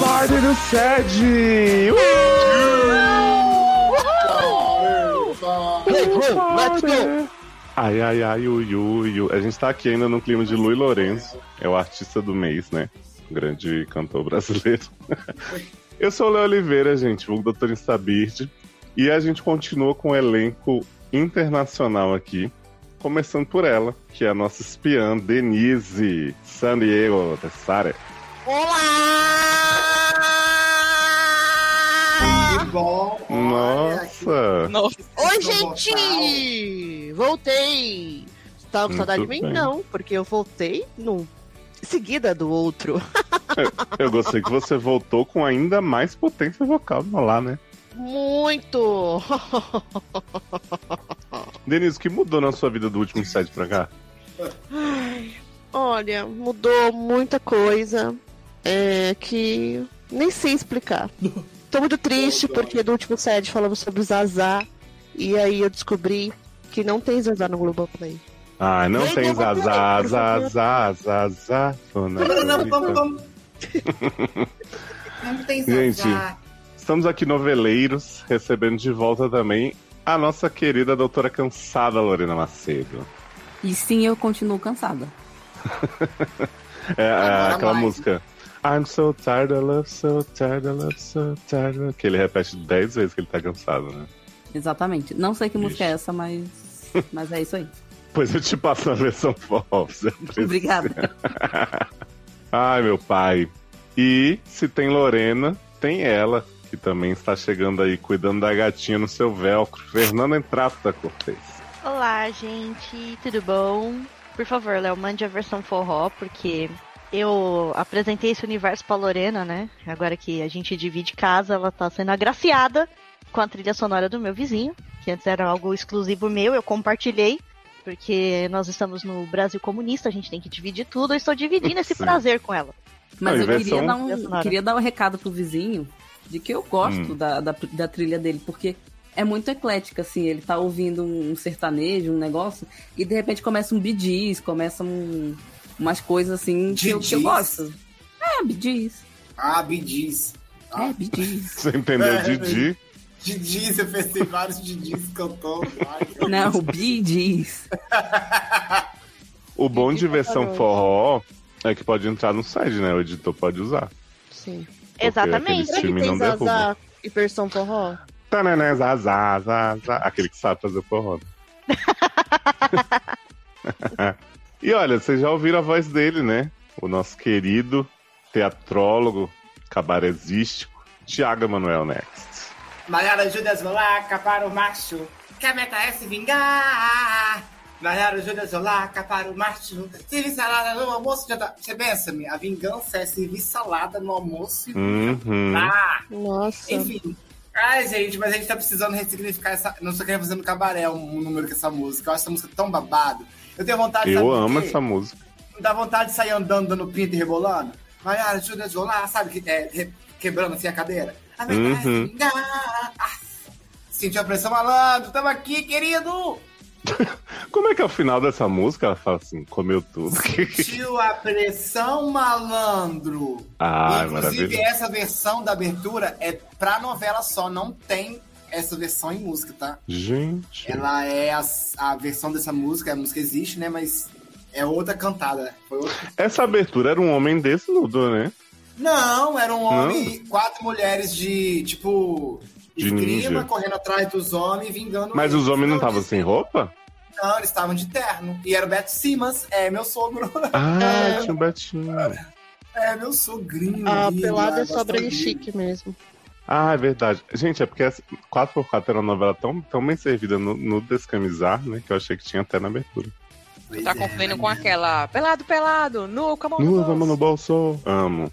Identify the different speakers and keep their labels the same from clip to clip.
Speaker 1: Padre do Shed! Uh!
Speaker 2: Play go, let's go!
Speaker 1: Ai, ai, ai, ui, ui, ui. A gente tá aqui ainda no clima de Lui Lourenço, é o artista do mês, né? Grande cantor brasileiro. Eu sou o Léo Oliveira, gente, o Doutor Instabird, e a gente continua com o elenco internacional aqui, começando por ela, que é a nossa espiã Denise San Diego Tessare.
Speaker 3: Olá!
Speaker 4: Bom,
Speaker 1: Nossa!
Speaker 3: Nossa,
Speaker 4: Oi,
Speaker 3: Estou
Speaker 4: gente! Voltei! Tava com
Speaker 1: Muito
Speaker 4: saudade de mim?
Speaker 1: bem.
Speaker 4: Não, porque eu voltei no... seguida do outro.
Speaker 1: Eu gostei que você voltou com ainda mais potência vocal lá, né?
Speaker 4: Muito!
Speaker 1: Denise, o que mudou na sua vida do último set pra cá?
Speaker 4: Olha, mudou muita coisa é, que nem sei explicar. Tô muito triste porque no último set falamos sobre Zazá e aí eu descobri que não tem Zazá no Globoplay.
Speaker 1: Ah, não
Speaker 4: Ei,
Speaker 1: tem
Speaker 4: não, vamos
Speaker 1: zazá,
Speaker 4: por favor.
Speaker 1: zazá, zazá, dona
Speaker 3: Não, não,
Speaker 1: Lolita.
Speaker 3: vamos, vamos. Não tem
Speaker 1: Gente.
Speaker 3: zazar.
Speaker 1: Estamos aqui noveleiros, recebendo de volta também a nossa querida doutora cansada Lorena Macedo.
Speaker 5: E sim, eu continuo cansada.
Speaker 1: É, é,
Speaker 3: Agora
Speaker 1: aquela
Speaker 3: mais.
Speaker 1: música. I'm so tired, I love so tired, I love so tired. Que ele repete 10 vezes que ele tá cansado, né?
Speaker 5: Exatamente. Não sei que música é essa, mas. Mas é isso aí.
Speaker 1: Pois eu te passo a versão forte.
Speaker 5: Obrigada.
Speaker 1: Ai, meu pai. E se tem Lorena, tem ela, que também está chegando aí cuidando da gatinha no seu velcro. Fernanda Entrata Cortez.
Speaker 6: Olá, gente, tudo bom? Por favor, Léo, mande a versão forró, porque eu apresentei esse universo pra Lorena, né? Agora que a gente divide casa, ela tá sendo agraciada com a trilha sonora do meu vizinho, que antes era algo exclusivo meu, eu compartilhei, porque nós estamos no Brasil comunista, a gente tem que dividir tudo, eu estou dividindo esse
Speaker 1: Sim.
Speaker 6: prazer com ela.
Speaker 1: Não,
Speaker 5: Mas
Speaker 1: e
Speaker 5: eu
Speaker 1: versão- é
Speaker 5: queria dar, um,
Speaker 6: Bolsonaro.
Speaker 5: queria dar um recado pro vizinho de que eu
Speaker 1: Hum.
Speaker 5: gosto da, da, da trilha dele, porque é muito eclética, assim. Ele tá ouvindo um sertanejo, um negócio, e de repente começa um bidiz, começa um, umas coisas assim que eu, que eu
Speaker 3: Bee Gees?
Speaker 5: gosto. É, bidiz.
Speaker 2: Ah, Bidiz. Ah.
Speaker 5: É, bidiz.
Speaker 1: Você entendeu,
Speaker 2: É,
Speaker 1: Didi?
Speaker 2: Didiz, eu pensei em vários Didiz cantou.
Speaker 5: Não, bidiz.
Speaker 1: O bom
Speaker 4: Didi
Speaker 1: de versão
Speaker 4: Paparol.
Speaker 1: forró é que pode entrar no site, né? O editor pode usar.
Speaker 4: Sim.
Speaker 1: Porque
Speaker 6: Exatamente.
Speaker 1: aquele
Speaker 4: Será que
Speaker 1: time
Speaker 4: tem
Speaker 1: não derruba.
Speaker 4: Zazá e versão forró?
Speaker 1: Tananá, zazá, zazá. Aquele que sabe fazer forró. né? e olha, vocês já ouviram a voz dele, né? O nosso querido teatrólogo, cabarezístico, Tiago Manuel Next.
Speaker 2: Maiara Judas Olaca para o macho, que a meta é se vingar. Maiara Judas Olaca para o macho, servir salada no almoço já tá... Você pensa-me, a vingança é servir salada no almoço e...
Speaker 1: Uhum.
Speaker 2: Ah,
Speaker 4: Nossa.
Speaker 2: enfim. Ai, gente, mas a gente tá precisando ressignificar essa... Não só queria fazer no tá cabaré um número com essa música. Eu acho essa música tão babado. Eu tenho vontade de
Speaker 1: Eu amo essa música.
Speaker 2: dá vontade de sair andando dando pinto e rebolando. Mas ah, ajuda a isolar, sabe? Que, é, re- quebrando assim a cadeira. A verdade
Speaker 1: Uhum.
Speaker 2: é que- Ah, Sentiu a pressão malandro, tamo aqui, querido!
Speaker 1: Como é que é o final dessa música? Ela fala assim, comeu tudo.
Speaker 2: Sentiu a pressão malandro!
Speaker 1: ah, é
Speaker 2: Inclusive,
Speaker 1: maravilhoso.
Speaker 2: essa versão da abertura é pra novela só, não tem essa versão em música, tá?
Speaker 1: Gente.
Speaker 2: Ela é a, a versão dessa música, a música existe, né? Mas é outra cantada. Foi outra
Speaker 1: Essa abertura era um homem desnudo, né?
Speaker 2: Não, era um homem e quatro mulheres de, tipo,
Speaker 1: De ninja.
Speaker 2: esgrima, correndo atrás dos homens e vingando.
Speaker 1: Mas os
Speaker 2: eles.
Speaker 1: homens não assim, estavam sem roupa?
Speaker 2: Não, eles estavam de terno. E era o Beto Simas, é meu sogro.
Speaker 1: Ah, tinha um Betinho.
Speaker 2: É meu sogrinho.
Speaker 4: A
Speaker 2: lindo,
Speaker 4: pelada
Speaker 2: ai,
Speaker 4: é só
Speaker 2: gosto
Speaker 4: branco e
Speaker 2: dele.
Speaker 4: chique mesmo.
Speaker 1: Ah, é verdade. Gente, é porque essa 4x4 era uma novela tão, tão bem servida no, no Descamisar, né? Que eu achei que tinha até na abertura.
Speaker 2: Pois
Speaker 3: Tá
Speaker 2: é,
Speaker 3: confundindo
Speaker 2: né?
Speaker 3: com aquela. Pelado, pelado, nu, come on.
Speaker 1: Nua, vamos no bolso. Amo.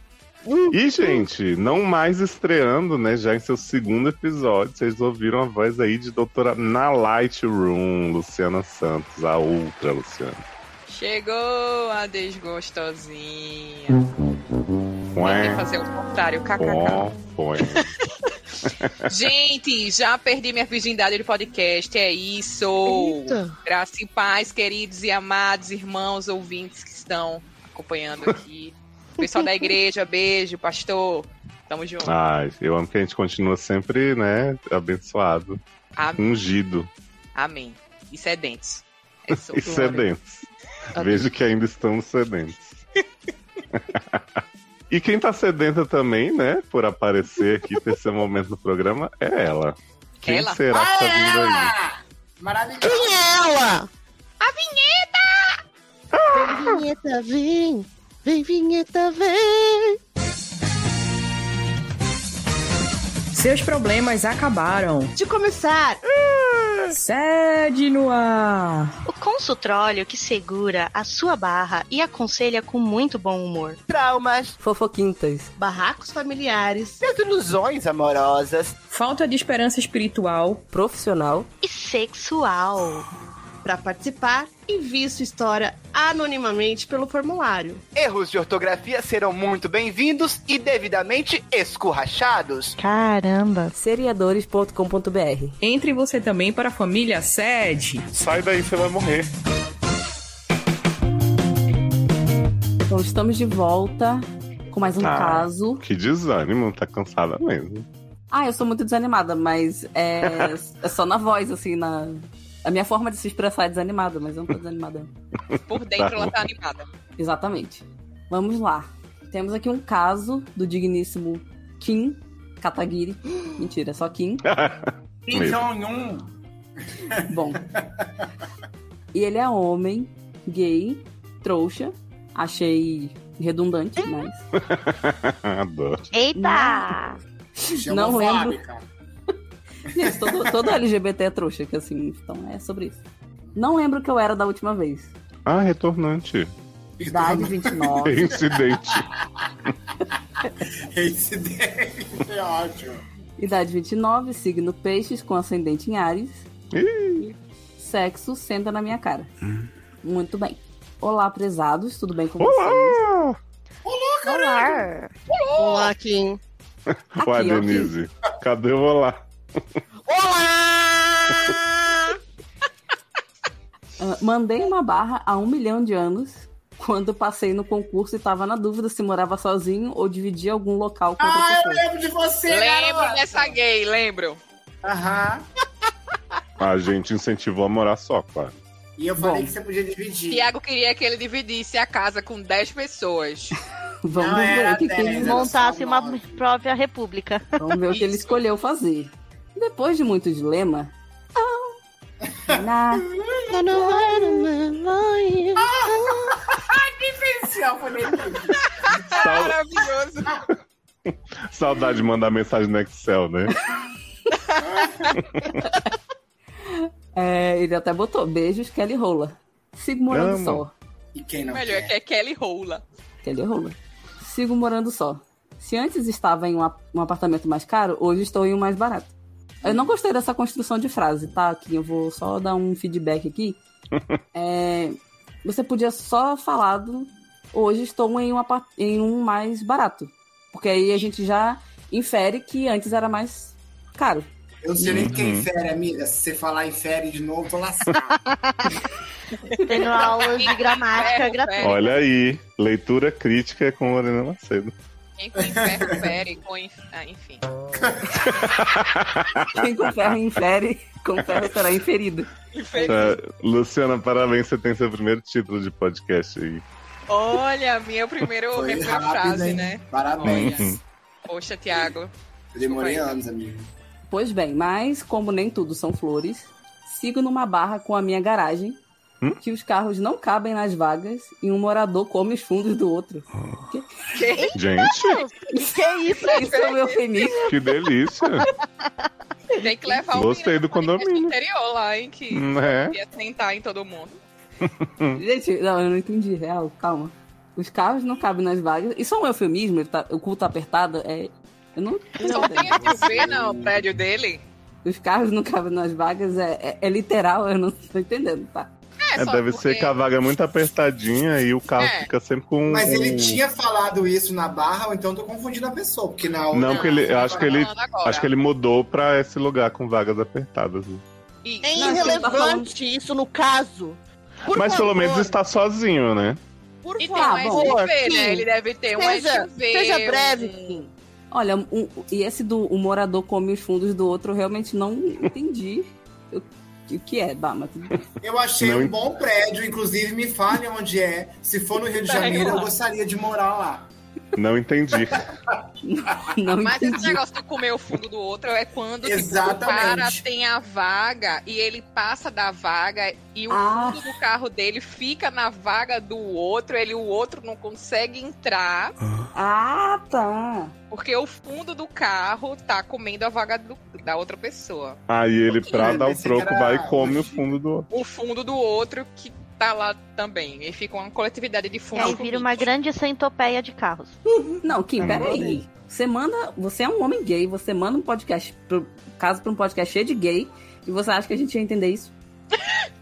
Speaker 1: E, gente, não mais estreando, né? Já em seu segundo episódio, vocês ouviram a voz aí de doutora na Lightroom, Luciana Santos, a outra Luciana.
Speaker 3: Chegou a desgostosinha. Tentei
Speaker 1: Ué,
Speaker 3: fazer o contrário, kkk.
Speaker 1: ué, ué.
Speaker 3: Gente, já perdi minha virgindade de podcast, é isso.
Speaker 4: Eita.
Speaker 3: Graça e paz, queridos e amados irmãos ouvintes que estão acompanhando aqui. Pessoal da igreja, beijo, pastor. Tamo junto.
Speaker 1: Ai, eu amo que a gente continua sempre, né, abençoado,
Speaker 3: Amém.
Speaker 1: ungido
Speaker 3: Amém. E sedentes. É sobre.
Speaker 1: e sedentes. Vejo que ainda estamos sedentes. e quem tá sedenta também, né, por aparecer aqui, ter seu momento no programa, é ela. Quem
Speaker 3: Ela?
Speaker 1: será que tá vindo aí?
Speaker 2: Ah, maravilhoso.
Speaker 4: Quem é ela?
Speaker 3: A vinheta!
Speaker 4: Vem, vinheta, vem. Vem, vinheta, vem.
Speaker 7: Seus problemas acabaram.
Speaker 4: De começar.
Speaker 7: Sede no ar.
Speaker 6: O consultório que segura a sua barra e aconselha com muito bom humor.
Speaker 8: Traumas,
Speaker 5: Fofoquintas.
Speaker 6: Barracos familiares
Speaker 8: desilusões amorosas,
Speaker 7: Falta de esperança espiritual.
Speaker 5: Profissional.
Speaker 6: e sexual.
Speaker 9: Para participar, envie sua história anonimamente pelo formulário.
Speaker 8: erros de ortografia serão muito bem-vindos e devidamente escorrachados.
Speaker 6: Caramba.
Speaker 5: Seriadores.com.br.
Speaker 7: Entre você também para a família Sede.
Speaker 1: Sai daí, você vai morrer.
Speaker 5: Então estamos de volta com mais um
Speaker 1: Ah.
Speaker 5: caso.
Speaker 1: Que desânimo, tá cansada mesmo.
Speaker 5: Ah, eu sou muito desanimada, mas é, é só na voz, assim, na. A minha forma de se expressar é desanimada, mas eu não tô desanimada.
Speaker 3: Por dentro
Speaker 1: Tá
Speaker 3: ela
Speaker 1: bom.
Speaker 3: tá animada.
Speaker 5: Exatamente. Vamos lá. Temos aqui um caso do digníssimo Kim Kataguiri. Mentira, é só Kim.
Speaker 2: Kim
Speaker 1: Mesmo.
Speaker 2: Jong-un.
Speaker 5: Bom. E ele é homem, gay, trouxa. Achei redundante, mas.
Speaker 1: Adoro.
Speaker 6: Eita!
Speaker 5: Não lembro.
Speaker 2: Xenofóbica.
Speaker 5: Gente, todo, todo LGBT é trouxa, que assim, então é sobre isso. Não lembro o que eu era da última vez.
Speaker 1: Ah, retornante.
Speaker 5: Idade 29.
Speaker 1: Incidente.
Speaker 2: É Esse dele é ótimo.
Speaker 5: Idade 29, signo peixes com ascendente em Ares. Sexo senta na minha cara. Muito bem. Olá, prezados, tudo bem com vocês?
Speaker 1: Hum. Olá!
Speaker 6: Olá!
Speaker 4: Olá, Kim.
Speaker 5: Aqui, é
Speaker 1: Uai,
Speaker 5: ó, aqui.
Speaker 1: Denise, cadê o olá?
Speaker 5: Ah, mandei uma barra há um milhão de anos quando passei no concurso e tava na dúvida se morava sozinho ou dividia algum local com outra
Speaker 2: Ah, eu
Speaker 5: pessoa.
Speaker 2: lembro de você,
Speaker 3: Lembro
Speaker 2: garota.
Speaker 3: dessa gay, lembro.
Speaker 2: Aham.
Speaker 1: A gente incentivou a morar só, claro.
Speaker 2: E eu falei
Speaker 5: Bom.
Speaker 2: que você podia dividir.
Speaker 3: Tiago queria que ele dividisse a casa com 10 pessoas.
Speaker 5: Vamos
Speaker 2: Não,
Speaker 5: ver
Speaker 2: era
Speaker 5: o que, que
Speaker 2: dez.
Speaker 5: ele-
Speaker 6: Montasse
Speaker 2: só
Speaker 6: uma
Speaker 2: nove.
Speaker 6: própria república.
Speaker 5: Vamos ver o que ele
Speaker 2: Isso.
Speaker 5: escolheu fazer. Depois de muito dilema. Ah, na-
Speaker 4: Não, não, não, não, não.
Speaker 2: Esse alfabeto.
Speaker 1: Sal-
Speaker 3: Maravilhoso.
Speaker 1: Saudade de mandar mensagem no Excel, né?
Speaker 5: É, ele até botou beijos, Kelly Rola. Sigo morando
Speaker 1: Amo.
Speaker 5: só.
Speaker 2: E quem não
Speaker 3: Melhor que
Speaker 2: quer?
Speaker 3: é Kelly Rola.
Speaker 5: Kelly Rola. Sigo morando só. Se antes estava em um, ap- um apartamento mais caro, hoje estou em um mais barato. Eu não gostei dessa construção de frase, tá? Aqui eu vou só dar um feedback aqui. É, você podia só falar do hoje estou em um, apa- em um mais barato. Porque aí a gente já infere que antes era mais caro.
Speaker 2: Eu não sei nem quem
Speaker 1: Uhum.
Speaker 2: infere, amiga. Se você falar infere de novo, eu tô lascado.
Speaker 6: Tendo aulas de
Speaker 4: é
Speaker 6: gramática
Speaker 5: É,
Speaker 3: Ferro,
Speaker 6: gratuita.
Speaker 3: ferro.
Speaker 1: Olha aí, leitura crítica é com Lorena Macedo.
Speaker 3: Quem com inferno, fere, com inf... ah, enfim.
Speaker 5: Quem com ferro infere, com ferro será inferido.
Speaker 3: é.
Speaker 1: Tá, Luciana, parabéns, você tem seu primeiro título de podcast aí.
Speaker 3: Olha, minha é primeira, minha primeira frase,
Speaker 2: hein?
Speaker 3: né?
Speaker 2: Parabéns.
Speaker 1: Uhum.
Speaker 3: Poxa, Tiago.
Speaker 2: Eu demorei anos, amigo.
Speaker 5: Pois bem, mas como nem tudo são flores, sigo numa barra com a minha garagem,
Speaker 1: Hum?
Speaker 5: que os carros não cabem nas vagas e um morador come os fundos do outro.
Speaker 1: Gente,
Speaker 5: Que isso? Isso é o meu feminismo.
Speaker 1: que delícia!
Speaker 3: Tem que levar um o
Speaker 1: Gostei
Speaker 3: menino
Speaker 1: do
Speaker 3: pro Tá podcast
Speaker 1: condomínio.
Speaker 3: interior lá, hein, que
Speaker 1: né?
Speaker 3: ia sentar em todo mundo.
Speaker 5: Gente, não, eu não entendi. Real, calma. Os carros não cabem nas vagas. Isso é um eufemismo? Ele tá- o cu tá apertado? É. Eu não.
Speaker 3: Só tem a TV no prédio dele.
Speaker 5: Os carros não cabem nas vagas é, é- é literal, eu não tô entendendo, tá?
Speaker 1: É,
Speaker 3: só
Speaker 1: deve
Speaker 3: porque-
Speaker 1: ser que a vaga é muito apertadinha e o carro
Speaker 3: É.
Speaker 1: fica sempre com. um
Speaker 2: Mas ele tinha falado isso na barra, ou então eu tô confundindo a pessoa, porque na outra-
Speaker 1: Não, porque ele- eu acho que ele-
Speaker 3: Falando agora.
Speaker 1: Acho que ele mudou pra esse lugar com vagas apertadas. né?
Speaker 3: Isso.
Speaker 4: É
Speaker 5: Não, ele tá
Speaker 4: irrelevante isso no caso. Por
Speaker 1: Mas
Speaker 4: favor,
Speaker 1: pelo menos está sozinho, né?
Speaker 4: Por
Speaker 3: E tem
Speaker 5: Ah,
Speaker 3: um
Speaker 4: favor,
Speaker 3: SUV,
Speaker 4: Kim,
Speaker 3: né? Ele deve ter um
Speaker 4: Seja-
Speaker 3: SUV.
Speaker 4: seja
Speaker 3: um-
Speaker 4: breve, Kim.
Speaker 5: Olha, um- e esse do um morador come os fundos do outro, eu realmente não entendi o que- o que é, bah, mas tudo bem.
Speaker 2: Eu achei
Speaker 1: Não
Speaker 2: um
Speaker 1: ent-
Speaker 2: bom prédio, inclusive me fale onde é. Se for no Rio de
Speaker 3: Vai
Speaker 2: Janeiro, eu
Speaker 3: lá.
Speaker 2: gostaria de morar lá.
Speaker 1: Não entendi.
Speaker 5: não
Speaker 3: Mas esse
Speaker 5: entendi.
Speaker 3: negócio de comer o fundo do outro é quando tipo, o
Speaker 2: Exatamente.
Speaker 3: cara tem a vaga e ele passa da vaga e o
Speaker 5: Ah.
Speaker 3: fundo do carro dele fica na vaga do outro, ele o outro não consegue entrar
Speaker 5: Ah, tá.
Speaker 3: porque o fundo do carro tá comendo a vaga do- da outra pessoa.
Speaker 1: Aí ele, pra
Speaker 2: Eu
Speaker 1: dar o
Speaker 2: pensei
Speaker 1: troco,
Speaker 2: que era-
Speaker 1: vai e come o fundo do outro.
Speaker 3: O fundo do outro que tá lá também. E fica uma coletividade de
Speaker 6: E
Speaker 5: é,
Speaker 3: fundos.
Speaker 6: aí É, vira uma
Speaker 3: comidos.
Speaker 6: grande centopeia de carros.
Speaker 5: Não, Kim,
Speaker 1: Hum.
Speaker 5: peraí. Você manda. Você é um homem gay, você manda um podcast, pro, caso pra um podcast cheio de gay, e você acha que a gente ia entender isso?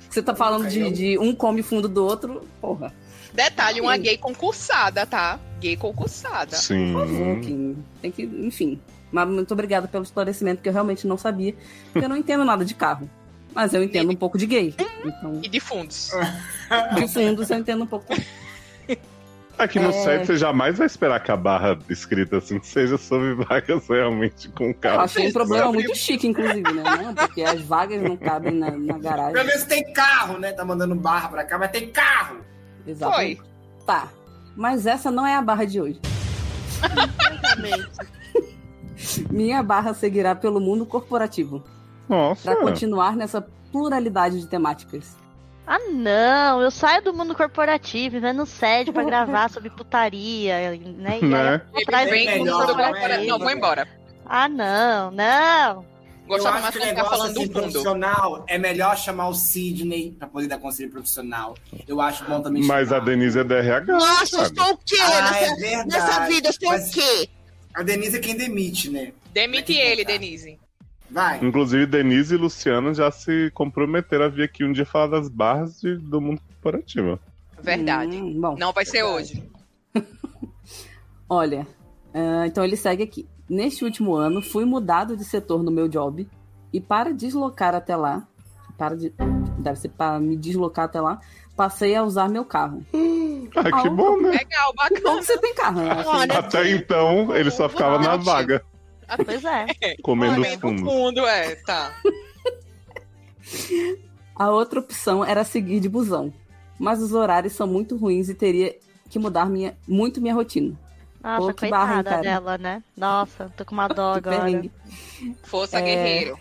Speaker 5: Você tá falando de, de um come fundo do outro, porra.
Speaker 3: Detalhe, uma gay concursada, tá? Gay concursada.
Speaker 1: Sim.
Speaker 5: Por favor, Tá Kim. Tem que, enfim. Mas muito obrigada pelo esclarecimento, que eu realmente não sabia. Porque eu não entendo nada de carro. Mas eu entendo um pouco de gay. Então,
Speaker 3: E de fundos.
Speaker 5: de fundos eu entendo um pouco.
Speaker 1: Aqui no
Speaker 5: É.
Speaker 1: site você jamais vai esperar que a barra escrita assim seja sobre vagas realmente com
Speaker 5: Eu
Speaker 1: carro.
Speaker 5: achei um problema muito chique, inclusive, né? Não, porque as vagas não cabem na, na
Speaker 2: Pelo
Speaker 5: garagem.
Speaker 2: menos tem carro, né? Tá mandando barra pra cá, mas tem carro.
Speaker 5: Exato.
Speaker 3: Foi.
Speaker 5: Tá. Mas essa não é a barra de hoje. Minha barra seguirá pelo mundo corporativo.
Speaker 1: Nossa.
Speaker 5: Pra continuar nessa pluralidade de temáticas.
Speaker 6: Ah, não, eu saio do mundo corporativo, vendo sede pra gravar sobre putaria, né? E aí
Speaker 1: Né?
Speaker 6: eu vou atrás
Speaker 3: Ele
Speaker 6: do
Speaker 3: vem
Speaker 2: é
Speaker 3: com
Speaker 6: mundo
Speaker 2: melhor,
Speaker 3: fundo
Speaker 2: né?
Speaker 3: corporativo.
Speaker 6: corporativo.
Speaker 3: Não, vou embora.
Speaker 6: Ah, não, não.
Speaker 3: Gostava
Speaker 2: eu
Speaker 3: mais
Speaker 2: acho que
Speaker 3: quando ficar
Speaker 2: negócio
Speaker 3: falando um
Speaker 2: assim,
Speaker 3: do fundo.
Speaker 2: profissional é melhor chamar o Sidney pra poder dar conselho profissional. Eu acho bom também
Speaker 1: Mas a
Speaker 2: chamar.
Speaker 1: Denise é DRH.
Speaker 4: Nossa, eu
Speaker 1: sabe?
Speaker 4: sou o quê?
Speaker 2: Ah, é
Speaker 4: nessa,
Speaker 2: verdade.
Speaker 4: nessa vida, eu sou
Speaker 2: Mas
Speaker 4: o quê?
Speaker 2: A Denise é quem demite, né?
Speaker 3: Demite
Speaker 2: Tem que
Speaker 3: ele,
Speaker 2: voltar.
Speaker 3: Denise.
Speaker 2: Vai.
Speaker 1: Inclusive, Denise e Luciano já se comprometeram a vir aqui um dia falar das barras de- do mundo corporativo.
Speaker 3: Verdade.
Speaker 5: Hum, bom.
Speaker 3: Não vai ser hoje.
Speaker 5: Olha, ah, então ele segue aqui. Neste último ano, fui mudado de setor no meu job e para deslocar até lá, para de- deve ser para me deslocar até lá, passei a usar meu carro.
Speaker 1: Ah, que
Speaker 5: Ah,
Speaker 1: bom, né?
Speaker 3: Legal,
Speaker 5: Que bom
Speaker 3: bacana.
Speaker 5: que você tem carro, né?
Speaker 1: Assim,
Speaker 4: Olha,
Speaker 1: Até
Speaker 3: um
Speaker 1: então, ele só ficava na
Speaker 3: Ótimo.
Speaker 1: vaga,
Speaker 6: Pois é.
Speaker 1: comendo os
Speaker 3: Comendo
Speaker 1: fundos.
Speaker 3: fundo, é, tá.
Speaker 5: A outra opção era seguir de busão, mas os horários são muito ruins e teria que mudar minha, muito minha rotina.
Speaker 6: Nossa,
Speaker 5: Pô, que
Speaker 6: coitada
Speaker 5: barra, cara.
Speaker 6: dela, né? Nossa, tô com uma dó
Speaker 5: Que
Speaker 6: agora.
Speaker 5: perrengue.
Speaker 3: Força guerreiro.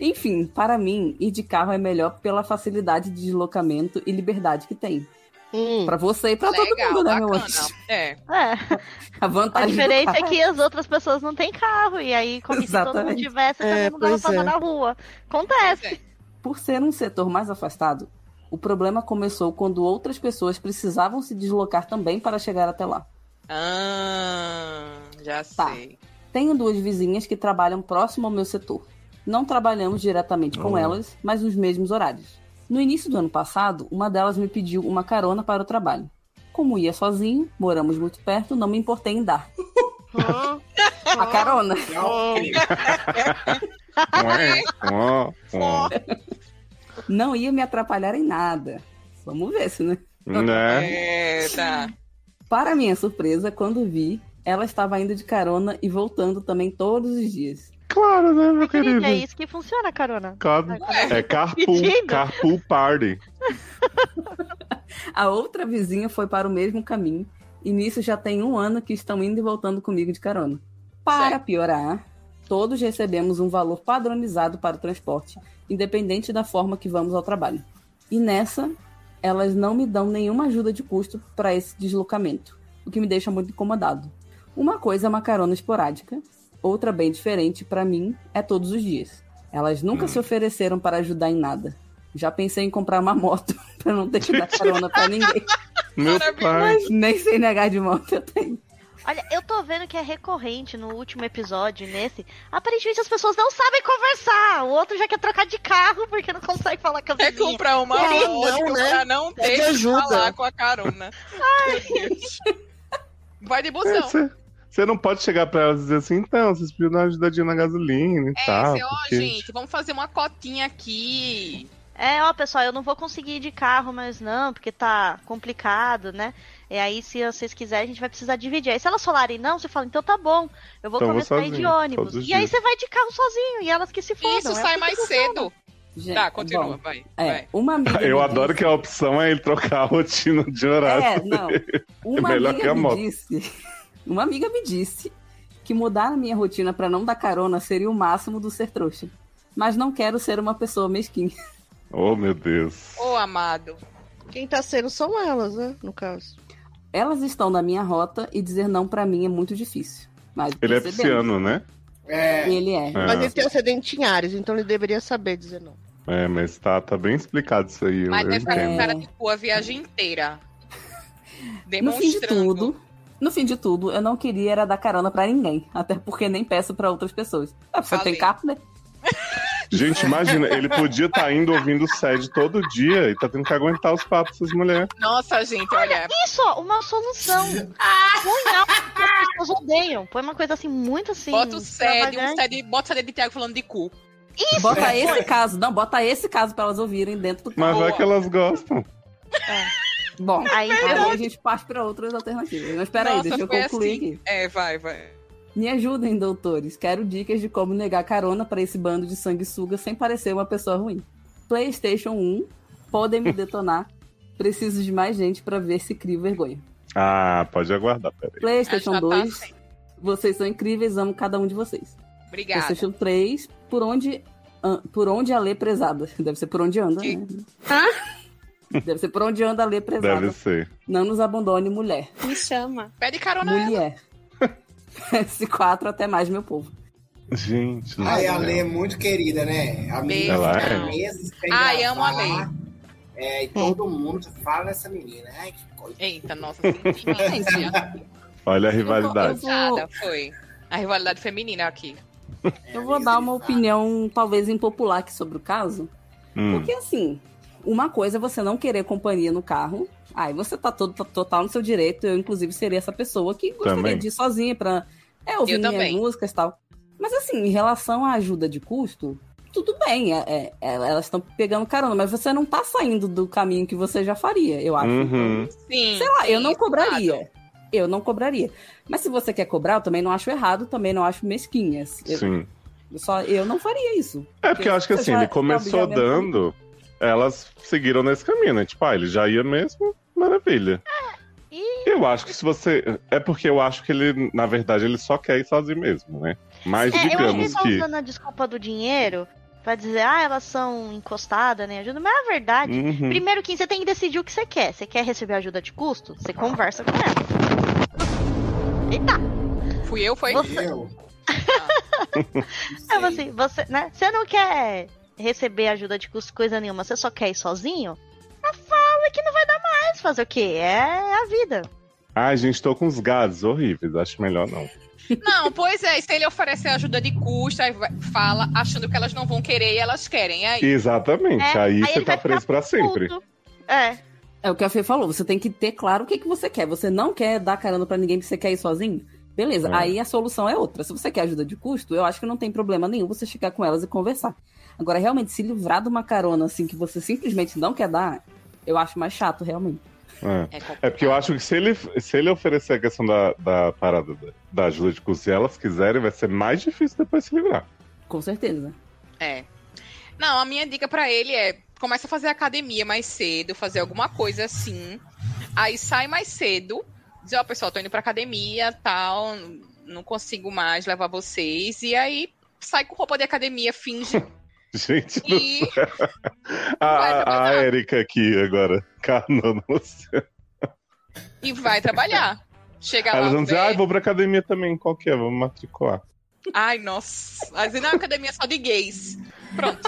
Speaker 5: Enfim, para mim, ir de carro é melhor pela facilidade de deslocamento e liberdade que tem.
Speaker 4: Hum.
Speaker 5: Pra você e pra todo
Speaker 3: Legal,
Speaker 5: mundo, né, meu
Speaker 3: bacana.
Speaker 5: anjo?
Speaker 3: É.
Speaker 6: É,
Speaker 5: A
Speaker 6: a
Speaker 5: vantagem do
Speaker 6: diferença é
Speaker 5: carro.
Speaker 6: que as outras pessoas não têm carro. E aí, como se todo mundo
Speaker 5: Exatamente.
Speaker 6: tivesse, todo
Speaker 4: É,
Speaker 6: mundo dava
Speaker 4: pois
Speaker 6: tapa
Speaker 4: é.
Speaker 6: na rua. Acontece.
Speaker 3: é.
Speaker 5: Por ser um setor mais afastado, o problema começou quando outras pessoas precisavam se deslocar também para chegar até lá.
Speaker 3: Ah, já
Speaker 5: Tá.
Speaker 3: sei.
Speaker 5: Tenho duas vizinhas que trabalham próximo ao meu setor. Não trabalhamos diretamente com
Speaker 1: Oh.
Speaker 5: elas, mas nos mesmos horários. No início do ano passado, uma delas me pediu uma carona para o trabalho. Como ia sozinho, moramos muito perto, não me importei em dar. A carona.
Speaker 2: É
Speaker 1: Ué, ué, ué.
Speaker 5: Não ia me atrapalhar em nada. Vamos ver se, né?
Speaker 1: Né?
Speaker 3: É, tá.
Speaker 5: Para minha surpresa, quando vi, ela estava indo de carona e voltando também todos os dias.
Speaker 1: Claro, né, meu
Speaker 6: Querida,
Speaker 1: querido?
Speaker 6: é isso que funciona, carona.
Speaker 1: Cada- É carpool,
Speaker 6: Pedindo.
Speaker 1: carpool party.
Speaker 5: A outra vizinha foi para o mesmo caminho e nisso já tem um ano que estão indo e voltando comigo de carona. Para piorar, todos recebemos um valor padronizado para o transporte, independente da forma que vamos ao trabalho. E nessa, elas não me dão nenhuma ajuda de custo para esse deslocamento, o que me deixa muito incomodado. Uma coisa é uma carona esporádica, outra bem diferente para mim é todos os dias. Elas nunca se ofereceram para ajudar em nada. Já pensei em comprar uma moto para não ter que dar carona para ninguém.
Speaker 1: Meu pai.
Speaker 5: Nem sem negar de moto eu tenho.
Speaker 6: Olha, eu tô vendo que é recorrente no último episódio, e nesse. Aparentemente as pessoas não sabem conversar. O outro já quer trocar de carro porque não consegue falar com a
Speaker 3: Quer
Speaker 6: vizinha.
Speaker 3: comprar uma
Speaker 4: Querendo não,
Speaker 3: moto
Speaker 4: né?
Speaker 3: pra não ter
Speaker 4: Pede
Speaker 3: que
Speaker 4: ajuda.
Speaker 3: falar com a carona. Meu Deus. Vai de
Speaker 1: É,
Speaker 3: busão.
Speaker 1: Você você não pode chegar pra elas e dizer assim, então, vocês pediram uma ajudadinha na gasolina e
Speaker 3: É,
Speaker 1: tal.
Speaker 3: você, ó,
Speaker 1: tá, porque-
Speaker 3: gente, vamos fazer uma cotinha aqui.
Speaker 6: É, ó, pessoal, eu não vou conseguir ir de carro, mas não, porque tá complicado, né? E aí, se vocês quiserem, a gente vai precisar dividir. Aí, se elas falarem não, você fala, então tá bom, eu vou
Speaker 1: Então, vou
Speaker 6: começar a ir de
Speaker 1: sozinho,
Speaker 6: ônibus.
Speaker 1: todos os
Speaker 6: E aí,
Speaker 1: dias.
Speaker 6: você vai de carro sozinho, e elas que se fodam.
Speaker 3: Isso
Speaker 6: é
Speaker 3: sai
Speaker 6: assim
Speaker 3: mais
Speaker 6: que funciona.
Speaker 3: cedo.
Speaker 5: Gente,
Speaker 3: Tá, continua,
Speaker 5: bom,
Speaker 3: vai.
Speaker 5: é,
Speaker 3: vai.
Speaker 5: uma amiga
Speaker 1: Eu
Speaker 5: me
Speaker 1: adoro que a opção é ele trocar a rotina de horário.
Speaker 5: É, não. Uma
Speaker 1: melhor
Speaker 5: amiga
Speaker 1: que a
Speaker 5: me
Speaker 1: moto.
Speaker 5: disse. Uma amiga me disse que mudar a minha rotina pra não dar carona seria o máximo do ser trouxa. Mas não quero ser uma pessoa mesquinha.
Speaker 1: Oh, meu Deus.
Speaker 3: É. Ô, amado.
Speaker 4: Quem tá sendo são elas, né? No caso.
Speaker 5: Elas estão na minha rota e dizer não pra mim é muito difícil. Mas
Speaker 1: Ele é
Speaker 5: percebemos.
Speaker 1: pisciano, né?
Speaker 2: É,
Speaker 5: Ele é.
Speaker 1: É.
Speaker 4: Mas ele tem ascendente em Ares, então ele deveria saber dizer não.
Speaker 1: É, mas tá, tá bem explicado isso aí. eu-
Speaker 3: Mas é
Speaker 1: eu
Speaker 3: deve estar
Speaker 1: entendo.
Speaker 3: com
Speaker 5: entendo.
Speaker 3: cara de cu a viagem inteira. É.
Speaker 5: No fim de
Speaker 3: Demonstrando.
Speaker 5: tudo, no fim de tudo, eu não queria era dar carona pra ninguém, até porque nem peço pra outras pessoas. Ah, você
Speaker 3: Falei.
Speaker 5: tem carro, né?
Speaker 1: Gente, imagina, ele podia estar indo ouvindo o SED todo dia e tá tendo que aguentar os papos dessas mulheres.
Speaker 3: Nossa, gente, olha.
Speaker 6: Isso, ó, uma solução.
Speaker 3: Ah!
Speaker 6: Põe algo que as pessoas odeiam. Põe uma coisa assim, muito assim.
Speaker 3: bota o sede, um
Speaker 6: extravagante.
Speaker 3: sede, bota o sede de Thiago falando de cu.
Speaker 5: Bota
Speaker 3: É,
Speaker 5: esse caso, não, bota esse caso pra elas ouvirem dentro do
Speaker 1: Mas
Speaker 5: carro.
Speaker 1: vai que elas gostam.
Speaker 5: Bom,
Speaker 6: Aí,
Speaker 5: Aí a gente parte para outras alternativas. Mas peraí,
Speaker 3: É Nossa,
Speaker 5: deixa eu
Speaker 3: foi
Speaker 5: concluir
Speaker 3: assim.
Speaker 5: aqui.
Speaker 3: É, vai, vai.
Speaker 5: Me ajudem, doutores. Quero dicas de como negar carona para esse bando de sanguessuga sem parecer uma pessoa ruim. PlayStation 1, podem me detonar. Preciso de mais gente para ver se crio vergonha.
Speaker 1: Ah, pode aguardar, peraí.
Speaker 5: PlayStation
Speaker 3: Já tá
Speaker 5: 2,
Speaker 3: sem.
Speaker 5: vocês são incríveis, amo cada um de vocês.
Speaker 3: Obrigada.
Speaker 5: PlayStation 3, por onde an- por onde a lê prezada. Deve ser por onde anda,
Speaker 3: Que-
Speaker 5: né? Deve ser por onde anda a lê prezada.
Speaker 1: Deve ser.
Speaker 5: Não nos abandone, mulher.
Speaker 9: Me chama.
Speaker 3: Pede carona.
Speaker 5: Mulher. S4 até mais, meu povo.
Speaker 1: Gente, não
Speaker 2: Ai,
Speaker 1: sei.
Speaker 2: a Lê é muito querida, né? Amiga,
Speaker 1: Ela
Speaker 2: fica
Speaker 1: é.
Speaker 2: meses sem
Speaker 3: Ai,
Speaker 2: gravar.
Speaker 3: amo a Lê.
Speaker 2: É, e todo mundo fala nessa menina. Ai, que coisa.
Speaker 3: Eita, nossa, senti.
Speaker 1: Olha a
Speaker 5: Eu
Speaker 1: rivalidade.
Speaker 5: vou-
Speaker 3: Nada, foi. A rivalidade feminina aqui.
Speaker 2: é
Speaker 5: Eu vou dar uma opinião talvez impopular aqui sobre o caso.
Speaker 1: Hum,
Speaker 5: Porque assim, uma coisa é você não querer companhia no carro. Aí você tá todo tá total no seu direito. Eu, inclusive, seria essa pessoa que gostaria
Speaker 1: Também.
Speaker 5: de ir sozinha pra é, ouvir
Speaker 3: Eu
Speaker 5: minhas
Speaker 3: também.
Speaker 5: músicas e tal. Mas assim, em relação à ajuda de custo, tudo bem. é- é- é- elas estão pegando carona, mas você não tá saindo do caminho que você já faria, eu acho. Então,
Speaker 1: Uhum.
Speaker 3: Sim.
Speaker 5: Sei lá, eu não
Speaker 3: sim, é claro.
Speaker 5: cobraria. Eu não cobraria. Mas se você quer cobrar, eu também não acho errado, também não acho mesquinhas. Eu,
Speaker 1: sim.
Speaker 5: eu só, eu não faria isso.
Speaker 1: É porque eu acho que assim,
Speaker 5: já-
Speaker 1: ele começou
Speaker 5: já- já-
Speaker 1: dando, elas seguiram nesse caminho, né? Tipo, ah, ele já ia mesmo, maravilha. Eu acho que se você. É porque eu acho que ele, na verdade, ele só quer ir sozinho mesmo, né? Mas
Speaker 6: É, eu acho que
Speaker 1: digamos
Speaker 6: eles estão
Speaker 1: que.
Speaker 6: usando a desculpa do dinheiro pra dizer, ah, elas são encostadas, né? Ajuda. Mas é a verdade.
Speaker 1: Uhum.
Speaker 6: Primeiro que você tem que decidir o que você quer. Você quer receber ajuda de custo? Você conversa com ela. Eita!
Speaker 3: Fui eu, foi?
Speaker 6: Você-
Speaker 2: Eu?
Speaker 6: É você, você, né? Você não quer receber ajuda de custo coisa nenhuma, você só quer ir sozinho? A fala que não vai dar mais. Fazer o quê? É a vida.
Speaker 1: Ai, gente, tô com uns gases horríveis, acho melhor não.
Speaker 3: Não, pois é. e Se ele oferecer ajuda de custo, aí vai- fala, achando que elas não vão querer e elas querem. E aí?
Speaker 1: Exatamente,
Speaker 6: É,
Speaker 1: aí,
Speaker 6: aí
Speaker 1: você
Speaker 6: ele
Speaker 1: tá
Speaker 6: vai ficar
Speaker 1: preso pra sempre.
Speaker 6: Puto. É.
Speaker 5: É o que a Fê falou, você tem que ter claro o que, que você quer. Você não quer dar carona pra ninguém porque você quer ir sozinho? Beleza,
Speaker 1: É.
Speaker 5: aí a solução é outra. Se você quer ajuda de custo, eu acho que não tem problema nenhum você chegar com elas e conversar. Agora, realmente, se livrar de uma carona assim que você simplesmente não quer dar, eu acho mais chato, realmente.
Speaker 1: É.
Speaker 3: É, complicado.
Speaker 1: É porque eu acho que se ele, se ele oferecer a questão da, da parada da, da ajuda de custo, se elas quiserem, vai ser mais difícil depois se livrar.
Speaker 5: Com certeza.
Speaker 3: É. Não, a minha dica pra ele é: começa a fazer academia mais cedo, fazer alguma coisa assim. Aí sai mais cedo, dizer, ó, pessoal, tô indo pra academia, tal, não consigo mais levar vocês. E aí sai com roupa de academia, finge
Speaker 1: Gente, do
Speaker 3: que vai
Speaker 1: Ah, A, a
Speaker 3: trabalhar.
Speaker 1: Erika aqui agora, canando você.
Speaker 3: e vai trabalhar. Chega lá.
Speaker 1: Elas vão dizer,
Speaker 3: vê-
Speaker 1: ah, eu vou pra academia também, qual que é? Vamos matricular.
Speaker 3: Ai, nossa. Às vezes na academia é só de gays. Pronto.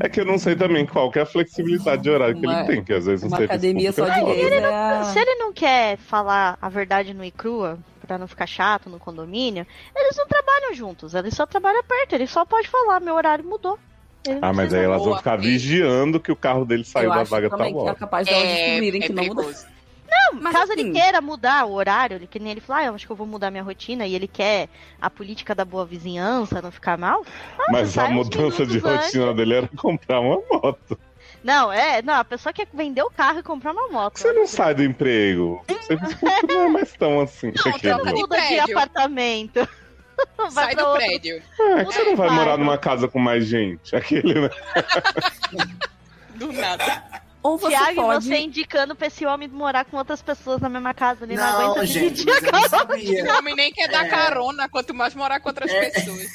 Speaker 1: É que eu não sei também qual que é a flexibilidade de horário que
Speaker 5: Uma-
Speaker 1: ele tem, que às vezes um
Speaker 5: Uma
Speaker 1: serviço
Speaker 5: academia só
Speaker 1: público
Speaker 5: de
Speaker 1: é foda.
Speaker 5: gays é a...
Speaker 6: Se ele não quer falar a verdade nua e crua, pra não ficar chato no condomínio, eles não trabalham juntos, eles só trabalham perto, ele só pode falar, meu horário mudou. Ele não
Speaker 1: Ah, mas
Speaker 6: precisa-
Speaker 1: aí elas vão
Speaker 3: Boa,
Speaker 1: ficar
Speaker 3: Pri.
Speaker 1: vigiando que o carro dele saiu
Speaker 5: eu
Speaker 1: da
Speaker 5: acho
Speaker 1: vaga tá
Speaker 5: também
Speaker 1: tal
Speaker 5: que é
Speaker 1: hora.
Speaker 5: capaz de elas
Speaker 3: É,
Speaker 5: descobrirem
Speaker 3: é
Speaker 5: que não mudou.
Speaker 3: perigoso.
Speaker 6: Não,
Speaker 5: Mas
Speaker 6: caso
Speaker 5: assim-
Speaker 6: ele queira mudar o horário, ele, que nem ele fala, ah, eu acho que eu vou mudar minha rotina e ele quer a política da boa vizinhança, não ficar mal. Nossa,
Speaker 1: Mas a
Speaker 6: sai uns
Speaker 1: mudança de
Speaker 6: minutos antes.
Speaker 1: rotina dele era comprar uma moto.
Speaker 6: Não, é, não, a pessoa quer vender o carro e comprar uma moto.
Speaker 1: Você não sai do emprego. Você não é mais tão assim.
Speaker 3: Não,
Speaker 1: aquele.
Speaker 3: troca de
Speaker 6: Muda de
Speaker 3: prédio.
Speaker 6: apartamento. Vai
Speaker 3: Sai
Speaker 6: pra
Speaker 3: do
Speaker 6: outro
Speaker 3: prédio.
Speaker 1: Ah, que você não vai
Speaker 6: Vai.
Speaker 1: morar numa casa com mais gente. Aquele, né?
Speaker 3: Do nada.
Speaker 5: Ou você
Speaker 6: Thiago, e
Speaker 5: pode.
Speaker 6: você indicando pra esse homem morar com outras pessoas na mesma casa, ele não, aguenta
Speaker 2: Não, gente,
Speaker 6: dividir
Speaker 2: mas
Speaker 6: a
Speaker 2: eu não
Speaker 6: casa.
Speaker 2: sabia.
Speaker 3: O homem nem quer dar
Speaker 2: É.
Speaker 3: carona, quanto mais morar com outras
Speaker 2: É.
Speaker 3: pessoas.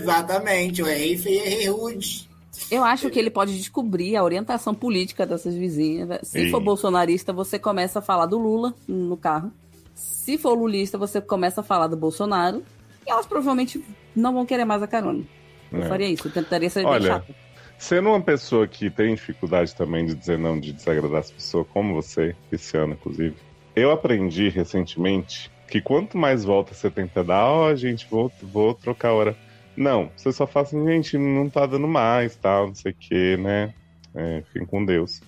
Speaker 2: Exatamente, eu errei feio, eu errei rude.
Speaker 5: Eu acho
Speaker 1: É.
Speaker 5: que ele pode descobrir a orientação política dessas vizinhas. né? Se for
Speaker 1: Sim.
Speaker 5: bolsonarista, você começa a falar do Lula no carro. Se for lulista, você começa a falar do Bolsonaro. E elas provavelmente não vão querer mais a carona. Eu
Speaker 1: É.
Speaker 5: faria isso. Eu tentaria ser bem
Speaker 1: Olha,
Speaker 5: chata.
Speaker 1: Sendo uma pessoa que tem dificuldade também de dizer não, de desagradar as pessoas, como você, Cristiano, inclusive, eu aprendi recentemente que quanto mais volta você tenta dar, ó, gente, vou, vou trocar a hora. Não, você só fala assim, gente, não tá dando mais, tal, não sei o quê, né? É, fiquem com Deus.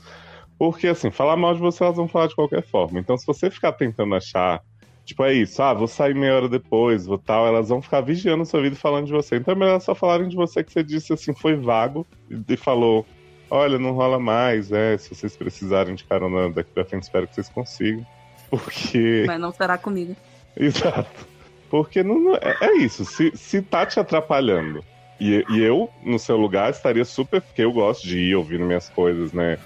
Speaker 1: Porque, assim, falar mal de você, elas vão falar de qualquer forma. Então, se você ficar tentando achar, tipo, é isso, ah, vou sair meia hora depois, vou tal, elas vão ficar vigiando a sua vida e falando de você. Então, é melhor só falarem de você que você disse, assim, foi vago, e e falou: Olha, não rola mais, é. Se vocês precisarem de carona daqui pra frente, espero que vocês consigam. Porque.
Speaker 5: Mas não será comigo.
Speaker 1: Exato. Porque não, não- é, é isso. Se, se tá te atrapalhando. E, e eu, no seu lugar, estaria super. Porque eu gosto de ir ouvindo minhas coisas, né?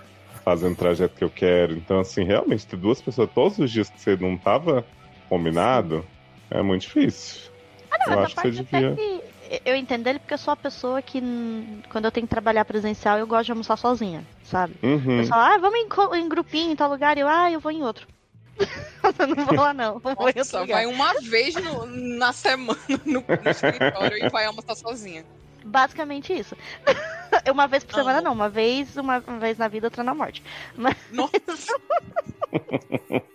Speaker 1: Fazendo o trajeto que eu quero. Então, assim, realmente, ter duas pessoas todos os dias que você não tava combinado é muito difícil.
Speaker 6: Não,
Speaker 1: eu
Speaker 6: mas
Speaker 1: acho
Speaker 6: a
Speaker 1: que você
Speaker 6: parte até
Speaker 1: devia.
Speaker 6: que eu entendo ele porque eu sou uma pessoa que, hum, quando eu tenho que trabalhar presencial, eu gosto de almoçar sozinha, sabe? O
Speaker 1: Uhum.
Speaker 6: pessoal, ah, vamos em, co- em grupinho em tal lugar, e eu, ah, eu vou em outro. Eu não vou lá, não. Eu vou em outro
Speaker 3: Só
Speaker 6: lugar.
Speaker 3: vai uma vez no- na semana no, no escritório e vai almoçar sozinha.
Speaker 6: Basicamente isso. uma vez por
Speaker 3: Amo.
Speaker 6: semana, não. Uma vez, uma vez na vida, outra na morte.
Speaker 3: Nossa.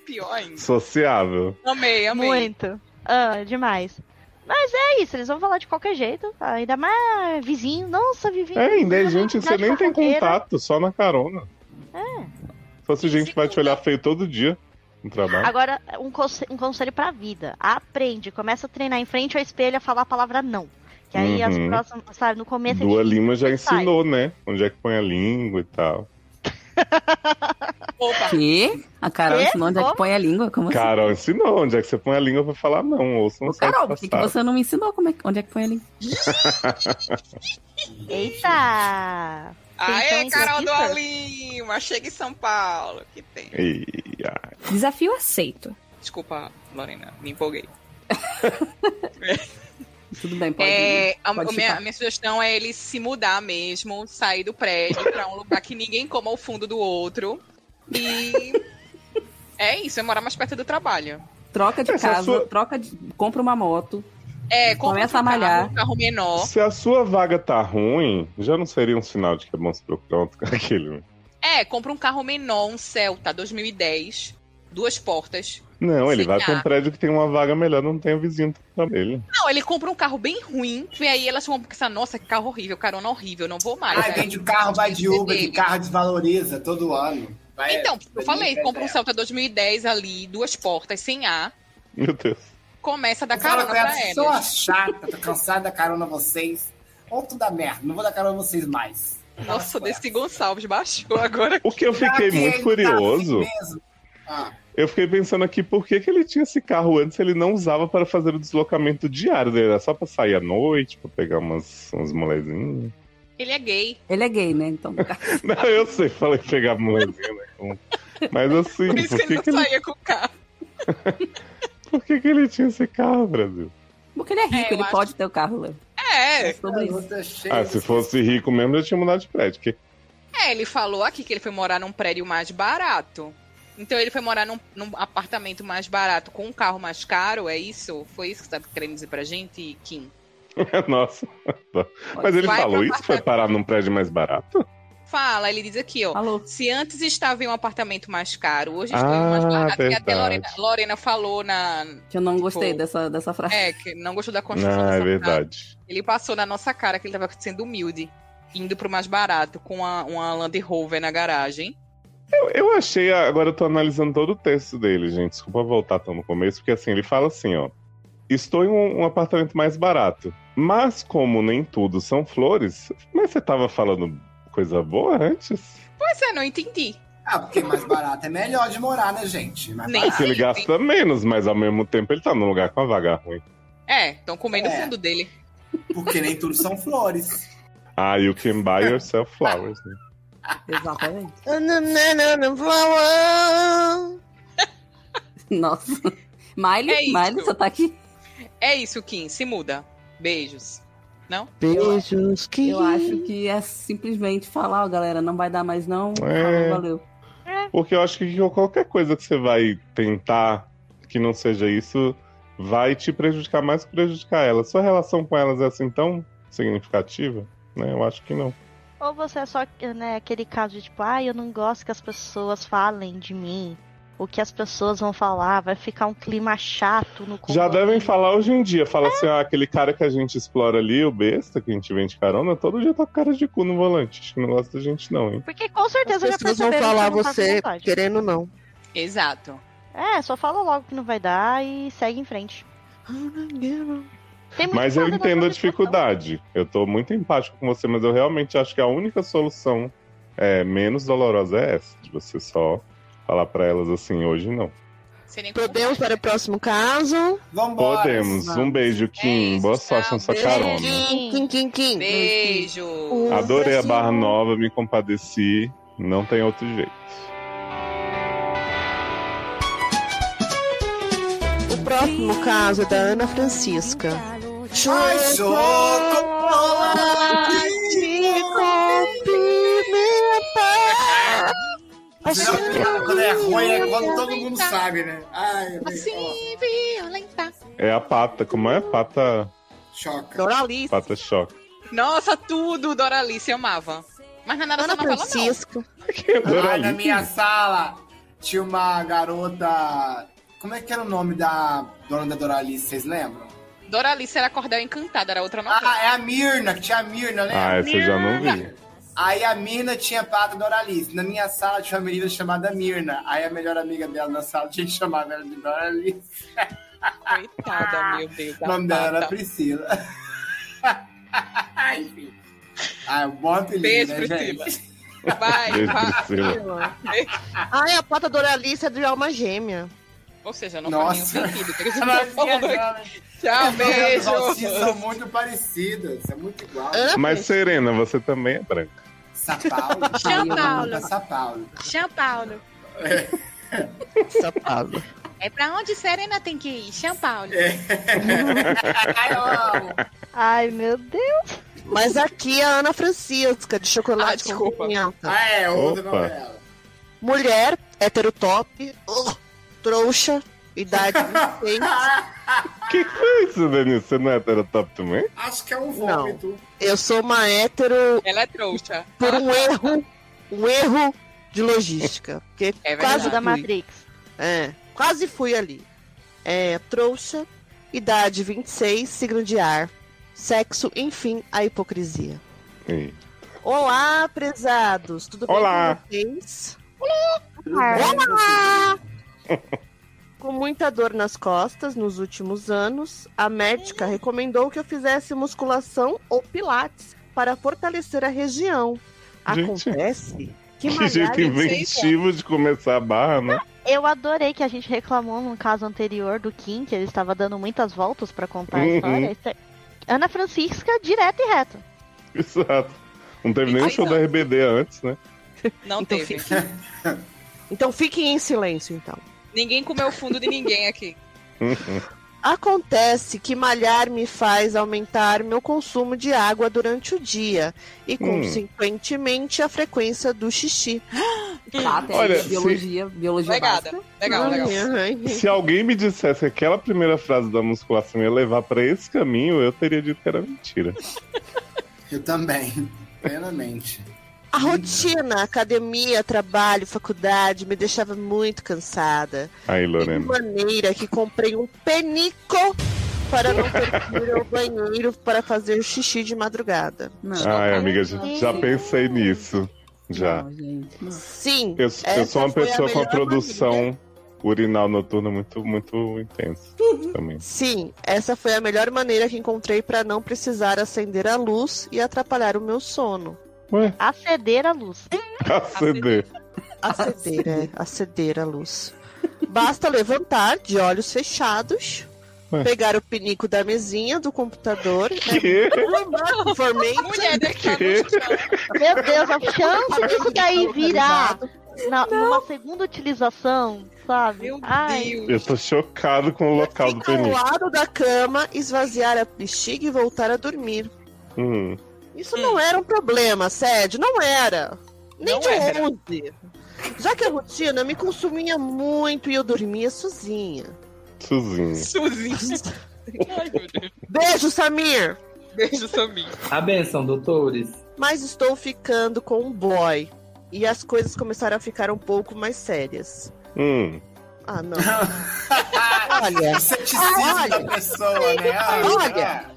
Speaker 3: Pior ainda.
Speaker 1: Sociável.
Speaker 3: Amei, amei.
Speaker 6: Muito. Ah, demais. Mas é isso, eles vão falar de qualquer jeito. tá? Ainda mais ah, vizinho. Nossa, vizinho.
Speaker 1: É, ainda é
Speaker 6: vizinho,
Speaker 1: gente, que você
Speaker 6: cidade
Speaker 1: nem tem
Speaker 6: fofoqueira.
Speaker 1: contato, só na carona. É. Só se gente que vai te olhar feio todo dia no trabalho.
Speaker 6: Agora, um, conse um conselho pra vida. Aprende, começa a treinar em frente ao espelho a falar a palavra não. Que aí as
Speaker 1: Uhum.
Speaker 6: próximas, sabe, no começo é
Speaker 1: Dua
Speaker 6: difícil,
Speaker 1: Lima já
Speaker 6: mas sai.
Speaker 1: ensinou, né? Onde é que põe a língua e tal.
Speaker 3: Opa,
Speaker 5: Quê? A Carol
Speaker 6: Quê?
Speaker 5: ensinou onde é que
Speaker 6: Como?
Speaker 5: põe a língua? Como assim?
Speaker 1: Carol ensinou, onde é que você põe a língua pra falar não, ou se não
Speaker 5: Ô,
Speaker 1: sai
Speaker 5: Carol, por que, que
Speaker 1: passado.
Speaker 5: você não me ensinou como é que- onde é que põe a língua?
Speaker 6: Eita!
Speaker 3: Aê,
Speaker 6: Então,
Speaker 3: Carol do
Speaker 5: tá?
Speaker 6: isso.
Speaker 3: Alima, chega em São Paulo. Que tem.
Speaker 1: E- ah,
Speaker 7: Desafio aceito.
Speaker 3: Desculpa, Lorena, me empolguei.
Speaker 5: Tudo bem, pode. ir.
Speaker 3: É, a,
Speaker 5: pode
Speaker 3: a minha,
Speaker 5: chutar.
Speaker 3: a minha sugestão é ele se mudar mesmo, sair do prédio pra um lugar que ninguém coma o fundo do outro. E é isso, é morar mais perto do trabalho.
Speaker 5: Troca de
Speaker 1: Essa é
Speaker 5: casa,
Speaker 1: sua-
Speaker 5: troca de. Compra uma moto.
Speaker 3: É, compra
Speaker 5: Começa
Speaker 3: outro
Speaker 5: a malhar.
Speaker 3: Carro, um carro menor.
Speaker 1: Se a sua vaga tá ruim, já não seria um sinal de que é bom se procurar outro cara, aquele. né?
Speaker 3: É, compra um carro menor, um Celta 2010, duas portas.
Speaker 1: Não, ele
Speaker 3: Sim,
Speaker 1: vai pra um
Speaker 3: ah.
Speaker 1: prédio que tem uma vaga melhor, não tem o vizinho pra ele.
Speaker 3: Não, ele compra um carro bem ruim, e aí elas vão pensar, nossa, que carro horrível, carona horrível, não vou mais. né?
Speaker 2: Ai,
Speaker 3: Aí-
Speaker 2: vende o carro, vai de Uber, que
Speaker 3: dele.
Speaker 2: carro desvaloriza todo ano. Vai- é,
Speaker 3: Então, eu falei,
Speaker 2: vai-
Speaker 3: compra um Celta 2010 ali, duas portas, sem ar,
Speaker 1: Meu Deus.
Speaker 3: começa a dar
Speaker 2: Fala
Speaker 3: carona
Speaker 2: com
Speaker 3: pra
Speaker 2: ela,
Speaker 3: elas.
Speaker 2: sou chata, tô cansada da carona a vocês. Ou tudo dá merda, não vou dar carona a vocês mais.
Speaker 3: Nossa, desse Gonçalves baixou agora.
Speaker 1: O que eu fiquei
Speaker 2: Aqui
Speaker 1: muito
Speaker 2: ele tá
Speaker 1: curioso.
Speaker 2: assim mesmo. Ah,
Speaker 1: Eu fiquei pensando aqui por que, que ele tinha esse carro antes, ele não usava para fazer o deslocamento diário dele, era só pra sair à noite, pra pegar umas, umas molezinhas.
Speaker 3: Ele é gay.
Speaker 5: Ele é gay, né? Então.
Speaker 1: Não, eu sei, falei pegar molezinha, né? com- Mas assim,
Speaker 3: Por isso
Speaker 1: por,
Speaker 3: que ele
Speaker 1: que,
Speaker 3: não
Speaker 1: que, ele,
Speaker 3: saía com o carro.
Speaker 1: por que, que ele tinha esse carro, Brasil?
Speaker 5: Porque ele é rico,
Speaker 3: eu
Speaker 5: ele
Speaker 3: acho
Speaker 5: pode ter o carro, Léo. É
Speaker 3: É,
Speaker 5: sobre isso.
Speaker 2: garota cheia
Speaker 1: Ah,
Speaker 2: de-
Speaker 1: se fosse rico mesmo, eu tinha mudado de prédio. porque-
Speaker 3: é, ele falou aqui que ele foi morar num prédio mais barato. Então ele foi morar num, num apartamento mais barato com um carro mais caro, é isso? Foi isso que você tá querendo dizer pra gente, Kim?
Speaker 1: Nossa. é Mas ele
Speaker 3: Vai
Speaker 1: falou
Speaker 3: pra
Speaker 1: isso? Foi parar num prédio mais barato?
Speaker 3: Fala, ele diz aqui, ó.
Speaker 5: Falou.
Speaker 3: Se antes estava em um apartamento mais caro, hoje
Speaker 1: Ah, é
Speaker 3: estou em um mais barato. Que até
Speaker 1: verdade.
Speaker 3: Lorena, Lorena falou na.
Speaker 5: Que eu não gostei
Speaker 3: Tipo,
Speaker 5: dessa, dessa frase.
Speaker 3: É, que não gostou da construção.
Speaker 1: Ah, é
Speaker 3: dessa frase.
Speaker 1: verdade.
Speaker 3: Ele passou na nossa cara que ele tava sendo humilde, indo pro mais barato com uma, uma Land Rover na garagem.
Speaker 1: Eu, eu achei, agora eu tô analisando todo o texto dele, gente. Desculpa voltar tão no começo, porque assim, ele fala assim, ó. Estou em um, um apartamento mais barato. Mas como nem tudo são flores, mas você tava falando coisa boa antes?
Speaker 3: Pois é, não entendi.
Speaker 2: Ah, porque mais barato é melhor de morar, né, gente? Mas
Speaker 3: Nem.
Speaker 1: Ah, que ele gasta menos, mas ao mesmo tempo ele tá num lugar com a vaga ruim.
Speaker 3: É, estão comendo
Speaker 2: É.
Speaker 3: o fundo dele.
Speaker 2: porque nem tudo são flores.
Speaker 1: Ah, you can buy yourself flowers. né?
Speaker 5: Exatamente. Nossa. Miley,
Speaker 3: É isso.
Speaker 5: Miley, você tá aqui?
Speaker 3: É isso, Kim. Se muda. Beijos.
Speaker 4: Beijos, que.
Speaker 5: Eu acho que é simplesmente falar, ó, galera, não vai dar mais não.
Speaker 1: É.
Speaker 5: Falou, valeu.
Speaker 1: Porque eu acho que qualquer coisa que você vai tentar que não seja isso vai te prejudicar mais que prejudicar ela. Sua relação com elas é assim tão significativa? Né? Eu acho que não.
Speaker 6: Ou você é só né, aquele caso de tipo, ah, eu não gosto que as pessoas falem de mim. O que as pessoas vão falar, vai ficar um clima chato no
Speaker 1: Já
Speaker 6: condomínio.
Speaker 1: devem falar hoje em dia. Fala assim, ah, aquele cara que a gente explora ali, o besta, que a gente vende carona, todo dia tá com cara de cu no volante. Acho que não gosta da gente não, hein?
Speaker 6: Porque com
Speaker 4: As
Speaker 6: certeza já
Speaker 4: pessoas vão
Speaker 6: perceberam que
Speaker 4: falar
Speaker 6: eu não faço
Speaker 4: você
Speaker 6: vontade.
Speaker 4: querendo ou não.
Speaker 3: Exato.
Speaker 6: É, só fala logo que não vai dar e segue em frente. Tem muito
Speaker 1: Mas eu
Speaker 6: caso dessa
Speaker 1: entendo a
Speaker 6: situação.
Speaker 1: dificuldade. Eu tô muito empático com você, mas eu realmente acho que a única solução é, menos dolorosa é essa, de você só falar pra elas assim, hoje não.
Speaker 3: Sem nem
Speaker 4: Podemos
Speaker 3: conversa.
Speaker 4: para o próximo caso.
Speaker 2: Vambora.
Speaker 1: Podemos. Um beijo, Kim.
Speaker 3: isso,
Speaker 1: Boa sorte na sua
Speaker 3: tchau,
Speaker 1: carona.
Speaker 6: Sim.
Speaker 4: Kim, Kim, Kim.
Speaker 3: Beijo.
Speaker 1: Adorei a barra nova, me compadeci. Não tem outro jeito.
Speaker 4: O próximo caso é da Ana Francisca.
Speaker 2: Ai, chocolate. Geralmente,
Speaker 3: né?
Speaker 2: Quando é ruim é quando todo mundo sabe, né? Ai, eu ó,
Speaker 3: tá. Assim, violenta.
Speaker 1: É a pata. Como é? Pata,
Speaker 2: choca.
Speaker 4: Doralice.
Speaker 1: pata choque.
Speaker 3: Nossa, tudo, Doralice, eu amava. Mas não é nada
Speaker 4: Ana
Speaker 3: dessa novela, não.
Speaker 4: Francisca.
Speaker 1: Que
Speaker 2: Lá Ah, na
Speaker 1: Doralice?
Speaker 2: minha sala tinha uma garota. Como é que era o nome da dona da Doralice? Vocês lembram?
Speaker 3: Doralice era Cordel Encantada, era outra novela.
Speaker 2: Ah, é a Mirna, que tinha a Mirna, lembra?
Speaker 1: Ah, essa eu já não vi.
Speaker 2: Aí a Mirna tinha pata Doralice. Na minha sala tinha uma menina chamada Mirna. Aí a melhor amiga dela na sala tinha que chamar ela de Doralice.
Speaker 3: Coitada, meu Deus.
Speaker 2: O
Speaker 3: da
Speaker 2: nome dela era
Speaker 3: pata.
Speaker 2: Priscila. Ai, Enfim. Ah, é um bom apelido,
Speaker 3: Beijo,
Speaker 2: né,
Speaker 3: Priscila.
Speaker 2: gente?
Speaker 3: Vai,
Speaker 1: Beijo,
Speaker 3: vai.
Speaker 1: Priscila.
Speaker 4: Ah, é a pata Doralice é de alma gêmea.
Speaker 3: Ou seja, não
Speaker 2: Nossa.
Speaker 3: faz nenhum sentido. porque você
Speaker 2: Ela
Speaker 3: tá
Speaker 2: é
Speaker 3: falando aqui.
Speaker 2: jovem.
Speaker 3: Tchau,
Speaker 2: As nossas
Speaker 3: beijo.
Speaker 2: são muito parecidas, é muito igual.
Speaker 4: Ana
Speaker 1: Mas Serena, você também é branca.
Speaker 2: São Paulo.
Speaker 5: São Paulo.
Speaker 2: Tá São Paulo.
Speaker 3: São Paulo.
Speaker 4: Francisca Paulo.
Speaker 3: É pra onde Serena tem que ir? São Paulo.
Speaker 2: Ai, eu amo.
Speaker 6: Ai, meu Deus.
Speaker 4: Mas aqui é a Ana Francisca, de
Speaker 3: Ah,
Speaker 4: chocolate com
Speaker 3: desculpa.
Speaker 4: pimenta.
Speaker 2: Ah, é, outra
Speaker 1: Opa.
Speaker 2: novela.
Speaker 4: Mulher, heterotop, uh, trouxa, idade 26.
Speaker 1: O que, que foi isso, Denise? Você não é heterotop também?
Speaker 2: Acho que é um vômito.
Speaker 4: Eu sou uma hétero
Speaker 3: Ela é trouxa.
Speaker 4: por um erro, um erro de logística. Porque
Speaker 3: É
Speaker 4: quase
Speaker 6: Caso da
Speaker 4: fui.
Speaker 6: Matrix.
Speaker 4: É, quase fui ali. É, trouxa, idade 26, signo de ar. Sexo, enfim, a hipocrisia.
Speaker 1: Ih.
Speaker 4: Olá, prezados. Tudo
Speaker 1: Olá.
Speaker 4: bem com vocês?
Speaker 6: Ah,
Speaker 4: Com muita dor nas costas nos últimos anos, a médica recomendou que eu fizesse musculação ou pilates para fortalecer a região.
Speaker 1: Gente.
Speaker 4: Acontece que, é.
Speaker 1: Que jeito
Speaker 4: malhar-
Speaker 1: inventivo de começar a barra, né?
Speaker 6: Eu adorei que a gente reclamou num caso anterior do Kim, que ele estava dando muitas voltas pra contar a
Speaker 1: Uhum.
Speaker 6: história. Isso é- Ana Francisca, direto e reto.
Speaker 1: Exato. Não teve nenhum
Speaker 3: Ai,
Speaker 1: show
Speaker 3: não.
Speaker 1: da RBD antes, né?
Speaker 3: Não
Speaker 4: Então
Speaker 3: teve.
Speaker 4: fiquem- então fiquem em silêncio, então.
Speaker 3: Ninguém comeu o fundo de ninguém aqui.
Speaker 1: né?
Speaker 4: Acontece que malhar me faz aumentar meu consumo de água durante o dia e, consequentemente, a frequência do xixi.
Speaker 5: Tá, até
Speaker 1: Olha,
Speaker 5: aí,
Speaker 1: se-
Speaker 5: biologia, biologia
Speaker 3: Legada.
Speaker 5: básica.
Speaker 3: Legal, legal.
Speaker 4: Ai, ai.
Speaker 1: Se alguém me dissesse que aquela primeira frase da musculação ia levar pra esse caminho, eu teria dito que era mentira.
Speaker 2: Eu também, plenamente.
Speaker 4: A rotina, academia, trabalho, faculdade me deixava muito cansada.
Speaker 1: Aí,
Speaker 4: E De
Speaker 1: Lorena.
Speaker 4: maneira que comprei um penico para não ter que ir ao banheiro para fazer o xixi de madrugada.
Speaker 5: Não.
Speaker 1: Ai, amiga, já, já pensei nisso. Ah, Já.
Speaker 5: Não, gente. não.
Speaker 4: Sim.
Speaker 1: Eu,
Speaker 4: essa
Speaker 1: eu sou uma
Speaker 4: foi a
Speaker 1: pessoa com uma
Speaker 4: melhor
Speaker 1: produção urinal noturna muito, muito intensa também.
Speaker 4: Sim, essa foi a melhor maneira que encontrei para não precisar acender a luz e atrapalhar o meu sono.
Speaker 1: Ué,
Speaker 6: Aceder a luz.
Speaker 1: ACD.
Speaker 4: Aceder, é, aceder a luz. Basta levantar de olhos fechados,
Speaker 1: Ué.
Speaker 4: pegar o pinico da mesinha do computador, né,
Speaker 1: Que?
Speaker 4: formei
Speaker 3: Mulher deve estar no chão.
Speaker 6: Meu Deus, a chance disso daí virar na, numa segunda utilização, sabe?
Speaker 3: Meu
Speaker 6: Ai,
Speaker 1: Eu
Speaker 3: Deus.
Speaker 1: tô chocado com o local do
Speaker 4: ficar ao
Speaker 1: penico.
Speaker 4: lado da cama, esvaziar a bexiga e voltar a dormir.
Speaker 1: Hum.
Speaker 4: Isso não era um problema, Sede, não era. Nem
Speaker 3: Não
Speaker 4: de
Speaker 3: era.
Speaker 4: onde. Já que a rotina me consumia muito e eu dormia sozinha.
Speaker 1: Suzinho.
Speaker 3: Suzinho. Ai, meu Deus.
Speaker 4: Beijo, Samir!
Speaker 3: Beijo, Samir.
Speaker 10: A benção, doutores.
Speaker 4: Mas estou ficando com um boy. E as coisas começaram a ficar um pouco mais sérias.
Speaker 1: Hum.
Speaker 4: Ah, não. Olha,
Speaker 2: O ceticismo
Speaker 4: Olha.
Speaker 2: da pessoa, né?
Speaker 4: Olha.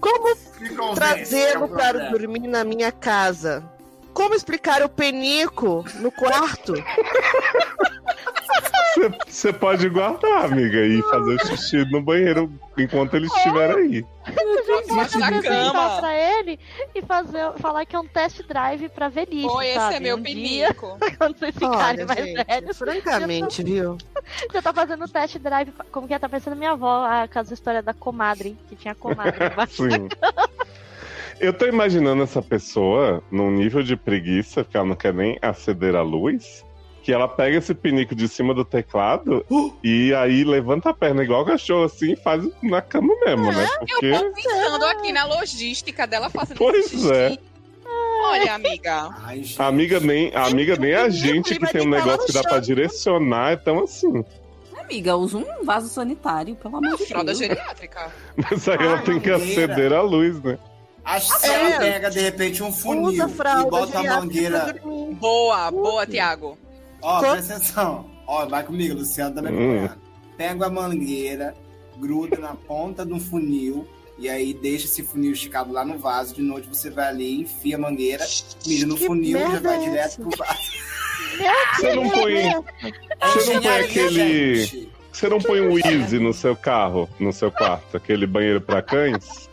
Speaker 4: como
Speaker 2: é um
Speaker 4: trazê-lo para dormir na minha casa? Como explicar o penico no quarto?
Speaker 1: Você pode guardar, amiga, e fazer o xixi no banheiro enquanto ele
Speaker 4: É.
Speaker 1: estiver aí.
Speaker 6: Você pode
Speaker 3: Bate na cama.
Speaker 6: apresentar pra ele e fazer, falar que é um test drive pra velhice.
Speaker 3: Oi, esse
Speaker 6: sabe?
Speaker 3: é meu
Speaker 6: um dia,
Speaker 3: pinico.
Speaker 6: Quando vocês ficarem
Speaker 4: Olha,
Speaker 6: mais
Speaker 4: gente,
Speaker 6: velhos,
Speaker 4: francamente, viu?
Speaker 6: você tá fazendo test drive. pra- Como que é? Tá parecendo minha avó, a casa história da comadre, que tinha comadre. embaixo.
Speaker 1: Sim. Eu tô imaginando essa pessoa num nível de preguiça que ela não quer nem aceder à luz, que ela pega esse pinico de cima do teclado e aí levanta a perna igual cachorro assim e faz na cama mesmo, né?
Speaker 2: Ah,
Speaker 1: Porque
Speaker 3: Eu vou pensando aqui na logística dela fazendo
Speaker 1: Pois
Speaker 3: esse xixi.
Speaker 1: é.
Speaker 3: Olha, amiga.
Speaker 1: a amiga nem a, amiga, nem a gente que tem um negócio que dá pra direcionar é tão assim.
Speaker 5: Amiga, usa um vaso sanitário, pelo amor de
Speaker 3: Fralda
Speaker 5: Deus.
Speaker 3: geriátrica.
Speaker 1: Mas aí ela
Speaker 2: Ah,
Speaker 1: tem que
Speaker 2: maneira.
Speaker 1: aceder à luz, né?
Speaker 2: Acho que se
Speaker 4: É.
Speaker 2: ela pega, de repente, um funil
Speaker 4: Usa fralda
Speaker 2: e bota a
Speaker 4: geriátrica pra
Speaker 2: mangueira.
Speaker 4: dormir.
Speaker 3: Boa, boa, Tiago.
Speaker 2: Ó,
Speaker 4: Tô-
Speaker 2: presta atenção. Ó, vai comigo, Luciano também.
Speaker 1: Hum.
Speaker 2: Hum. Pega a mangueira, gruda na ponta de um funil. E aí deixa esse funil esticado lá no vaso. De noite você vai ali, enfia a mangueira, mira no
Speaker 4: Que
Speaker 2: funil, já
Speaker 4: merda
Speaker 2: vai
Speaker 4: é
Speaker 2: direto
Speaker 4: essa?
Speaker 2: pro vaso. Ah,
Speaker 1: Você não põe, Você não põe
Speaker 2: Engenharia,
Speaker 1: aquele-
Speaker 2: gente.
Speaker 1: você não põe um Easy no seu carro, no seu quarto, aquele banheiro pra cães?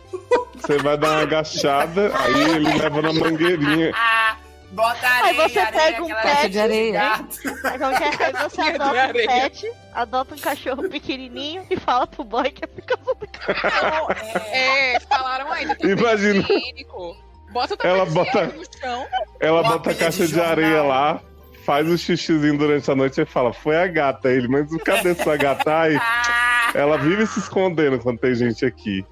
Speaker 1: Você vai dar uma agachada, aí ele leva na mangueirinha
Speaker 2: Ah, bota areia,
Speaker 6: Aí você
Speaker 2: areia,
Speaker 6: pega um
Speaker 2: aquela
Speaker 6: pé
Speaker 5: de areia.
Speaker 2: gato.
Speaker 6: Aí como que é? Aí você
Speaker 3: Minha
Speaker 6: adota um
Speaker 3: areia.
Speaker 6: pet, adota um cachorro pequenininho e fala pro boy que é porque
Speaker 3: Então, é, falaram aí do papel
Speaker 1: Imagina.
Speaker 3: higiênico. Bota o papel
Speaker 1: Ela bota-
Speaker 3: higiênico no chão.
Speaker 1: Ela
Speaker 2: Uma
Speaker 1: bota a
Speaker 2: pilha de
Speaker 1: caixa de,
Speaker 2: jornal.
Speaker 1: areia lá, faz o xixizinho durante a noite e fala: Foi a gata. Aí Ele, mas cadê sua gata? Aí, ela vive se escondendo quando tem gente aqui.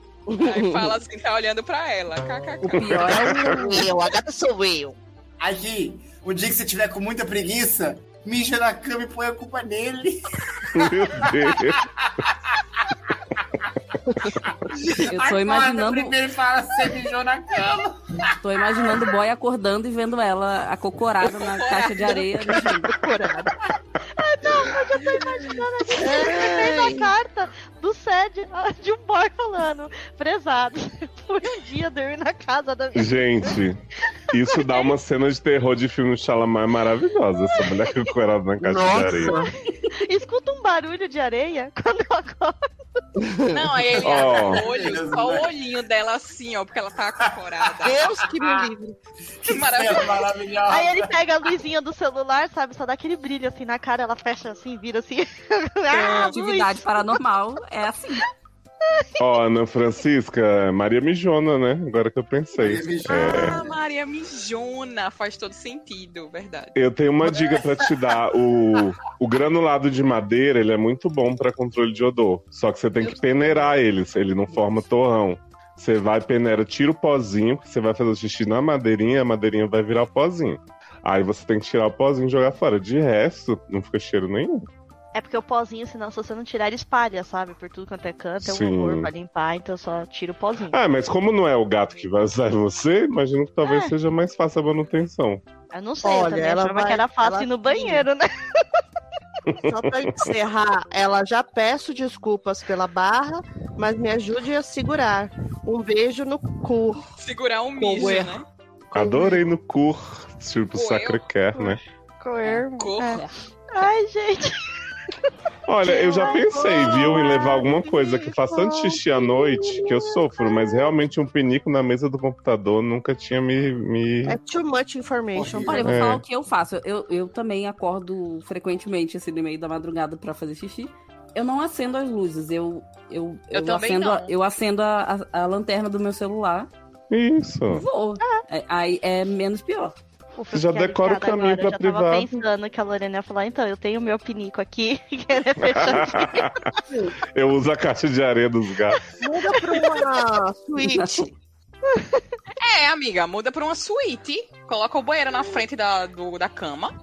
Speaker 3: Aí fala assim, tá olhando pra ela.
Speaker 5: O
Speaker 3: KKK.
Speaker 5: pior é o.
Speaker 4: Eu, a gata sou eu.
Speaker 2: Aqui, o dia que você tiver com muita preguiça, mija na cama e põe a culpa nele.
Speaker 1: Meu Deus.
Speaker 5: Eu tô
Speaker 2: Acorda
Speaker 5: imaginando,
Speaker 2: Primeiro e fala, você mijou na cama.
Speaker 5: tô imaginando o boy acordando e vendo ela acocorada na caixa de areia.
Speaker 6: fez a carta do sede de um boy falando, prezado, por um dia dormir na casa da minha
Speaker 1: Gente, isso dá uma cena de terror de filme Chalamet maravilhosa. Essa mulher que encorada na caixa de areia.
Speaker 4: Nossa,
Speaker 6: Escuta um barulho de areia quando eu acordo.
Speaker 3: Não, aí ele
Speaker 1: Ó.
Speaker 3: abre o olho, só o olhinho dela assim, ó, porque ela tá acocorada.
Speaker 4: Deus que me livre.
Speaker 2: Que
Speaker 3: maravilhoso.
Speaker 2: cena maravilhosa.
Speaker 6: Aí ele pega a luzinha do celular, sabe? Só dá aquele brilho assim na cara, ela fecha assim, vira assim. ah, luz.
Speaker 5: Atividade paranormal é assim.
Speaker 1: Ó, Ana Francisca, Maria Mijona, né? Agora que eu pensei.
Speaker 2: Maria Mijona.
Speaker 1: É,
Speaker 3: Ah, Maria Mijona, faz todo sentido, verdade.
Speaker 1: eu tenho uma dica pra te dar. O, o granulado de madeira, ele é muito bom pra controle de odor. Só que você tem que peneirar ele, se ele não forma torrão. Você vai, peneira, tira o pozinho, porque você vai fazer o xixi na madeirinha, a madeirinha vai virar o pozinho. Aí você tem que tirar o pozinho e jogar fora. De resto, não fica cheiro nenhum.
Speaker 6: É porque o pozinho, senão, se você não tirar, ele espalha, sabe? Por tudo quanto é canto, é
Speaker 1: Sim.
Speaker 6: um horror pra limpar, então eu só tiro o pozinho.
Speaker 1: Ah, mas como não é o gato que vai usar você, imagino que talvez
Speaker 6: É.
Speaker 1: seja mais fácil a manutenção.
Speaker 6: Eu não sei,
Speaker 4: Olha,
Speaker 6: eu também
Speaker 4: ela
Speaker 6: achava
Speaker 4: vai-
Speaker 6: que era fácil
Speaker 4: ela
Speaker 6: ir no
Speaker 4: tem-
Speaker 6: banheiro, né?
Speaker 4: Só pra encerrar, ela já peço desculpas pela barra, mas me ajude a segurar. Um beijo no cu.
Speaker 3: Segurar um mijo,
Speaker 4: é?
Speaker 3: né?
Speaker 1: Adorei no cur, tipo
Speaker 3: Coer.
Speaker 1: Sacré-Cœur, né?
Speaker 6: Coermo.
Speaker 3: Corra.
Speaker 6: Ai, gente.
Speaker 1: Olha, eu já pensei, viu, em levar alguma coisa que faz tanto xixi à noite que eu sofro, mas realmente um pinico na mesa do computador nunca tinha me. me...
Speaker 4: É too much information.
Speaker 5: Olha, eu vou
Speaker 1: É.
Speaker 5: falar o que eu faço. Eu, eu também acordo frequentemente, assim, no meio da madrugada pra fazer xixi. Eu não acendo as luzes, eu, eu,
Speaker 3: Eu também
Speaker 5: acendo, a-
Speaker 3: não.
Speaker 5: eu acendo a, a, a lanterna do meu celular e
Speaker 1: Isso.
Speaker 5: vou. É- aí é menos pior.
Speaker 6: Ufa, eu
Speaker 1: Já
Speaker 6: fiquei
Speaker 1: decora o
Speaker 6: arrepiada
Speaker 1: caminho pra
Speaker 6: agora. Eu já tava
Speaker 1: privado.
Speaker 6: pensando que a Lorena ia falar, então, eu tenho meu pinico aqui, que ele é fechadinho.
Speaker 1: eu uso a caixa de areia dos gatos.
Speaker 4: Muda pra uma suíte.
Speaker 3: É, amiga, muda pra uma suíte, coloca o banheiro na frente da, do- da cama.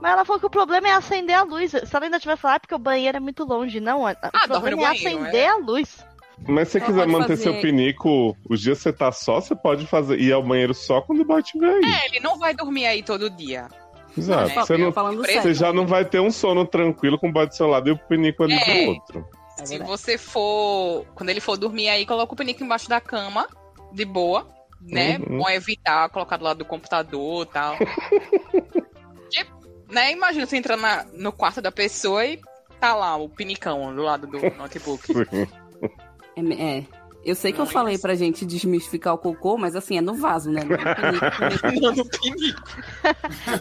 Speaker 6: Mas ela falou que o problema é acender a luz. Se ela ainda tiver falado, ah, porque o banheiro é muito longe. Não, a- o
Speaker 3: dorme
Speaker 6: problema
Speaker 3: no
Speaker 6: é
Speaker 3: banheiro,
Speaker 6: acender
Speaker 3: é.
Speaker 6: a luz.
Speaker 1: Mas se você
Speaker 5: Ela
Speaker 1: quiser
Speaker 5: pode
Speaker 1: manter
Speaker 5: fazer-
Speaker 1: seu pinico, os dias que você tá só, você pode fazer ir ao banheiro só quando o bote vem.
Speaker 3: É, ele não vai dormir aí todo dia.
Speaker 1: Exato.
Speaker 3: Não,
Speaker 1: Ah, Você, não-
Speaker 5: falando
Speaker 3: Você
Speaker 5: sério.
Speaker 1: você já não vai ter um sono tranquilo com o bote do seu lado e o pinico ali
Speaker 3: É.
Speaker 1: do outro.
Speaker 5: É
Speaker 3: Se
Speaker 5: verdade.
Speaker 3: você for. Quando ele for dormir aí, coloca o pinico embaixo da cama, de boa, né?
Speaker 1: Uhum.
Speaker 3: Bom evitar colocar do lado do computador e tal. Porque, né? Imagina você entrando na- no quarto da pessoa e tá lá o pinicão do lado do notebook.
Speaker 5: É, me- é. Eu sei que eu
Speaker 3: Não,
Speaker 5: falei
Speaker 3: isso.
Speaker 5: pra gente desmistificar o cocô, mas assim, é no vaso, né? Não é no pinico, né?
Speaker 3: Não, do pinico.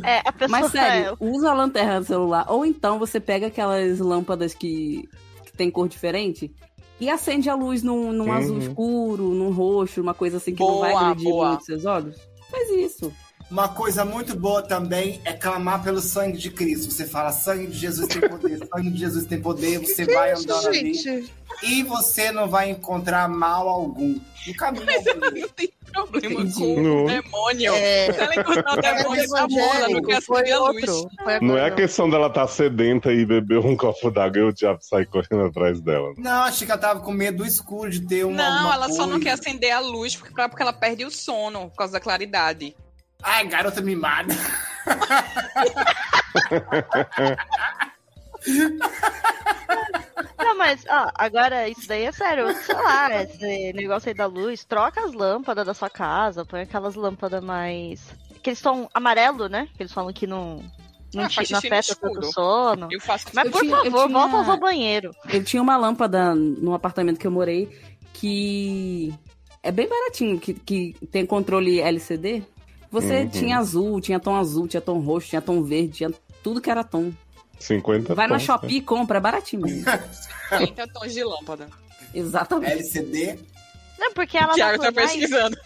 Speaker 6: É, a pessoa
Speaker 5: Mas sério, usa a lanterna do celular. Ou então você pega aquelas lâmpadas que, que tem cor diferente e acende a luz num, num
Speaker 1: Uhum.
Speaker 5: azul escuro, num roxo, uma coisa assim que não vai
Speaker 3: Boa,
Speaker 5: agredir
Speaker 3: boa.
Speaker 5: muito seus olhos. Faz isso.
Speaker 2: Uma coisa muito boa também é clamar pelo sangue de Cristo. Você fala, sangue de Jesus tem poder, sangue de Jesus tem poder, você vai
Speaker 3: é
Speaker 2: andando ali.
Speaker 4: Gente,
Speaker 2: E você não vai encontrar mal algum. No caminho. é
Speaker 3: Não tem problema
Speaker 5: Entendi.
Speaker 3: com o
Speaker 1: Não.
Speaker 3: demônio.
Speaker 4: É.
Speaker 3: Se ela encontrar o demônio, tá bola, não quer
Speaker 4: foi
Speaker 3: acender
Speaker 2: né?
Speaker 3: a luz.
Speaker 4: outro. Foi
Speaker 1: Não é a
Speaker 4: agora,
Speaker 1: questão dela estar sedenta e beber um copo d'água e o diabo sair correndo atrás dela.
Speaker 2: Não, achei que ela tava com medo do escuro de ter uma.
Speaker 3: Não,
Speaker 2: alguma
Speaker 3: ela só não
Speaker 2: coisa.
Speaker 3: quer acender a luz porque, porque ela perde o sono por causa da claridade.
Speaker 2: Ai, garota mimada.
Speaker 6: Não, mas ó, agora isso daí é sério. Sei lá, esse negócio aí da luz, troca as lâmpadas da sua casa, põe aquelas lâmpadas mais. que eles são amarelo, né? Que eles falam que não, não,
Speaker 3: Ah,
Speaker 6: te,
Speaker 3: faz
Speaker 6: não
Speaker 3: xixi no
Speaker 6: afeta tanto
Speaker 3: escuro.
Speaker 6: o sono.
Speaker 3: Eu faço
Speaker 6: Mas
Speaker 5: Eu
Speaker 6: por
Speaker 5: tinha- eu
Speaker 6: favor,
Speaker 5: tinha-
Speaker 6: volta ao seu banheiro.
Speaker 5: Eu tinha uma lâmpada num apartamento que eu morei que é bem baratinho, que, que tem controle LCD. Você
Speaker 1: Uhum.
Speaker 5: tinha azul, tinha tom azul, tinha tom roxo, tinha tom verde, tinha tudo que era tom.
Speaker 1: 50
Speaker 5: Vai na
Speaker 1: tons, né?
Speaker 5: Shopee e compra, é baratinho.
Speaker 3: 30 tons de lâmpada.
Speaker 5: Exatamente.
Speaker 2: LCD.
Speaker 6: Não, porque ela
Speaker 3: Tiago
Speaker 6: não
Speaker 3: tá
Speaker 6: foi mais-
Speaker 3: pesquisando.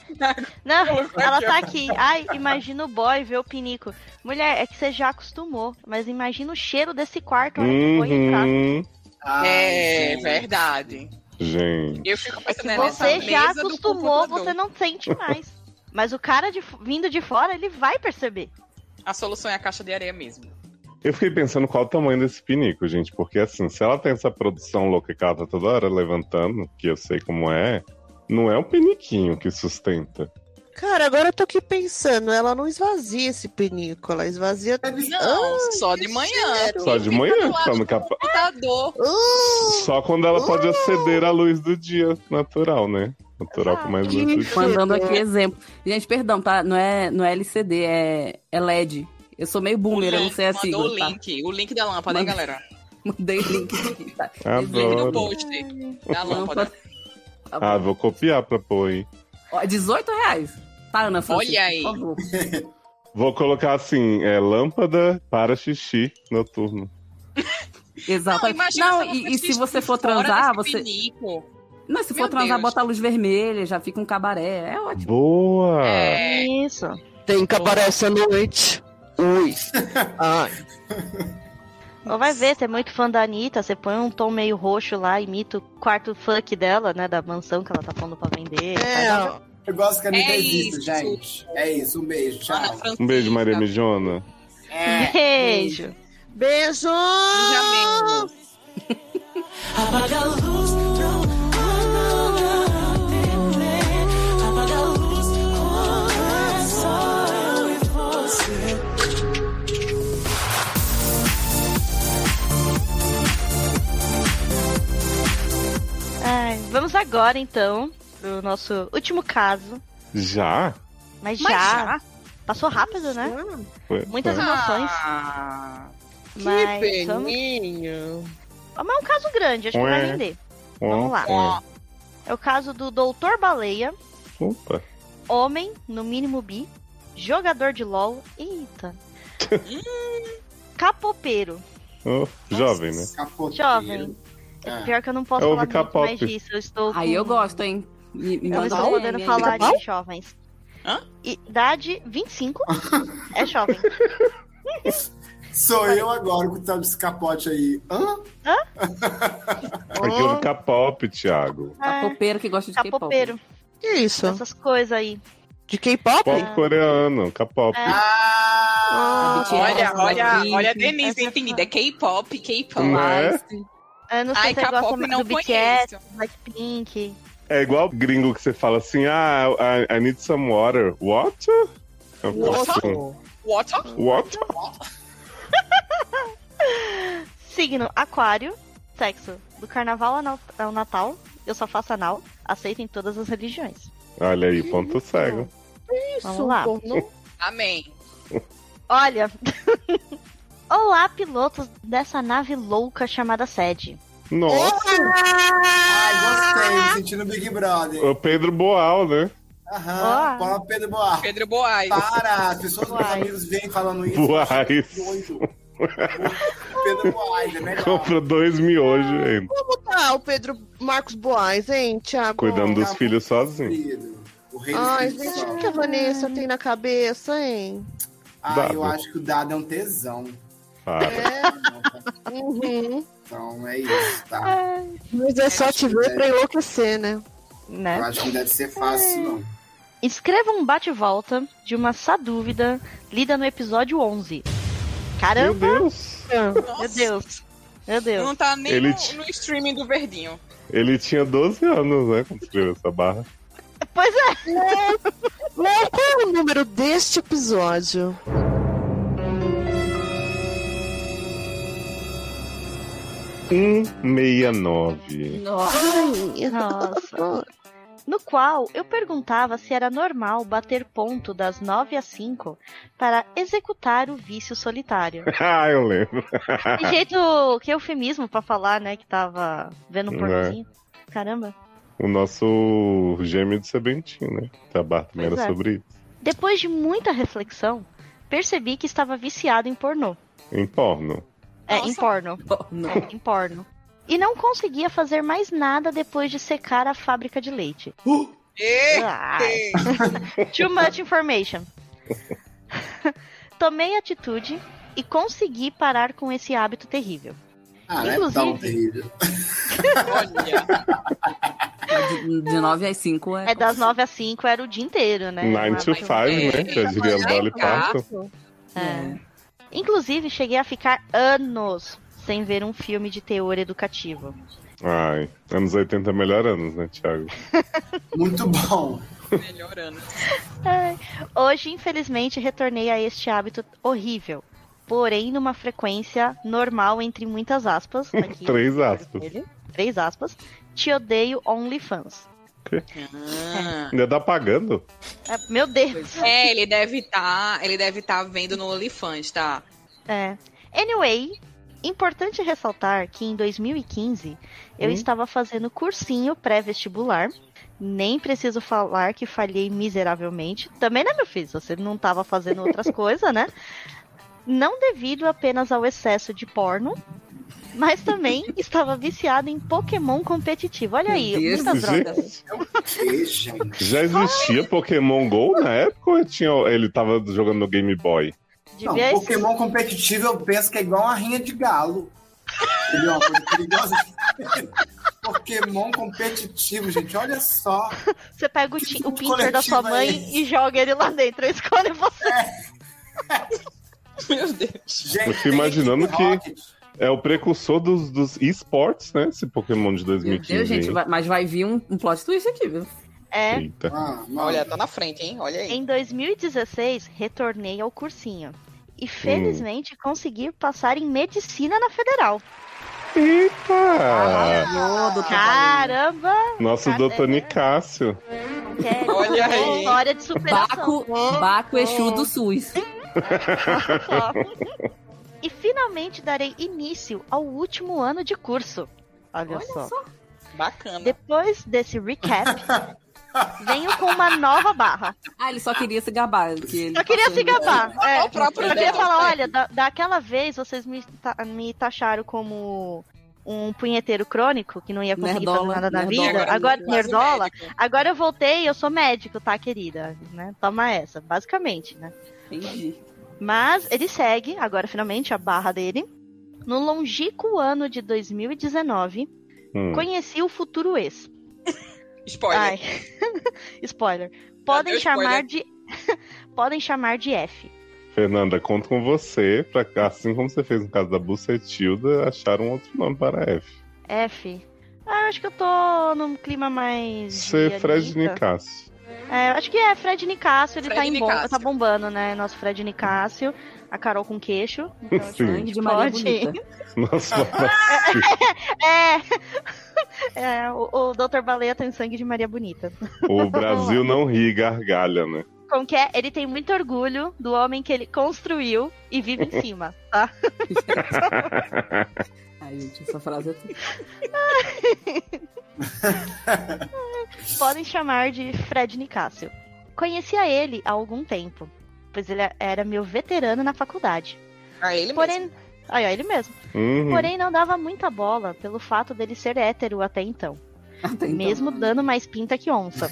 Speaker 6: Não,
Speaker 3: Colocou
Speaker 6: ela
Speaker 3: aqui,
Speaker 6: tá
Speaker 3: ó.
Speaker 6: aqui. Ai, imagina o boy ver o pinico. Mulher, é que você já acostumou, mas imagina o cheiro desse quarto a hora que o boy entrar.
Speaker 1: Uhum.
Speaker 2: Ai,
Speaker 3: É
Speaker 2: gente.
Speaker 3: verdade.
Speaker 1: Gente.
Speaker 3: Eu fico pensando
Speaker 6: Se
Speaker 3: É, nessa
Speaker 6: você já
Speaker 3: mesa do
Speaker 6: acostumou,
Speaker 3: computador.
Speaker 6: você não sente mais. Mas o cara de f- vindo de fora, ele vai perceber.
Speaker 3: A solução é a caixa de areia mesmo.
Speaker 1: Eu fiquei pensando qual o tamanho desse pinico, gente, porque assim, se ela tem essa produção louca que ela tá toda hora levantando, que eu sei como é, não é um piniquinho que sustenta.
Speaker 4: Cara, agora eu tô aqui pensando, ela não esvazia esse pinico, ela esvazia.
Speaker 2: É
Speaker 3: Não,
Speaker 6: é
Speaker 3: só de
Speaker 4: que
Speaker 3: manhã.
Speaker 4: cheiro.
Speaker 1: Só de
Speaker 3: Fica
Speaker 1: manhã,
Speaker 3: do lado
Speaker 1: como
Speaker 3: do
Speaker 1: que é? ela... fa-
Speaker 3: computador.
Speaker 4: Uh,
Speaker 1: só quando ela pode aceder à luz do dia natural, né? Natural com mais luz do
Speaker 4: Exato.
Speaker 1: dia.
Speaker 5: Mandando
Speaker 3: né?
Speaker 5: aqui exemplo. Gente, perdão, tá? Não é, não é LCD, é, é LED. Eu sou meio boomer, eu não sei a
Speaker 3: É, né? Mandou o
Speaker 5: sigla, tá?
Speaker 3: link. O link da lâmpada, hein,
Speaker 5: Manda-
Speaker 3: galera?
Speaker 5: Mandei o link aqui, tá?
Speaker 3: Link do
Speaker 1: Adoro.
Speaker 3: post da lâmpada.
Speaker 5: Tá bom.
Speaker 1: Ah, vou copiar pra pôr, hein?
Speaker 5: Ó, 18 reais. Tá, Ana Francisca?
Speaker 3: Olha aí.
Speaker 5: Por favor.
Speaker 1: Vou colocar assim, é lâmpada para xixi noturno.
Speaker 5: Exato. Não, e, e se você for transar, você.
Speaker 3: Pinico.
Speaker 5: Não, se for
Speaker 3: Meu
Speaker 5: transar,
Speaker 3: Deus.
Speaker 5: bota a luz vermelha, já fica um cabaré. É ótimo.
Speaker 1: Boa!
Speaker 3: É.
Speaker 6: Isso.
Speaker 4: tem que aparecer à noite. Ui. Ai.
Speaker 6: Ou vai ver, você é muito fã da Anitta, você põe um tom meio roxo lá, imita o quarto funk dela, né? Da mansão que ela tá pondo pra vender.
Speaker 4: É, ó,
Speaker 2: Eu gosto que a Anitta
Speaker 3: É
Speaker 2: existe,
Speaker 3: isso.
Speaker 2: gente. É isso, um beijo,
Speaker 3: Ana
Speaker 2: tchau.
Speaker 3: Francisca.
Speaker 1: Um beijo, Maria Mijona.
Speaker 2: É.
Speaker 6: um Beijo.
Speaker 4: Beijo!
Speaker 3: Já mesmo.
Speaker 6: Ai, vamos agora então pro nosso último caso.
Speaker 1: Já?
Speaker 6: Mas,
Speaker 3: Mas
Speaker 6: já, Passou rápido, né?
Speaker 1: Foi-
Speaker 6: Muitas
Speaker 1: foi.
Speaker 6: emoções.
Speaker 3: Ah,
Speaker 6: Mas,
Speaker 4: que
Speaker 6: vamos...
Speaker 4: peninho.
Speaker 6: mas é um caso grande, acho que
Speaker 1: Ué.
Speaker 6: vai render. vamos lá.
Speaker 1: Ó,
Speaker 6: É o caso do Doutor Baleia,
Speaker 1: ó. Opa.
Speaker 6: homem, no mínimo bi, jogador de LOL. Eita. Capopeiro.
Speaker 1: Ó, jovem, né?
Speaker 2: Capoteiro.
Speaker 6: Jovem. É
Speaker 2: Ah.
Speaker 6: Pior que eu não posso
Speaker 1: Eu ouvi
Speaker 6: falar muito
Speaker 1: K-pop.
Speaker 6: mais disso. Eu estou
Speaker 5: Aí eu
Speaker 6: com-
Speaker 5: gosto, hein? Me, me
Speaker 6: Eu
Speaker 5: manda
Speaker 6: estou
Speaker 5: um
Speaker 6: podendo
Speaker 5: meme aí.
Speaker 6: falar
Speaker 4: Tá bom?
Speaker 6: de jovens.
Speaker 3: Hã?
Speaker 6: Idade 25. é jovem.
Speaker 2: Sou eu agora que tá desse capote aí. Hã?
Speaker 1: Aqui eu vi K-pop, Thiago.
Speaker 6: É,
Speaker 5: Capopeiro que gosta de K-pop.
Speaker 6: capopeiro.
Speaker 4: Que isso?
Speaker 6: Essas coisas aí.
Speaker 4: De K-pop?
Speaker 1: Pop coreano, K-pop.
Speaker 6: É.
Speaker 2: Ah!
Speaker 5: BTS,
Speaker 3: Olha, olha,
Speaker 5: Blackpink.
Speaker 3: olha a Denise
Speaker 6: Essa
Speaker 3: entendida. É K-pop, K-pop.
Speaker 1: Né?
Speaker 6: Eu não sei
Speaker 3: Ai,
Speaker 6: se você gosta
Speaker 3: K-pop
Speaker 6: mais do
Speaker 3: não
Speaker 6: BTS,
Speaker 3: conheço.
Speaker 6: Blackpink.
Speaker 1: É igual gringo que você fala assim: ah, I, I need some water. Water? Eu
Speaker 3: Water?
Speaker 1: faço um,
Speaker 3: What?
Speaker 1: Water?
Speaker 6: Signo Aquário. Sexo do carnaval ao nat- ao Natal. Eu só faço anal. Aceito em todas as religiões.
Speaker 1: Olha aí, ponto cego.
Speaker 6: Vamos lá.
Speaker 4: pornô?
Speaker 3: Amém.
Speaker 6: Olha. Olá, pilotos dessa nave louca chamada Sede.
Speaker 1: Nossa,
Speaker 4: Ah!
Speaker 2: Ai, gostei, me sentindo Big Brother.
Speaker 1: o Pedro Boal, né?
Speaker 2: Aham.
Speaker 6: Ah.
Speaker 2: Fala Pedro Boa.
Speaker 3: Pedro Boaz.
Speaker 2: Para, as pessoas, meus
Speaker 6: Uai.
Speaker 2: amigos, vêm falando isso.
Speaker 1: Boaz.
Speaker 2: Doido. Pedro Boaz, é melhor.
Speaker 1: Comprou dois miojos, hein?
Speaker 4: Como tá o Pedro Marcos Boaz, hein, Thiago?
Speaker 1: Cuidando dos
Speaker 2: tá
Speaker 1: filhos sozinho.
Speaker 2: Querido, O rei do
Speaker 4: Ai,
Speaker 2: Espírito
Speaker 4: gente, o
Speaker 2: Santo.
Speaker 4: que a Vanessa tem na cabeça, hein?
Speaker 2: Ah,
Speaker 1: Dado.
Speaker 2: eu acho que o dado é um tesão. um
Speaker 1: Para.
Speaker 4: É. Uhum.
Speaker 2: tá? Então é isso, tá?
Speaker 4: Mas é só te ver pra enlouquecer, né?
Speaker 2: Eu
Speaker 6: Né?
Speaker 2: acho que não deve ser fácil, não.
Speaker 6: Escreva um bate-volta de uma sá dúvida lida no episódio 11.
Speaker 1: Meu
Speaker 6: Caramba,
Speaker 1: Deus.
Speaker 4: É.
Speaker 3: Nossa,
Speaker 6: meu Deus. Meu Deus.
Speaker 3: Não tá nem
Speaker 1: Ele
Speaker 3: no,
Speaker 1: te-
Speaker 3: no streaming do Verdinho.
Speaker 1: Ele tinha 12 anos, né? Quando escreveu essa barra.
Speaker 6: Pois é,
Speaker 4: Léo, qual é o número deste episódio?
Speaker 1: Hum, 69.
Speaker 5: Nossa,
Speaker 4: Ai,
Speaker 6: Nossa. No qual eu perguntava se era normal bater ponto das 9 às 5 para executar o vício solitário.
Speaker 1: ah, eu lembro.
Speaker 6: De jeito que eufemismo pra falar, né? Que tava vendo um pornozinho. Caramba.
Speaker 1: O nosso gêmeo do Sebentinho, né? A barra também
Speaker 6: Pois
Speaker 1: era
Speaker 6: é.
Speaker 1: sobre isso.
Speaker 6: Depois de muita reflexão, percebi que estava viciado em pornô.
Speaker 1: Em porno.
Speaker 6: É,
Speaker 3: Nossa.
Speaker 6: em porno.
Speaker 5: não.
Speaker 6: É, em porno. E não conseguia fazer mais nada depois de secar a fábrica de leite.
Speaker 4: É.
Speaker 3: Ei,
Speaker 6: Ah,
Speaker 3: ei.
Speaker 6: Too much information. Tomei atitude e consegui parar com esse hábito terrível.
Speaker 2: Ah, não é
Speaker 6: Inclusive-
Speaker 2: tão terrível.
Speaker 3: Olha.
Speaker 5: De, de 9 às 5 é.
Speaker 6: É das 9 às 5 era o dia inteiro, né?
Speaker 1: 9 to
Speaker 6: Uma-
Speaker 1: 5,
Speaker 5: um
Speaker 3: é,
Speaker 1: né? Que eu diria
Speaker 3: trabalhar
Speaker 1: Dolly
Speaker 3: em casa.
Speaker 1: Parton.
Speaker 6: É. Inclusive, cheguei a ficar anos sem ver um filme de teor educativo.
Speaker 1: Ai, anos 80 é melhor anos, né, Thiago?
Speaker 2: Muito bom.
Speaker 3: Melhorando.
Speaker 6: Ai. Hoje, infelizmente, retornei a este hábito horrível. Porém, numa frequência normal, entre muitas aspas. Aqui,
Speaker 1: Três aspas.
Speaker 6: Três aspas. Te odeio, OnlyFans.
Speaker 3: Ah.
Speaker 1: Ainda tá pagando?
Speaker 6: É, meu Deus.
Speaker 3: É, ele deve estar, ele deve estar vendo no OnlyFans, tá?
Speaker 6: É. Anyway, importante ressaltar que em 2015
Speaker 5: Hum?
Speaker 6: eu estava fazendo cursinho pré-vestibular. Nem preciso falar que falhei miseravelmente. Também, né, meu filho? Se Você não estava fazendo outras coisas, né? Não devido apenas ao excesso de porno, mas também estava viciado em Pokémon competitivo. Olha aí,
Speaker 5: Meu Deus.
Speaker 6: muitas drogas.
Speaker 1: Gente,
Speaker 2: Que, gente.
Speaker 1: já existia Pokémon GO na época ou ele tinha, ele tava jogando no Game Boy?
Speaker 2: Não,
Speaker 6: Devia ser-
Speaker 2: Pokémon competitivo eu penso que é igual uma rinha de galo. Entendeu? Uma coisa perigosa. Pokémon competitivo, gente, olha só.
Speaker 6: Você pega o, ti-
Speaker 2: tipo
Speaker 6: o
Speaker 2: de
Speaker 6: pincher da sua
Speaker 2: coletivo é
Speaker 6: mãe e joga ele lá dentro. Escolhe você.
Speaker 3: Meu Deus.
Speaker 2: Gente,
Speaker 1: Eu fico
Speaker 2: tem
Speaker 1: imaginando
Speaker 2: Equipe
Speaker 1: que-
Speaker 2: Rocket.
Speaker 1: É o precursor dos, dos esportes, né? Esse Pokémon de
Speaker 5: Meu
Speaker 1: 2015.
Speaker 5: Deus, gente,
Speaker 1: hein?
Speaker 5: vai- mas vai vir um, um plot twist aqui, viu?
Speaker 6: É,
Speaker 1: Eita.
Speaker 2: Ah, mano.
Speaker 3: Olha, tá na frente, hein? Olha aí.
Speaker 6: Em 2016, retornei ao cursinho. E felizmente consegui passar em medicina na federal.
Speaker 1: Eita!
Speaker 5: Ô, doutor
Speaker 6: Caramba!
Speaker 1: Nosso
Speaker 6: Cadê?
Speaker 1: doutor Nicásio.
Speaker 6: Sério,
Speaker 3: Olha aí.
Speaker 6: É, História de superação.
Speaker 5: Baco, Baco é Exu do SUS.
Speaker 6: Ó. E finalmente darei início ao último ano de curso. Olha,
Speaker 5: Olha
Speaker 6: só.
Speaker 5: só.
Speaker 3: Bacana.
Speaker 6: Depois desse recap, venho com uma nova barra.
Speaker 5: Ah, ele só queria se gabar. que ele
Speaker 6: Eu queria
Speaker 5: passou né?
Speaker 6: se
Speaker 5: em-
Speaker 6: gabar. é.
Speaker 3: o próprio tá
Speaker 6: eu queria
Speaker 3: dela.
Speaker 6: falar, olha, da- daquela vez vocês me, ta- me taxaram como um punheteiro crônico que não ia conseguir
Speaker 5: Nerdola,
Speaker 6: fazer nada na
Speaker 5: nerdola.
Speaker 6: vida. Agora,
Speaker 3: quase
Speaker 6: nerdola,
Speaker 3: médico.
Speaker 6: Agora eu voltei, eu sou médico, tá, querida? Né? Toma essa, basicamente, né?
Speaker 5: Entendi.
Speaker 6: Mas ele segue, agora finalmente, a barra dele. No longínquo ano de 2019,
Speaker 1: Hum.
Speaker 6: conheci o futuro ex.
Speaker 3: Spoiler.
Speaker 6: Ai. spoiler. Podem
Speaker 3: deu
Speaker 6: chamar de. Podem chamar de F.
Speaker 1: Fernanda, conto com você, pra, assim como você fez no caso da Bucetilda, achar um outro nome para a F.
Speaker 6: F. Ah, eu acho que eu tô num clima mais. de
Speaker 1: Ser é Fred
Speaker 6: Anitta.
Speaker 1: Nicásio.
Speaker 6: É, eu acho que é Fred Nicásio, ele
Speaker 3: Fred
Speaker 6: tá, em bom,
Speaker 3: Nicásio.
Speaker 6: tá bombando, né? Nosso Fred Nicásio, a Carol com queixo. Então, tipo,
Speaker 1: Sim.
Speaker 5: Sangue de Maria
Speaker 6: Pode.
Speaker 5: Bonita.
Speaker 1: Nossa,
Speaker 6: É, é o, o Dr. Baleia tem sangue de Maria Bonita.
Speaker 1: o Brasil não ri, gargalha, né?
Speaker 6: Como que é? Ele tem muito orgulho do homem que ele construiu e vive em cima, tá?
Speaker 5: Ai, gente, essa frase é tudo.
Speaker 6: Podem chamar de Fred Nicásio. Conhecia ele há algum tempo, pois ele era meu veterano na faculdade.
Speaker 3: A ele mesmo.
Speaker 6: Porém, aí, ó, ele mesmo.
Speaker 1: Uhum.
Speaker 6: Porém, não dava muita bola pelo fato dele ser hétero até então.
Speaker 5: Até então.
Speaker 6: Mesmo dando mais pinta que onça.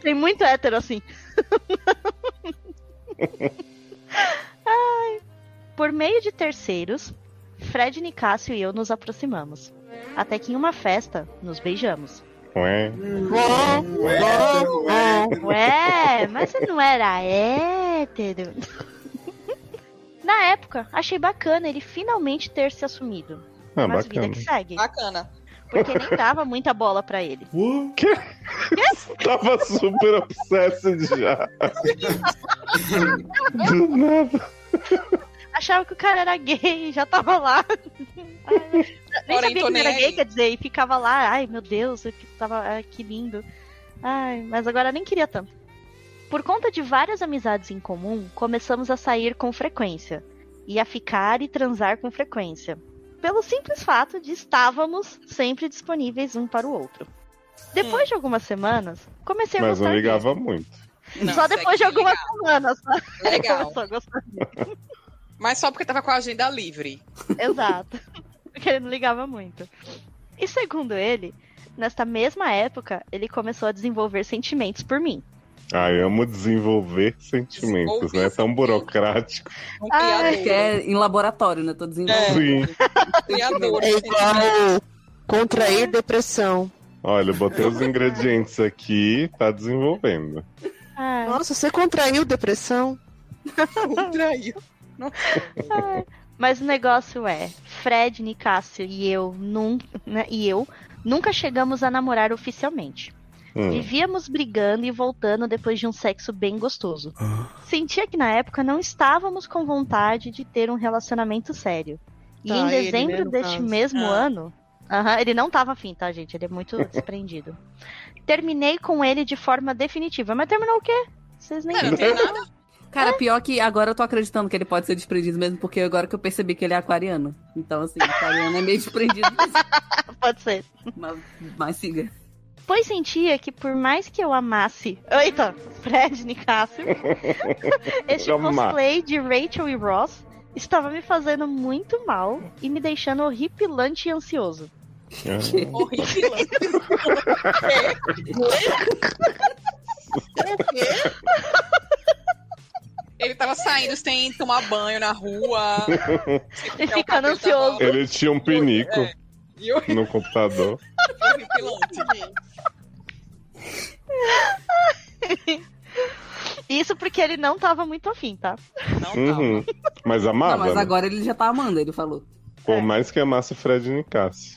Speaker 6: Tem muito hétero assim. Ai. Por meio de terceiros, Fred, Nicásio e eu nos aproximamos. Até que em uma festa, nos beijamos.
Speaker 1: Ué.
Speaker 4: É,
Speaker 6: Ué, mas você não era hétero? Na época, achei bacana ele finalmente ter se assumido.
Speaker 1: Ah,
Speaker 6: mas vida é
Speaker 1: bacana.
Speaker 6: que segue.
Speaker 3: Bacana.
Speaker 6: Porque nem dava muita bola pra ele.
Speaker 10: Uh,
Speaker 1: Tava super obsessed já. Do nada.
Speaker 6: achava que o cara era gay, já tava lá. Ai, nem
Speaker 3: Ora,
Speaker 6: sabia que
Speaker 3: então
Speaker 6: ele era
Speaker 3: nem
Speaker 6: gay,
Speaker 3: aí.
Speaker 6: quer dizer, e ficava lá, ai meu Deus, eu que tava, ai, que lindo. Ai, mas agora nem queria tanto. Por conta de várias amizades em comum, começamos a sair com frequência. E a ficar e transar com frequência. Pelo simples fato de estávamos sempre disponíveis um para o outro.
Speaker 3: Hum.
Speaker 6: Depois de algumas semanas, comecei a
Speaker 1: Mas
Speaker 6: gostar
Speaker 1: não
Speaker 6: dele.
Speaker 1: ligava muito.
Speaker 3: Não,
Speaker 6: Só
Speaker 3: isso
Speaker 6: depois de
Speaker 3: aqui,
Speaker 6: algumas
Speaker 3: legal.
Speaker 6: semanas. tá?
Speaker 3: Legal.
Speaker 6: Começou a gostar
Speaker 3: Mas só porque tava com a agenda livre.
Speaker 6: Exato. Porque ele não ligava muito. E segundo ele, nesta mesma época, ele começou a desenvolver sentimentos por mim.
Speaker 1: Ah, eu amo desenvolver sentimentos, né? É tão burocrático.
Speaker 3: Um
Speaker 6: Ai,
Speaker 5: Que
Speaker 3: criador.
Speaker 5: é em laboratório, né? Tô
Speaker 6: É.
Speaker 5: desenvolvendo.
Speaker 1: Sim.
Speaker 3: criador.
Speaker 4: É igual contrair depressão.
Speaker 1: Olha, eu botei os ingredientes aqui, tá desenvolvendo.
Speaker 6: Ai,
Speaker 4: Nossa, você contraiu depressão?
Speaker 3: Contraiu.
Speaker 6: ai. Mas o negócio é, Fred, Nicásio e eu nunca, né, e eu nunca chegamos a namorar oficialmente.
Speaker 1: Hum.
Speaker 6: Vivíamos brigando e voltando depois de um sexo bem gostoso. Sentia que na época não estávamos com vontade de ter um relacionamento sério. E
Speaker 4: Tá,
Speaker 6: em
Speaker 4: ele,
Speaker 6: dezembro
Speaker 4: né, no
Speaker 6: deste
Speaker 4: caso.
Speaker 6: mesmo
Speaker 3: Ah.
Speaker 6: ano, Aham, ele não tava afim, tá, gente? Ele é muito desprendido. Terminei com ele de forma definitiva. Mas terminou o quê? Vocês nem
Speaker 3: Não, não tem nada.
Speaker 5: Cara, pior que agora eu tô acreditando que ele pode ser desprendido mesmo, porque agora que eu percebi que ele é aquariano. Então, assim, aquariano é meio desprendido.
Speaker 6: pode ser.
Speaker 5: mas, mas siga.
Speaker 6: Pois sentia que por mais que eu amasse. Eita! Fred Nicásio. este
Speaker 1: Eu amar.
Speaker 6: cosplay de Rachel e Ross estava me fazendo muito mal e me deixando horripilante e ansioso.
Speaker 1: é.
Speaker 3: Horripilante. Ele tava saindo sem tomar banho na rua.
Speaker 6: E ficando ansioso.
Speaker 1: Ele tinha um pinico
Speaker 3: E o
Speaker 1: no computador.
Speaker 3: horripilante.
Speaker 6: Isso porque ele não tava muito afim, tá?
Speaker 3: Não tava.
Speaker 1: Uhum. Mas amava,
Speaker 5: Não, mas
Speaker 1: né?
Speaker 5: agora ele já tá amando, ele falou.
Speaker 1: por mais que amasse Fred Nicasse.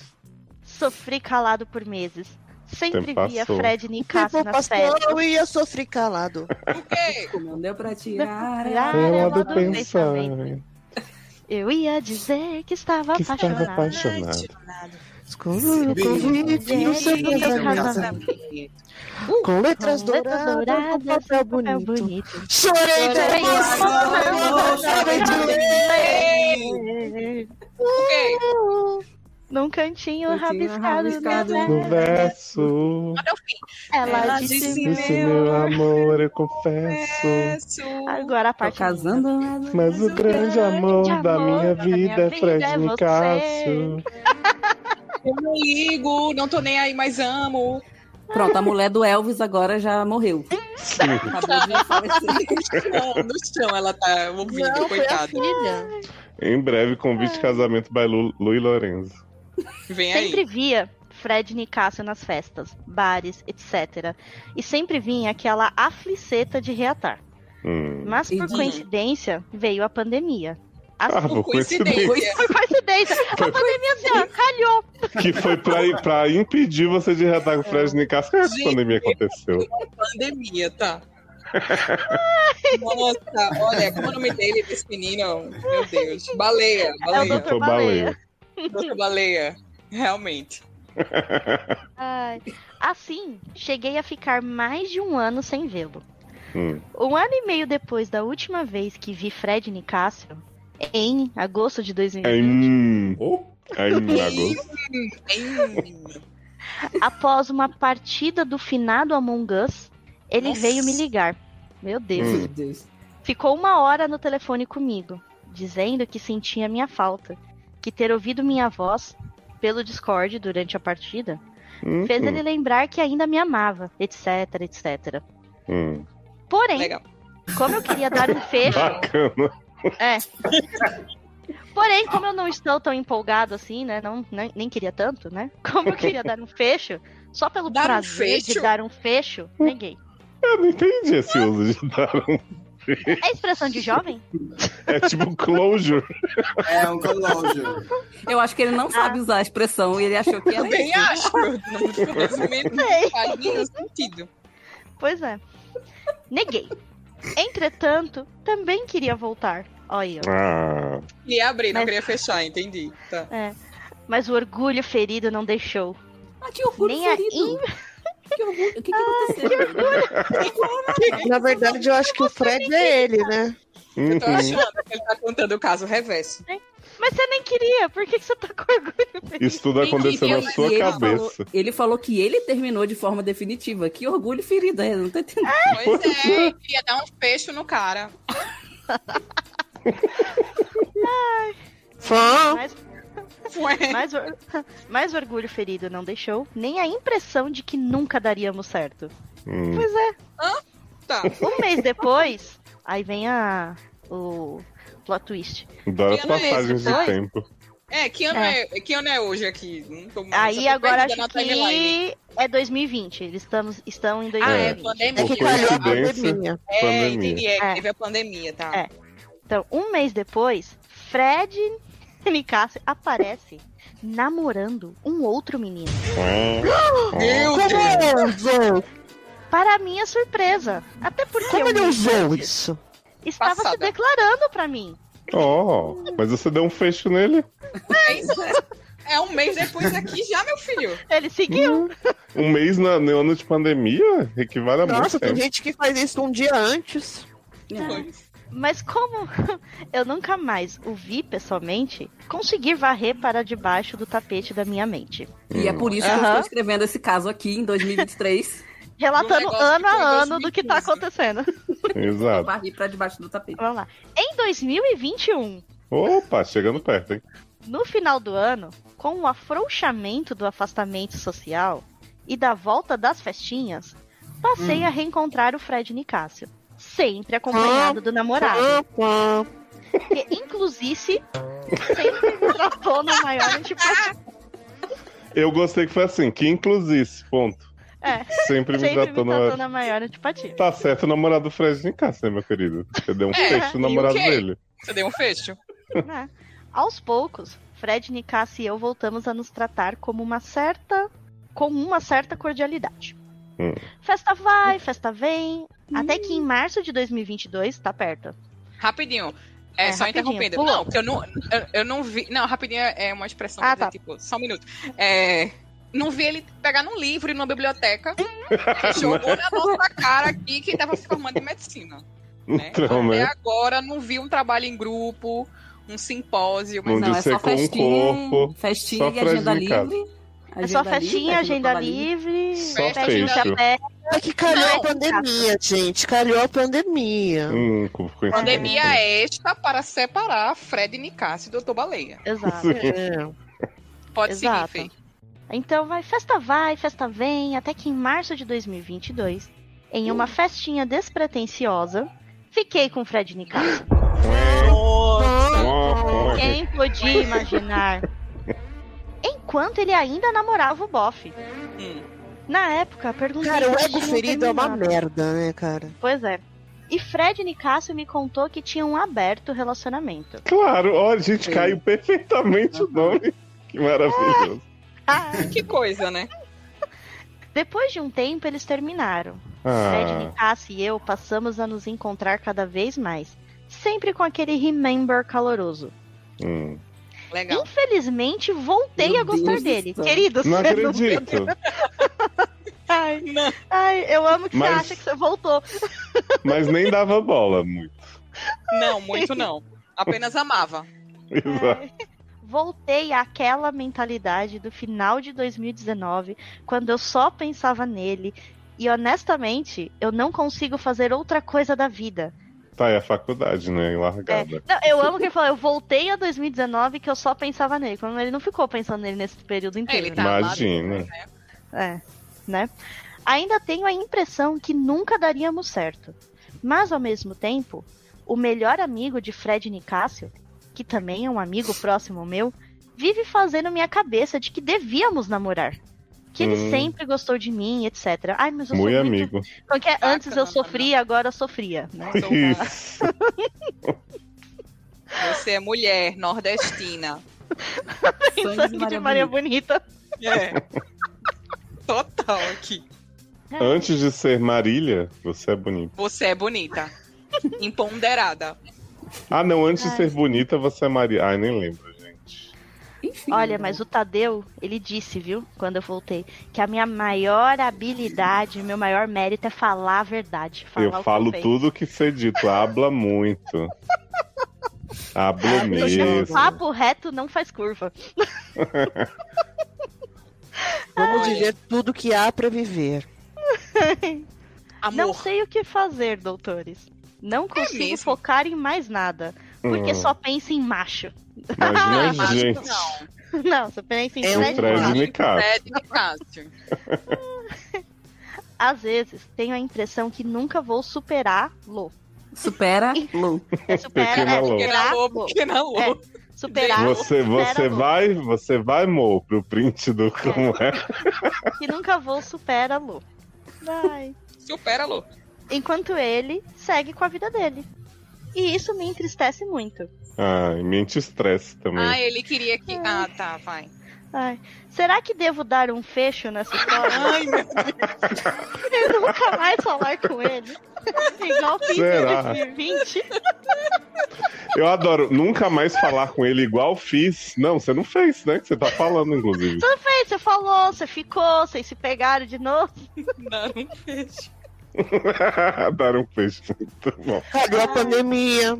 Speaker 6: Sofri calado por meses. Sempre
Speaker 1: Tempo
Speaker 6: via
Speaker 1: passou.
Speaker 6: Fred e Nicásio
Speaker 4: Tipo,
Speaker 6: nas
Speaker 4: pastor,
Speaker 6: festas.
Speaker 4: eu ia sofrer calado.
Speaker 3: O quê?
Speaker 5: Não deu pra tirar.
Speaker 6: Cara,
Speaker 1: Ela
Speaker 6: eu
Speaker 1: do
Speaker 6: adorei
Speaker 1: pensar.
Speaker 6: também. Eu ia dizer que estava
Speaker 1: Que estava
Speaker 6: apaixonada.
Speaker 1: apaixonado.
Speaker 4: Escolha o convite
Speaker 6: Sim,
Speaker 4: e o seu
Speaker 6: sim,
Speaker 4: casamento.
Speaker 6: seu casamento.
Speaker 4: Com letras
Speaker 6: Com letras
Speaker 4: douradas,
Speaker 6: douradas,
Speaker 4: com papel
Speaker 6: É
Speaker 4: bonito.
Speaker 6: bonito.
Speaker 4: Chorei de
Speaker 6: Chorei de
Speaker 4: emoção,
Speaker 6: emoção,
Speaker 4: chorei de
Speaker 3: Ok.
Speaker 6: Num cantinho
Speaker 5: Cantinho
Speaker 6: rabiscado,
Speaker 5: rabiscado,
Speaker 6: né?
Speaker 1: No verso,
Speaker 3: Até o fim.
Speaker 6: Ela,
Speaker 3: Ela
Speaker 6: disse,
Speaker 3: disse
Speaker 1: disse Assim, meu amor, eu confesso.
Speaker 6: agora a
Speaker 5: Tô
Speaker 6: parte
Speaker 5: casando.
Speaker 1: Mas o grande amor da minha vida é Fred Nicásio.
Speaker 3: Eu não ligo, não tô nem aí, mas amo.
Speaker 5: Pronto, a mulher do Elvis agora já morreu.
Speaker 1: Sim.
Speaker 5: Acabou de falecer.
Speaker 3: Não, no chão ela tá ouvindo,
Speaker 4: Não, foi a
Speaker 3: coitada.
Speaker 4: filha.
Speaker 1: Em breve, convite de casamento by Lu, Lu e Lorenzo.
Speaker 3: Vem aí.
Speaker 6: Sempre via Fred Nicásio nas festas, bares, etc. E sempre vinha aquela afliceta de reatar.
Speaker 1: Hum.
Speaker 6: Mas por
Speaker 5: Entendi.
Speaker 6: coincidência, veio a pandemia. As...
Speaker 1: Ah,
Speaker 3: Por
Speaker 1: por
Speaker 3: coincidência.
Speaker 6: Por coincidência, a pandemia assim, ó, calhou.
Speaker 1: Que foi pra, pra impedir você de retar com o Fred Nicasso. Que essa
Speaker 3: Gente.
Speaker 1: pandemia aconteceu.
Speaker 3: pandemia, tá? Nossa, olha, como é o nome dele, desse menino? Meu Deus. Baleia,
Speaker 6: É
Speaker 3: baleia,
Speaker 6: o Dr.
Speaker 1: Doutor Baleia.
Speaker 3: doutor baleia. Realmente.
Speaker 6: Ai. Assim, cheguei a ficar mais de um ano sem vê-lo.
Speaker 1: Hum.
Speaker 6: Um ano e meio depois da última vez que vi Fred Nicásio, em agosto de 2020,
Speaker 1: Hum.
Speaker 10: Oh,
Speaker 1: Hum. Agosto.
Speaker 3: Hum,
Speaker 6: após uma partida do finado Among Us, ele
Speaker 3: Nossa.
Speaker 6: veio me ligar. Meu Deus.
Speaker 1: Hum.
Speaker 5: Meu Deus.
Speaker 6: Ficou uma hora no telefone comigo, dizendo que sentia minha falta, que ter ouvido minha voz pelo Discord durante a partida
Speaker 1: Hum.
Speaker 6: fez ele lembrar que ainda me amava, etc, etc.
Speaker 1: Hum.
Speaker 6: Porém,
Speaker 3: legal.
Speaker 6: como eu queria dar um fecho,
Speaker 1: Bacana.
Speaker 6: é. Porém, como eu não estou tão empolgado assim, né, não, nem, nem queria tanto, né? Como eu queria dar um fecho, só pelo
Speaker 3: Dar um
Speaker 6: prazer de
Speaker 3: fecho?
Speaker 6: dar um fecho, neguei.
Speaker 1: Eu não entendi esse uso de dar um.
Speaker 6: É expressão de jovem?
Speaker 1: É tipo closure.
Speaker 2: É um cológio.
Speaker 5: Eu acho que ele não sabe usar a expressão e ele achou que era
Speaker 3: Também
Speaker 5: isso.
Speaker 3: acho. Não faz o mesmo- não faz nenhum sentido.
Speaker 6: Pois é. Neguei. Entretanto, também queria voltar. Olha, aí, ó.
Speaker 1: Ah.
Speaker 3: Queria abrir, não
Speaker 6: Mas-
Speaker 3: queria fechar, entendi. Tá.
Speaker 6: mas o orgulho ferido não deixou.
Speaker 5: Ah, que orgulho
Speaker 6: Nem a
Speaker 5: ferido. Que orgulho. O que, que aconteceu?
Speaker 4: Na verdade, eu acho que o Fred é ele, né?
Speaker 3: Eu tô
Speaker 1: Uhum.
Speaker 3: achando que ele tá contando o caso reverso.
Speaker 6: Mas você nem queria, por que que você tá com orgulho ferido?
Speaker 1: Isso tudo
Speaker 3: Tem que
Speaker 1: aconteceu
Speaker 3: ver
Speaker 1: na
Speaker 3: isso.
Speaker 1: sua
Speaker 5: E ele falou,
Speaker 1: cabeça.
Speaker 5: ele falou que ele terminou de forma definitiva. Que orgulho ferido. é, Não tô entendendo.
Speaker 3: Pois é, queria dar um fecho no cara.
Speaker 4: Fã.
Speaker 6: Mas,
Speaker 3: Foi.
Speaker 6: mas, or- mas o orgulho ferido não deixou, nem a impressão de que nunca daríamos certo.
Speaker 1: Hum.
Speaker 6: Pois é,
Speaker 3: Tá.
Speaker 6: um mês depois, aí vem a. o plot twist.
Speaker 1: Adoro as
Speaker 3: Piano é esse,
Speaker 1: passagens de
Speaker 6: foi?
Speaker 1: tempo.
Speaker 3: É, que ano é, que ano é hoje aqui? Não tô- só
Speaker 6: Aí
Speaker 3: tô
Speaker 6: agora
Speaker 3: perdida
Speaker 6: acho
Speaker 3: na timeline.
Speaker 6: que é 2020. Eles estamos, estão em
Speaker 3: Ah, é,
Speaker 6: 2020.
Speaker 3: pandemia.
Speaker 4: É que
Speaker 1: Por
Speaker 4: calhou a
Speaker 1: coincidência.
Speaker 4: pandemia.
Speaker 3: É,
Speaker 1: Pandemia.
Speaker 3: entendi. É, que
Speaker 6: É.
Speaker 3: teve a pandemia, tá?
Speaker 6: É. Então, um mês depois, Fred Nicásio aparece namorando um outro menino.
Speaker 3: Meu
Speaker 4: Como
Speaker 3: Deus!
Speaker 4: ele usou?
Speaker 6: Para minha surpresa. Até porque
Speaker 4: Como
Speaker 6: o
Speaker 4: ele
Speaker 6: menino
Speaker 4: usou
Speaker 6: antes
Speaker 4: isso?
Speaker 6: estava
Speaker 3: Passada.
Speaker 6: se declarando para mim.
Speaker 1: Oh, mas você deu um fecho nele?
Speaker 3: É isso, né? É um mês depois aqui já, meu filho.
Speaker 6: Ele
Speaker 4: Uhum.
Speaker 6: seguiu.
Speaker 1: Um mês na, no ano de pandemia equivale a
Speaker 4: Nossa,
Speaker 1: muito
Speaker 4: tem
Speaker 1: tempo.
Speaker 4: gente que faz isso um dia antes.
Speaker 6: É.
Speaker 3: Foi.
Speaker 6: Mas como eu nunca mais o vi pessoalmente, consegui varrer para debaixo do tapete da minha mente.
Speaker 5: E é por isso
Speaker 1: Hum.
Speaker 5: que eu
Speaker 6: Aham.
Speaker 5: estou escrevendo esse caso aqui em 2023.
Speaker 6: Relatando
Speaker 3: negócio
Speaker 6: ano a
Speaker 3: que foi em
Speaker 6: ano do que tá
Speaker 3: 2015.
Speaker 6: acontecendo.
Speaker 1: Exato.
Speaker 5: Barri pra debaixo do tapete.
Speaker 6: Vamos lá. Em 2021,
Speaker 1: Opa, chegando perto, hein?
Speaker 6: No final do ano, com o afrouxamento do afastamento social e da volta das festinhas, passei
Speaker 1: Hum.
Speaker 6: a reencontrar o Fred Nicásio, sempre acompanhado do namorado,
Speaker 4: Pã, pã.
Speaker 6: que inclusive sempre me tratou na maior antipatia.
Speaker 1: Eu gostei que foi assim, que inclusive, ponto.
Speaker 6: É,
Speaker 1: Sempre me
Speaker 6: sempre me
Speaker 1: tratou
Speaker 6: tratou
Speaker 1: na...
Speaker 6: na maior antipatia.
Speaker 1: Tá certo o namorado do Fred de casa, né, meu querido? Você deu um
Speaker 3: É,
Speaker 1: fecho
Speaker 3: e o
Speaker 1: no namorado
Speaker 3: quê?
Speaker 1: dele.
Speaker 3: Você deu um fecho?
Speaker 6: né? Aos poucos, Fred Nicásio e eu voltamos a nos tratar como uma certa, com uma certa cordialidade.
Speaker 1: Hum.
Speaker 6: Festa vai, festa vem, até que em março de 2022, tá perto.
Speaker 3: Rapidinho. É,
Speaker 6: É,
Speaker 3: só
Speaker 6: rapidinho,
Speaker 3: interrompendo.
Speaker 6: pula.
Speaker 3: Não, porque eu não, eu, eu não vi. Não, rapidinho é uma expressão.
Speaker 6: Ah,
Speaker 3: quer dizer,
Speaker 6: tá.
Speaker 3: Tipo, só um minuto. É, não vi ele pegar num livro e numa biblioteca que jogou na nossa cara aqui que tava se formando em medicina. Né?
Speaker 1: Então,
Speaker 3: Até
Speaker 1: né?
Speaker 3: agora não vi um trabalho em grupo, um simpósio, mas
Speaker 1: Não
Speaker 5: Não, é só
Speaker 1: dissecou um
Speaker 5: festinha,
Speaker 1: corpo,
Speaker 5: festinha
Speaker 1: só
Speaker 5: e agenda
Speaker 1: fraszinho em casa.
Speaker 5: livre.
Speaker 6: É só
Speaker 5: livre,
Speaker 6: festinha, agenda livre,
Speaker 1: Só
Speaker 6: pede um
Speaker 1: fecho.
Speaker 6: chapéu.
Speaker 4: É que calhou
Speaker 3: Não,
Speaker 4: a pandemia, gente. Calhou a pandemia.
Speaker 1: Hum, co- coincidência.
Speaker 3: pandemia esta para separar Fred Nicásio e Dr. Baleia.
Speaker 6: Exato.
Speaker 4: É.
Speaker 3: Pode
Speaker 6: Exato.
Speaker 3: seguir, Fê.
Speaker 6: Então vai, festa vai, festa vem, até que em março de 2022, em uma festinha despretensiosa, fiquei com Fred Nicásio. Quem podia imaginar? Enquanto ele ainda namorava o Boff.
Speaker 3: Hum.
Speaker 6: Na época, perguntei...
Speaker 4: Cara, o
Speaker 6: se
Speaker 4: ego
Speaker 6: tinham
Speaker 4: ferido é uma
Speaker 6: terminado.
Speaker 4: merda, né, cara?
Speaker 6: Pois é. E Fred Nicásio me contou que tinham aberto o relacionamento.
Speaker 1: Claro, ó, a gente
Speaker 5: Sim.
Speaker 1: caiu perfeitamente o nome. Que maravilhoso.
Speaker 4: Ah, é?
Speaker 3: Que coisa, né?
Speaker 6: Depois de um tempo, eles terminaram. É. Fred
Speaker 1: Ah,
Speaker 6: Nicásio né, e eu passamos a nos encontrar cada vez mais. Sempre com aquele remember caloroso.
Speaker 1: hum.
Speaker 3: Legal.
Speaker 6: Infelizmente, voltei
Speaker 5: Meu
Speaker 6: a gostar
Speaker 5: Deus do
Speaker 6: dele.
Speaker 5: céu.
Speaker 6: Querido,
Speaker 1: Não
Speaker 6: você
Speaker 1: acredito.
Speaker 6: Ai, ai, eu amo que
Speaker 1: Mas-
Speaker 6: você acha que você voltou.
Speaker 1: Mas nem dava bola muito.
Speaker 3: Não, muito não. Apenas amava.
Speaker 1: Exato.
Speaker 6: É, Voltei àquela mentalidade do final de 2019, quando eu só pensava nele. E honestamente, eu não consigo fazer outra coisa da vida.
Speaker 1: Tá, é a faculdade, né?
Speaker 6: É,
Speaker 1: Largada.
Speaker 6: não, eu amo que ele falou, eu voltei a 2019 que eu só pensava nele. Quando ele não ficou pensando nele nesse período
Speaker 3: É, ele
Speaker 6: inteiro.
Speaker 3: tá
Speaker 1: Imagina.
Speaker 3: amado, né?
Speaker 6: É, né? Ainda tenho a impressão que nunca daríamos certo. Mas ao mesmo tempo, o melhor amigo de Fred Nicásio, que também é um amigo próximo meu, vive fazendo minha cabeça de que devíamos namorar. Que ele
Speaker 1: Hum.
Speaker 6: sempre gostou de mim, etc. Ai, mas eu
Speaker 1: Muito
Speaker 6: sou muito...
Speaker 1: amigo.
Speaker 6: Porque antes eu
Speaker 3: Bacana,
Speaker 6: sofria, agora eu sofria, né? Então, tá.
Speaker 1: Isso.
Speaker 3: Você é mulher, nordestina.
Speaker 6: Sangue de Maria Bonita.
Speaker 3: É. Total aqui.
Speaker 1: Antes de ser Marília, você é bonita.
Speaker 3: Você é bonita. Imponderada.
Speaker 1: Ah, não, antes de
Speaker 6: Ai.
Speaker 1: ser bonita, você é Maria. Ai, nem lembro, gente.
Speaker 5: Enfim,
Speaker 1: né?
Speaker 6: Olha, mas o Tadeu, ele disse, viu, quando eu voltei, que a minha maior habilidade, meu maior mérito é falar a verdade. Falar o
Speaker 1: eu falo
Speaker 6: que eu penso.
Speaker 1: tudo que ser dito. Habla muito. Hablo
Speaker 6: Eu chamo
Speaker 1: mesmo.
Speaker 6: Papo reto não faz curva.
Speaker 4: Vamos
Speaker 3: Olha.
Speaker 4: viver tudo que há pra viver.
Speaker 6: Não
Speaker 3: Amor. É
Speaker 6: sei o que fazer, doutores. Não consigo
Speaker 3: mesmo?
Speaker 6: focar em mais nada, porque
Speaker 1: Hum,
Speaker 6: só penso em macho.
Speaker 1: Imagina a
Speaker 3: Acho que
Speaker 1: Né, gente.
Speaker 3: não.
Speaker 6: Não, só penso em
Speaker 4: É um
Speaker 1: O
Speaker 6: Fred
Speaker 1: Fred
Speaker 6: Macho.
Speaker 1: Nicasso.
Speaker 3: É de Cássio.
Speaker 6: Às vezes, tenho a impressão que nunca vou superá-lo.
Speaker 5: Supera Lou.
Speaker 6: É supera,
Speaker 1: Pequena
Speaker 6: é
Speaker 1: Lou.
Speaker 3: Pequena
Speaker 6: superá-lo.
Speaker 3: lobo, pequena lobo.
Speaker 6: Superar
Speaker 1: Você, você
Speaker 6: supera-lo.
Speaker 1: vai, você vai, Mo, pro print do como é.
Speaker 6: Que nunca vou superá-lo. Vai.
Speaker 3: Supera lobo.
Speaker 6: enquanto ele segue com a vida dele. E isso me entristece muito.
Speaker 1: Ai, mente estresse
Speaker 3: Ah,
Speaker 1: também.
Speaker 3: ele queria que. Ah, tá, vai.
Speaker 6: Ai, será que devo dar um fecho nessa história
Speaker 3: Ai, meu
Speaker 6: e nunca mais falar com ele? Igual Peter
Speaker 1: Será?
Speaker 6: de 2020.
Speaker 1: Eu adoro nunca mais falar com ele igual fiz. Não, você não fez, né? Que você tá falando, inclusive.
Speaker 6: Ei, Você falou, você ficou, vocês se pegaram de novo.
Speaker 3: Não, não fez.
Speaker 1: Dar um peixe muito bom.
Speaker 4: Calhou a pandemia.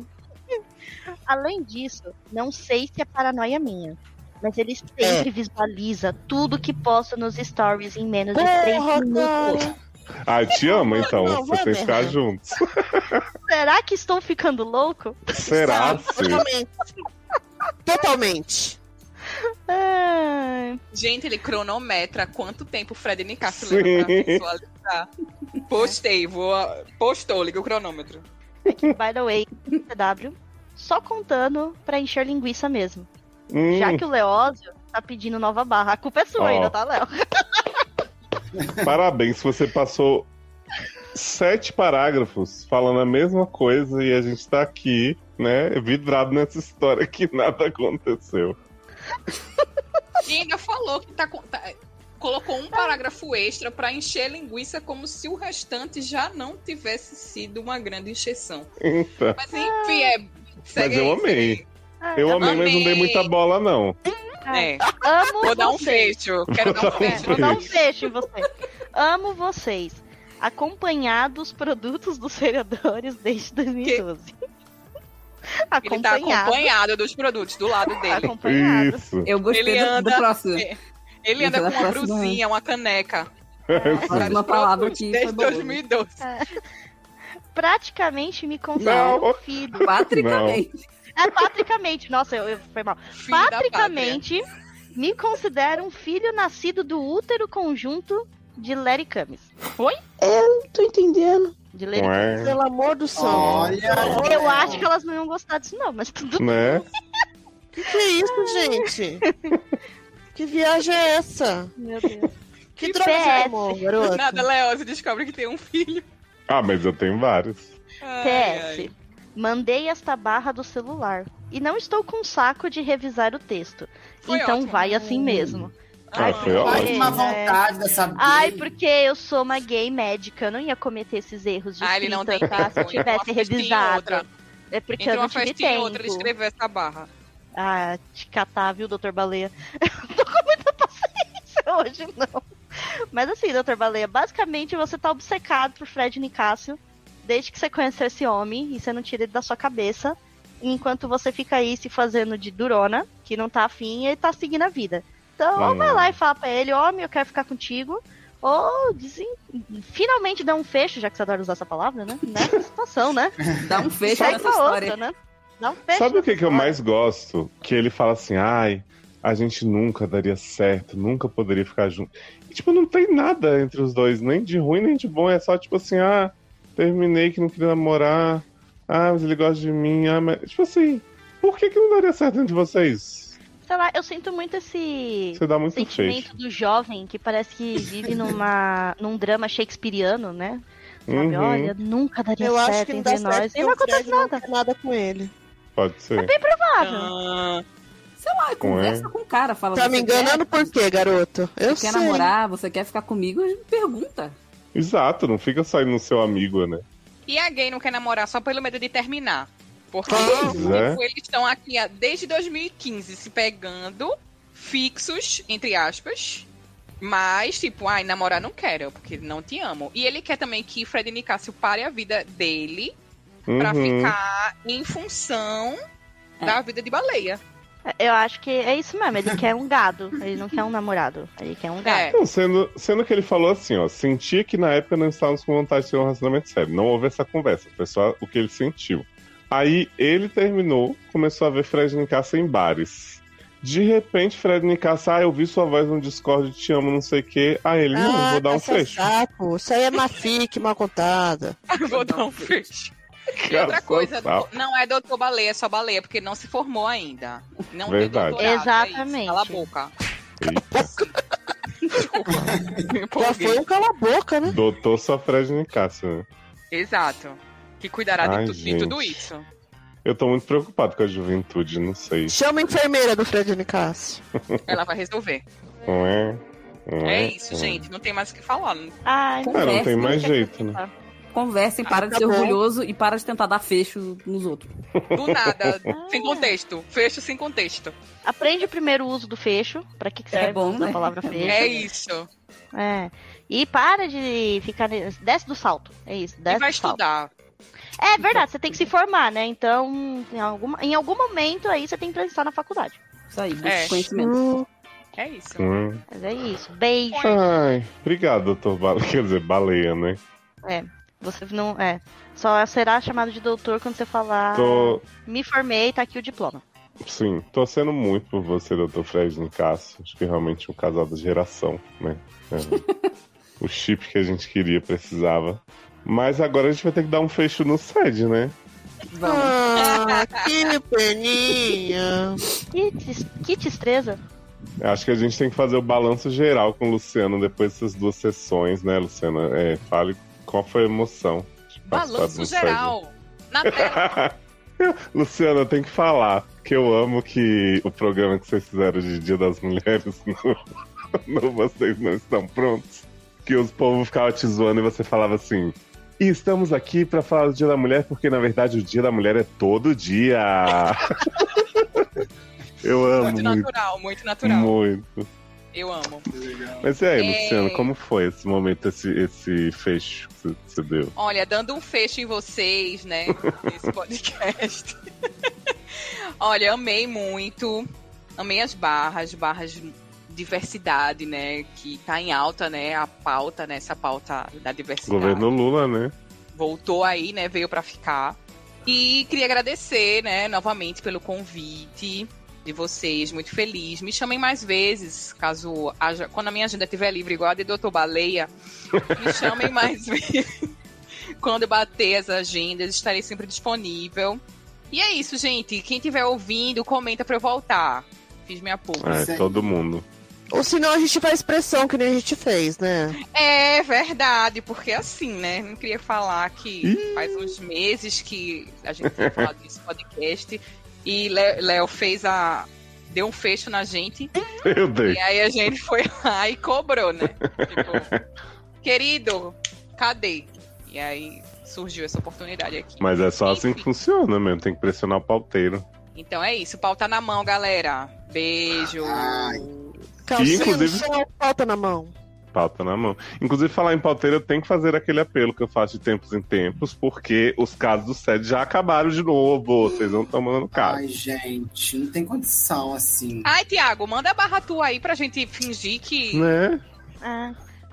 Speaker 6: Além disso, não sei se é paranoia minha. Mas ele sempre visualiza tudo que posta nos stories em menos de três
Speaker 4: Porra,
Speaker 6: minutos.
Speaker 4: cara.
Speaker 1: Ai, te ama então.
Speaker 4: Não,
Speaker 1: Você tem que
Speaker 4: vamos
Speaker 1: ficar
Speaker 4: errar.
Speaker 1: juntos.
Speaker 6: Será que estou ficando louco?
Speaker 1: Será? assim. Sim.
Speaker 4: Totalmente. Totalmente.
Speaker 6: Ai,
Speaker 3: Gente, ele cronometra quanto tempo o Fred Nicasso
Speaker 1: Sim.
Speaker 3: leva pra visualizar. Postei, vou. Postou, liga o cronômetro.
Speaker 6: by the way, CW, só contando pra encher linguiça mesmo.
Speaker 1: Hum,
Speaker 6: Já que o Leózio tá pedindo nova barra, a culpa é sua
Speaker 1: Ó.
Speaker 6: ainda, tá, Léo?
Speaker 1: Parabéns, você passou sete parágrafos falando a mesma coisa e a gente tá aqui, né, vidrado nessa história que nada aconteceu.
Speaker 3: E ainda falou que tá, com- tá- colocou um parágrafo extra pra encher linguiça como se o restante já não tivesse sido uma grande encheção.
Speaker 1: Então,
Speaker 3: Mas enfim, é
Speaker 1: Mas
Speaker 3: Segue
Speaker 1: eu
Speaker 3: aí, segue
Speaker 1: amei.
Speaker 6: Ah,
Speaker 1: Eu
Speaker 3: eu
Speaker 1: amei, mas não dei
Speaker 3: amei.
Speaker 1: muita bola, não.
Speaker 3: aí. É.
Speaker 6: Amo
Speaker 3: Vou dar um
Speaker 6: vocês.
Speaker 3: beijo. Quero dar um
Speaker 6: É,
Speaker 3: beijo.
Speaker 6: vou dar um beijo em você. Amo vocês. Acompanhado os produtos dos vereadores desde 2012.
Speaker 3: Ele tá
Speaker 6: Acompanhado.
Speaker 3: acompanhado dos produtos do lado dele.
Speaker 6: acompanhado.
Speaker 1: Isso.
Speaker 5: Eu gostei
Speaker 3: Ele
Speaker 5: do, do
Speaker 3: anda-
Speaker 5: próximo.
Speaker 3: É. Ele anda com
Speaker 5: Isso,
Speaker 3: uma
Speaker 5: da próxima-
Speaker 3: brusinha, uma caneca.
Speaker 1: É,
Speaker 5: Faz né? uma
Speaker 3: Vários
Speaker 5: palavra
Speaker 3: produtos
Speaker 5: que foi
Speaker 3: Desde
Speaker 5: boa. né?
Speaker 3: 2012.
Speaker 6: Praticamente me considero
Speaker 1: Não.
Speaker 6: filho.
Speaker 5: Patricamente.
Speaker 6: Ah, patricamente. Nossa, eu, eu- foi mal.
Speaker 3: Filho da pátria.
Speaker 6: Patricamente me considero um filho nascido do útero conjunto de Larry Cummings. Oi?
Speaker 4: Não tô entendendo.
Speaker 6: De Larry
Speaker 1: Ué,
Speaker 4: Pelo amor do céu.
Speaker 2: Olha.
Speaker 6: Eu acho que elas não iam gostar disso, não, mas tudo
Speaker 1: né?
Speaker 4: Que que é isso, gente? que viagem é essa?
Speaker 6: Meu Deus.
Speaker 4: Que,
Speaker 6: Que
Speaker 4: droga de
Speaker 6: PS.
Speaker 4: amor,
Speaker 3: Do
Speaker 4: garoto?
Speaker 3: Nada, Leose descobre que tem um filho.
Speaker 1: Ah, mas eu tenho vários.
Speaker 3: Ai,
Speaker 6: PS.
Speaker 3: ai.
Speaker 6: Mandei esta barra do celular. E não estou com saco de revisar o texto.
Speaker 3: Foi
Speaker 6: então
Speaker 3: ótimo.
Speaker 6: vai assim mesmo.
Speaker 1: Ah, foi
Speaker 2: Faz
Speaker 1: ótimo.
Speaker 2: uma vontade dessa
Speaker 6: né? Ai,
Speaker 2: gay.
Speaker 6: porque eu sou uma gay médica, eu não ia cometer esses erros de
Speaker 3: Ah, ele
Speaker 6: escrita,
Speaker 3: não tem
Speaker 6: tá? Se
Speaker 3: vergonha.
Speaker 6: tivesse
Speaker 3: Uma festinha e outra.
Speaker 6: revisado. É porque
Speaker 3: Entre
Speaker 6: eu não
Speaker 3: uma
Speaker 6: tive
Speaker 3: festinha e outra, ele
Speaker 6: tempo.
Speaker 3: escreveu essa barra.
Speaker 6: Ah, te catar, viu, Dr. Baleia? Eu não tô com muita paciência hoje, não. Mas assim, Dr. Baleia, basicamente você tá obcecado por Fred Nicásio desde que você conheceu esse homem e você não tira ele da sua cabeça. Enquanto você fica aí se fazendo de durona, que não tá afim, e ele tá seguindo a vida. Então, ou
Speaker 1: Hum.
Speaker 6: vai lá e fala pra ele, homem, eu quero ficar contigo. Ou desen- finalmente dá um fecho, já que você adora usar essa palavra, né? Nessa situação, né?
Speaker 5: Dá um fecho
Speaker 6: Segue
Speaker 5: nessa
Speaker 6: pra outra,
Speaker 5: história.
Speaker 6: né? Dá um fecho.
Speaker 1: Sabe o que,
Speaker 6: nessa
Speaker 1: que eu
Speaker 6: história.
Speaker 1: mais gosto? Que ele fala assim, ai, a gente nunca daria certo, nunca poderia ficar junto. E, tipo, não tem nada entre os dois, nem de ruim, nem de bom. É só, tipo assim, ah, terminei que não queria namorar. Ah, mas ele gosta de mim. Ah, mas... Tipo assim, por que, que não daria certo entre vocês?
Speaker 6: Sei lá, eu sinto muito esse
Speaker 1: Você dá muito feio.
Speaker 6: sentimento do jovem que parece que vive numa, num drama shakespeariano, né? Sabe,
Speaker 1: Uhum,
Speaker 6: olha, nunca daria
Speaker 4: Eu acho
Speaker 6: certo
Speaker 4: que não dá
Speaker 6: entre nós.
Speaker 4: certo.
Speaker 6: E não
Speaker 4: porque o Fred
Speaker 6: acontece
Speaker 4: não
Speaker 3: um
Speaker 6: nada.
Speaker 4: quer nada com ele.
Speaker 1: pode ser.
Speaker 6: Claro.
Speaker 3: Ah,
Speaker 5: Sei lá, conversa com o cara. Fala,
Speaker 4: Tá me
Speaker 5: "Você quer-
Speaker 4: enganando por quê, garoto? Eu
Speaker 5: Você quer
Speaker 4: sei.
Speaker 5: namorar? Você quer ficar comigo? Pergunta.
Speaker 1: Exato, não fica saindo no seu amigo, né?
Speaker 3: E a gay não quer namorar só pelo medo de terminar. Porque
Speaker 1: Pois é.
Speaker 3: tipo, eles estão aqui ah, desde 2015 se pegando, fixos, entre aspas. Mas, tipo, ai, namorar não quero, porque não te amo. E ele quer também que Fred Nicásio pare a vida dele pra
Speaker 1: Uhum.
Speaker 3: ficar em função
Speaker 5: É.
Speaker 3: da vida de baleia.
Speaker 6: Eu acho que é isso mesmo. Ele quer um gado. Ele não quer um namorado. Ele quer um gado.
Speaker 3: É.
Speaker 1: Não, sendo, sendo que ele falou assim, ó, sentia que na época não estávamos com vontade de ter um relacionamento sério. Não houve essa conversa, foi só o que ele sentiu. Aí ele terminou, começou a ver Fred Nicasso em bares. De repente, Fred Nicasso, ah, eu vi sua voz no Discord, te amo, não sei o quê. Aí ele, não,
Speaker 4: Ah,
Speaker 1: vou dar um
Speaker 4: essa
Speaker 3: tá,
Speaker 1: fecho.
Speaker 4: Saco. Isso aí é mafique, mal contada.
Speaker 3: Vou dar um fecho. E outra coisa,
Speaker 1: Total.
Speaker 3: não é doutor baleia, é só baleia, porque não se formou ainda. Não tem
Speaker 1: Verdade.
Speaker 3: doutorado, é isso.
Speaker 6: Exatamente.
Speaker 3: Cala a boca.
Speaker 1: Eita.
Speaker 3: Desculpa. Me
Speaker 4: Já
Speaker 3: empolguei.
Speaker 4: foi um cala-boca, né?
Speaker 1: Doutor só Fred Nicasso, né?
Speaker 3: Exato. Que cuidará
Speaker 1: Ai,
Speaker 3: de, tu- de
Speaker 1: gente.
Speaker 3: tudo isso.
Speaker 1: Eu tô muito preocupado com a juventude, não sei.
Speaker 4: Chama a enfermeira do Fred Nicasso.
Speaker 3: Ela vai resolver.
Speaker 1: Não é? Não
Speaker 3: É
Speaker 1: é?
Speaker 3: isso,
Speaker 1: Não é.
Speaker 3: gente. Não tem mais o que falar.
Speaker 6: Ai,
Speaker 1: Ah, não tem
Speaker 5: Conversa,
Speaker 1: mais
Speaker 6: não quer
Speaker 1: jeito, né?
Speaker 6: participar.
Speaker 5: Conversem,
Speaker 3: Ah,
Speaker 5: para
Speaker 3: tá
Speaker 5: de ser
Speaker 4: Acabou.
Speaker 5: orgulhoso e para de tentar dar fecho nos outros.
Speaker 3: Do nada. sem contexto. Fecho sem contexto.
Speaker 6: Aprende primeiro o uso do fecho. Pra que, que
Speaker 5: É
Speaker 6: serve
Speaker 5: bom,
Speaker 6: a
Speaker 5: né?
Speaker 6: palavra fecho?
Speaker 3: É isso.
Speaker 6: É. E para de ficar. ne- Desce do salto. É isso. Desce
Speaker 3: E vai
Speaker 6: do salto.
Speaker 3: estudar.
Speaker 6: É verdade, você tem que se formar, né? Então, em, alguma- em algum momento aí você tem que prestar na faculdade.
Speaker 5: Isso aí, busca
Speaker 3: É.
Speaker 5: conhecimento.
Speaker 4: Então.
Speaker 3: É isso.
Speaker 1: Hum.
Speaker 6: Mas é isso. Beijo.
Speaker 1: Ai, obrigado, doutor Baleia. Quer dizer, baleia, né?
Speaker 6: Você não. É. Só será chamado de doutor quando você falar.
Speaker 3: Ah.
Speaker 1: Tô.
Speaker 6: Me formei, tá aqui o diploma.
Speaker 1: Sim, torcendo muito por você, doutor Fred Nicasso. Acho que realmente um casal da geração, né? É. o chip que a gente queria, precisava. Mas agora a gente vai ter que dar um fecho no SED, né?
Speaker 5: Vamos.
Speaker 4: Ah, que peninha.
Speaker 6: Que, tris- que tristeza.
Speaker 1: Acho que a gente tem que fazer o balanço geral com o Luciano depois dessas duas sessões, né, Luciana? É, fale qual foi a emoção. de participar
Speaker 3: Balanço
Speaker 1: do SED. né?
Speaker 3: geral. Na tela.
Speaker 1: Luciana, tem que falar que eu amo que o programa que vocês fizeram de Dia das Mulheres no, no Vocês Não Estão Prontos, que os povos ficavam te zoando e você falava assim, E estamos aqui para falar do Dia da Mulher, porque na verdade o Dia da Mulher é todo dia. Eu amo muito,
Speaker 3: Muito natural, muito natural.
Speaker 1: muito.
Speaker 3: Eu amo.
Speaker 1: Mas e aí,
Speaker 3: É.
Speaker 1: Luciano, como foi esse momento, esse, esse fecho que você- você deu?
Speaker 3: Olha, dando um fecho em vocês, né? Nesse podcast. Olha, amei muito. Amei as barras, barras de diversidade, né? Que tá em alta, né? A pauta, né? Essa pauta da diversidade.
Speaker 1: Governo Lula, né?
Speaker 3: Voltou aí, né? Veio pra ficar. E queria agradecer, né? Novamente pelo convite de vocês. Muito feliz. Me chamem mais vezes, caso haja... Quando a minha agenda estiver livre, igual a de Doutor Baleia, me chamem mais vezes. Quando bater as agendas, estarei sempre disponível. E é isso, gente. Quem estiver ouvindo, comenta pra eu voltar. Fiz minha porra.
Speaker 1: É, todo mundo.
Speaker 4: Ou senão a gente faz expressão que nem a gente fez, né?
Speaker 3: É verdade, porque assim, né? Não queria falar que
Speaker 1: Ih.
Speaker 3: faz uns meses que a gente tinha falado disso no podcast e Le- Léo fez a. deu um fecho na gente
Speaker 1: Eu dei.
Speaker 3: e aí a gente foi lá e cobrou, né? Tipo, querido, cadê? E aí surgiu essa oportunidade aqui.
Speaker 1: Mas é só assim que funciona mesmo, tem que pressionar o pauteiro.
Speaker 3: Então é isso, pau tá na mão, galera. Beijo.
Speaker 4: Calcinha no
Speaker 1: inclusive-
Speaker 4: chão, falta na mão.
Speaker 1: Pauta na mão. Inclusive, falar em pauteiro, eu tenho que fazer aquele apelo que eu faço de tempos em tempos, porque os casos do SED já acabaram de novo. Vocês não estão mandando caso.
Speaker 2: Ai, gente, não tem condição assim.
Speaker 6: Ah,
Speaker 3: Ai, Tiago, manda a barra tua aí pra gente fingir que.
Speaker 1: Né?
Speaker 6: É.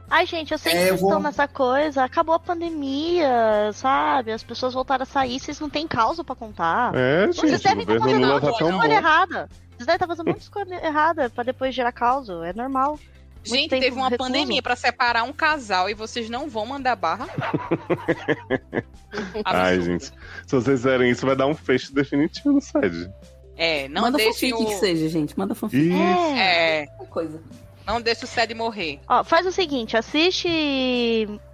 Speaker 6: Ai, gente, eu sei que
Speaker 2: É, eu
Speaker 6: vocês
Speaker 2: vou-
Speaker 6: estão nessa coisa. Acabou a pandemia, sabe? As pessoas voltaram a sair, vocês não têm causa pra contar.
Speaker 1: É,
Speaker 6: vocês
Speaker 1: gente, o
Speaker 6: devem estar
Speaker 1: governo
Speaker 6: fazendo
Speaker 1: Lula
Speaker 6: uma
Speaker 1: tá tão
Speaker 6: escolha
Speaker 1: bom.
Speaker 6: errada. Vocês devem estar fazendo um muita escolha errada pra depois gerar causa. É normal.
Speaker 3: Gente,
Speaker 6: tempo,
Speaker 3: teve uma
Speaker 6: recuso.
Speaker 3: pandemia pra separar um casal e vocês não vão mandar barra?
Speaker 1: Ai,
Speaker 3: Absurdo.
Speaker 1: gente. Se vocês fizerem isso, vai dar um fecho definitivo no SED.
Speaker 3: É, não
Speaker 5: Manda
Speaker 3: deixe
Speaker 5: fanfic
Speaker 3: o...
Speaker 5: que seja, gente. Manda fanfic.
Speaker 1: E
Speaker 6: É.
Speaker 3: É,
Speaker 5: Qualquer Coisa.
Speaker 3: não deixe o Sede morrer.
Speaker 6: Ó, faz o seguinte, assiste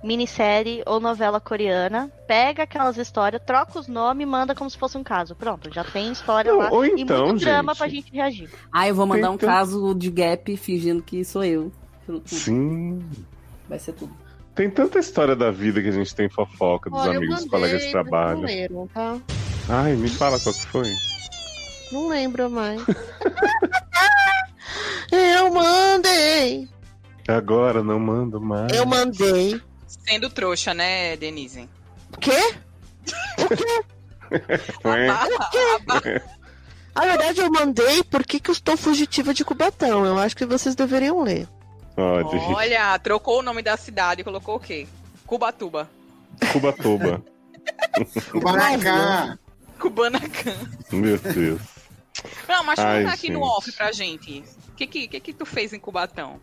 Speaker 6: minissérie ou novela coreana, pega aquelas histórias, troca os nomes e manda como se fosse um caso. Pronto, já tem história
Speaker 1: Não,
Speaker 6: lá
Speaker 1: ou
Speaker 6: e
Speaker 1: então,
Speaker 6: muito drama
Speaker 1: gente.
Speaker 6: pra gente reagir.
Speaker 5: Ah, eu vou mandar um
Speaker 1: Então-
Speaker 5: caso de gap fingindo que sou eu. Pelo-
Speaker 1: sim.
Speaker 5: Vai ser tudo.
Speaker 1: Tem tanta história da vida que a gente tem fofoca dos
Speaker 4: Olha, eu
Speaker 1: amigos, dos
Speaker 4: mandei,
Speaker 1: colegas de
Speaker 4: vocês
Speaker 1: trabalho.
Speaker 4: Não leram, tá?
Speaker 1: Ai, me fala qual que foi.
Speaker 4: Não lembro mais. eu mandei.
Speaker 1: Agora não mando mais.
Speaker 4: Eu mandei.
Speaker 3: Sendo trouxa, né, Denise?
Speaker 4: Quê?
Speaker 3: A
Speaker 1: É.
Speaker 3: barra, a barra.
Speaker 4: Na verdade, eu mandei porque que eu estou fugitiva de Cubatão. Eu acho que vocês deveriam ler.
Speaker 1: Pode.
Speaker 3: Olha, trocou o nome da cidade, colocou o quê? Cubatuba.
Speaker 1: Cubatuba.
Speaker 2: O Baracá.
Speaker 3: Cubanacan.
Speaker 1: Meu Deus.
Speaker 3: Não, mas
Speaker 1: Ai,
Speaker 3: conta aqui no
Speaker 1: gente.
Speaker 3: off pra gente. O que que, que que tu fez em Cubatão?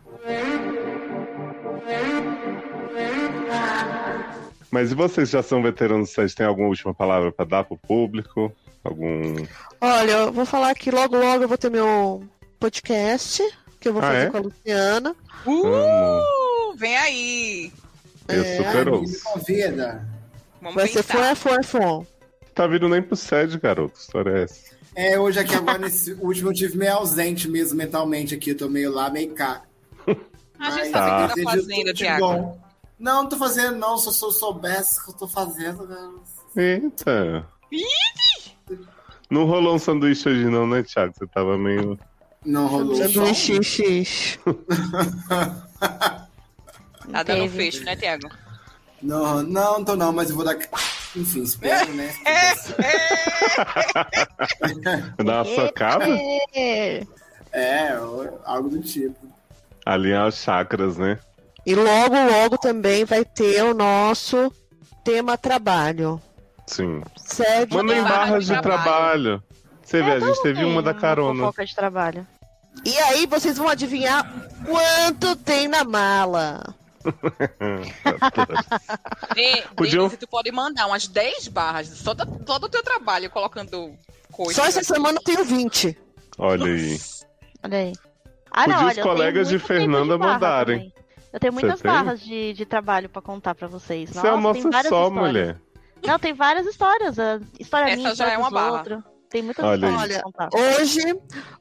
Speaker 1: Mas e vocês que já são veteranos do SED? Tem alguma última palavra pra dar pro público? Algum.
Speaker 4: Olha, eu vou falar que logo, logo eu vou ter meu podcast que eu vou
Speaker 1: Ah,
Speaker 4: fazer
Speaker 1: é?
Speaker 4: com a Luciana.
Speaker 1: Amo.
Speaker 3: Uh, vem aí.
Speaker 1: Eu
Speaker 4: É,
Speaker 1: super
Speaker 2: Me
Speaker 1: ouço.
Speaker 2: convida.
Speaker 3: Vamos
Speaker 4: Vai ser
Speaker 3: pensar.
Speaker 4: fã, fã, fã.
Speaker 1: Tá vindo nem pro SED, garoto. Que história é essa?
Speaker 2: É, hoje aqui, agora nesse último, eu tive meio ausente mesmo mentalmente aqui. Eu tô meio lá, meio cá.
Speaker 3: A gente
Speaker 2: Mas
Speaker 3: sabe o
Speaker 1: tá.
Speaker 3: que tá
Speaker 2: desejo
Speaker 3: fazendo,
Speaker 2: tudo de
Speaker 3: Tiago.
Speaker 2: bom. Não, não tô fazendo, não. Se eu sou- soubesse o que eu tô fazendo, cara.
Speaker 1: Eita. Não rolou um sanduíche hoje, não, né, Thiago? Você tava meio.
Speaker 2: Não rolou.
Speaker 4: Sanduíche, xixi.
Speaker 3: Tá dando
Speaker 6: Teve.
Speaker 3: fecho, né, Tiago?
Speaker 2: Não, não, tô não, mas eu vou dar. Enfim, espero, né?
Speaker 1: Dá uma socada?
Speaker 6: É.
Speaker 2: É, ou- algo do tipo.
Speaker 1: Alinhar os chakras, é né?
Speaker 4: E logo, logo também vai ter o nosso tema trabalho.
Speaker 1: Sim.
Speaker 4: Sede
Speaker 1: Mandem
Speaker 3: barra
Speaker 1: barras
Speaker 3: de
Speaker 1: de trabalho. Você vê, a gente
Speaker 6: todo
Speaker 1: teve
Speaker 6: mundo
Speaker 1: uma da
Speaker 6: É tem
Speaker 1: carona.
Speaker 6: Fofoca de trabalho.
Speaker 4: E aí vocês vão adivinhar quanto tem na mala.
Speaker 1: É, tá,
Speaker 3: De,
Speaker 1: Podia-
Speaker 3: Denise, tu pode mandar umas 10 barras, só do, só do teu trabalho, colocando coisas.
Speaker 4: Só essa
Speaker 3: aqui.
Speaker 4: semana eu tenho 20.
Speaker 1: Olha aí.
Speaker 6: Olha aí. Ah,
Speaker 1: Podia
Speaker 6: não,
Speaker 1: os
Speaker 6: olha, eu tenho
Speaker 1: colegas de
Speaker 6: muito tempo
Speaker 1: Fernanda
Speaker 6: barra
Speaker 1: mandarem.
Speaker 6: também. Eu tenho
Speaker 1: Você
Speaker 6: muitas
Speaker 1: tem?
Speaker 6: barras de, de trabalho pra contar pra vocês.
Speaker 1: Você
Speaker 6: Nossa,
Speaker 1: almoça
Speaker 6: tem várias
Speaker 1: só,
Speaker 6: histórias.
Speaker 1: mulher.
Speaker 6: Não, tem várias histórias. a História
Speaker 3: Essa
Speaker 6: minha,
Speaker 3: já
Speaker 6: história
Speaker 3: é
Speaker 6: dos
Speaker 3: uma barra.
Speaker 6: outros. Tem muitas
Speaker 1: Olha aí.
Speaker 6: histórias pra contar.
Speaker 4: Hoje,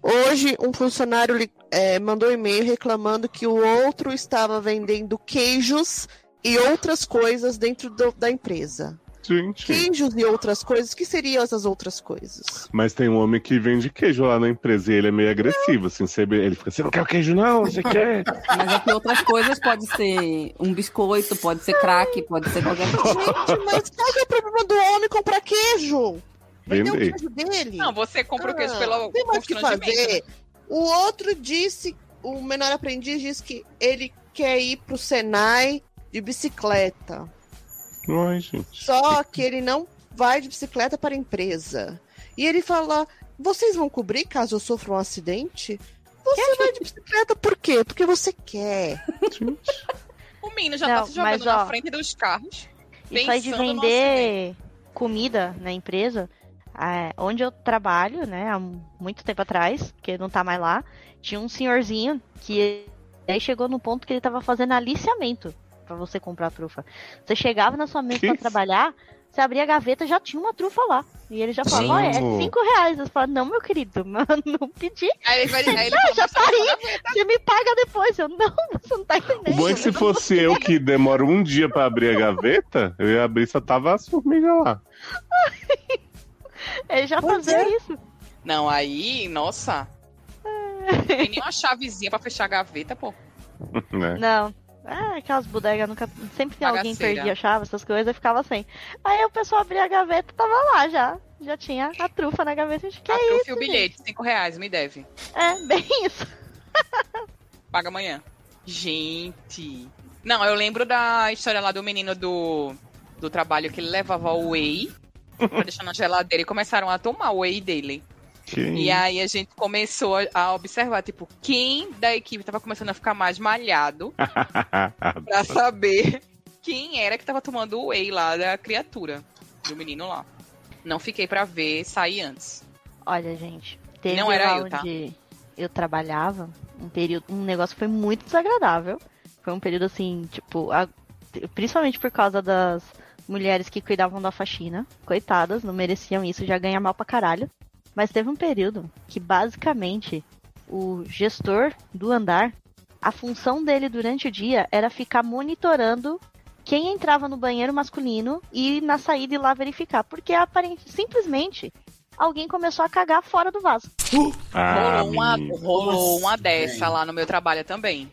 Speaker 4: hoje um é, funcionário li- eh, mandou um e-mail reclamando que o outro estava vendendo queijos e outras coisas dentro do- da empresa.
Speaker 1: Gente.
Speaker 4: Queijos e outras coisas, o que seriam essas outras coisas?
Speaker 1: Mas tem um homem que vende queijo lá na empresa e ele é meio agressivo, assim. Você, ele fica, você não quer o queijo, não? Você quer?
Speaker 5: Mas é que outras coisas pode ser um biscoito, pode ser crack, pode ser qualquer coisa.
Speaker 4: Gente, mas qual que é o problema do homem comprar queijo? Vender o
Speaker 1: Vender.
Speaker 4: queijo dele?
Speaker 3: Não, tipo você compra o queijo
Speaker 4: Ah,
Speaker 3: pelo
Speaker 4: Tem mais o que
Speaker 3: constrangimento. né?
Speaker 4: fazer. O outro disse, o menor aprendiz disse que ele quer ir pro Senai de bicicleta.
Speaker 3: assim,
Speaker 1: Ai, gente.
Speaker 4: Só que ele não vai de bicicleta para a empresa. E ele fala: vocês vão cobrir caso eu sofra um acidente? Você vai de bicicleta por quê? Porque você quer.
Speaker 3: O menino já
Speaker 6: Não,
Speaker 3: tá se jogando
Speaker 6: mas, ó,
Speaker 3: na frente dos carros.
Speaker 6: Isso aí de
Speaker 3: Pensando no
Speaker 6: vender comida na empresa, é, onde eu trabalho, né, há muito tempo atrás, porque não tá mais lá, tinha um senhorzinho que aí chegou no ponto que ele tava fazendo aliciamento pra você comprar trufa. Você chegava na sua mesa
Speaker 1: Que
Speaker 6: pra
Speaker 1: isso?
Speaker 6: trabalhar, você abria a gaveta, já tinha uma trufa lá. E ele já falava, ó, é
Speaker 1: Amo.
Speaker 6: cinco reais. Eu falava, não, meu querido, mas eu não pedi.
Speaker 3: Aí ele vai. Aí ele fala,
Speaker 6: já
Speaker 3: "Mas tá
Speaker 6: parei."
Speaker 3: falando a verdade."
Speaker 6: Você me paga depois. Eu, não, você não tá entendendo.
Speaker 1: O bom é que se fosse eu que demoro um dia pra abrir a gaveta, eu ia abrir só tava as formigas lá.
Speaker 6: Ele já fazia
Speaker 1: é.
Speaker 6: isso.
Speaker 3: Não, aí, nossa. Tem nem uma chavezinha pra fechar a gaveta, pô.
Speaker 1: Né?
Speaker 6: Não. Ah, aquelas bodegas nunca. Sempre que alguém
Speaker 3: Bagaceira.
Speaker 6: perdia a chave, essas coisas, eu ficava sem. Aí o pessoal abria a gaveta tava lá já. Já tinha a trufa na gaveta. Gente, que
Speaker 3: Ah,
Speaker 6: é
Speaker 3: eu
Speaker 6: isso?
Speaker 3: fui o bilhete, cinco reais, me deve.
Speaker 6: É, bem isso.
Speaker 3: Paga amanhã. Gente. Não, eu lembro da história lá do menino do, do trabalho que ele levava o whey pra deixar na geladeira e começaram a tomar o whey dele. E
Speaker 1: Que...
Speaker 3: aí a gente começou a- a observar, tipo, quem da equipe tava começando a ficar mais malhado
Speaker 1: Ah.
Speaker 3: pra saber quem era que tava tomando o whey lá da criatura, do menino lá. Não fiquei pra ver sair antes.
Speaker 6: Olha, gente. Teve
Speaker 3: Não era
Speaker 6: lá
Speaker 3: eu, tá?
Speaker 6: onde eu trabalhava, um período. Um negócio que foi muito desagradável. Foi um período assim, tipo. a- principalmente por causa das mulheres que cuidavam da faxina. Coitadas, não mereciam isso, já ganha mal pra caralho. Mas teve um período que basicamente o gestor do andar, a função dele durante o dia era ficar monitorando quem entrava no banheiro masculino e na saída ir lá verificar, porque aparentemente simplesmente alguém começou a cagar fora do vaso.
Speaker 1: Ah,
Speaker 3: rolou, um uma,
Speaker 1: menino.
Speaker 3: rolou uma
Speaker 2: Nossa,
Speaker 3: dessa
Speaker 2: velho.
Speaker 3: lá no meu trabalho também.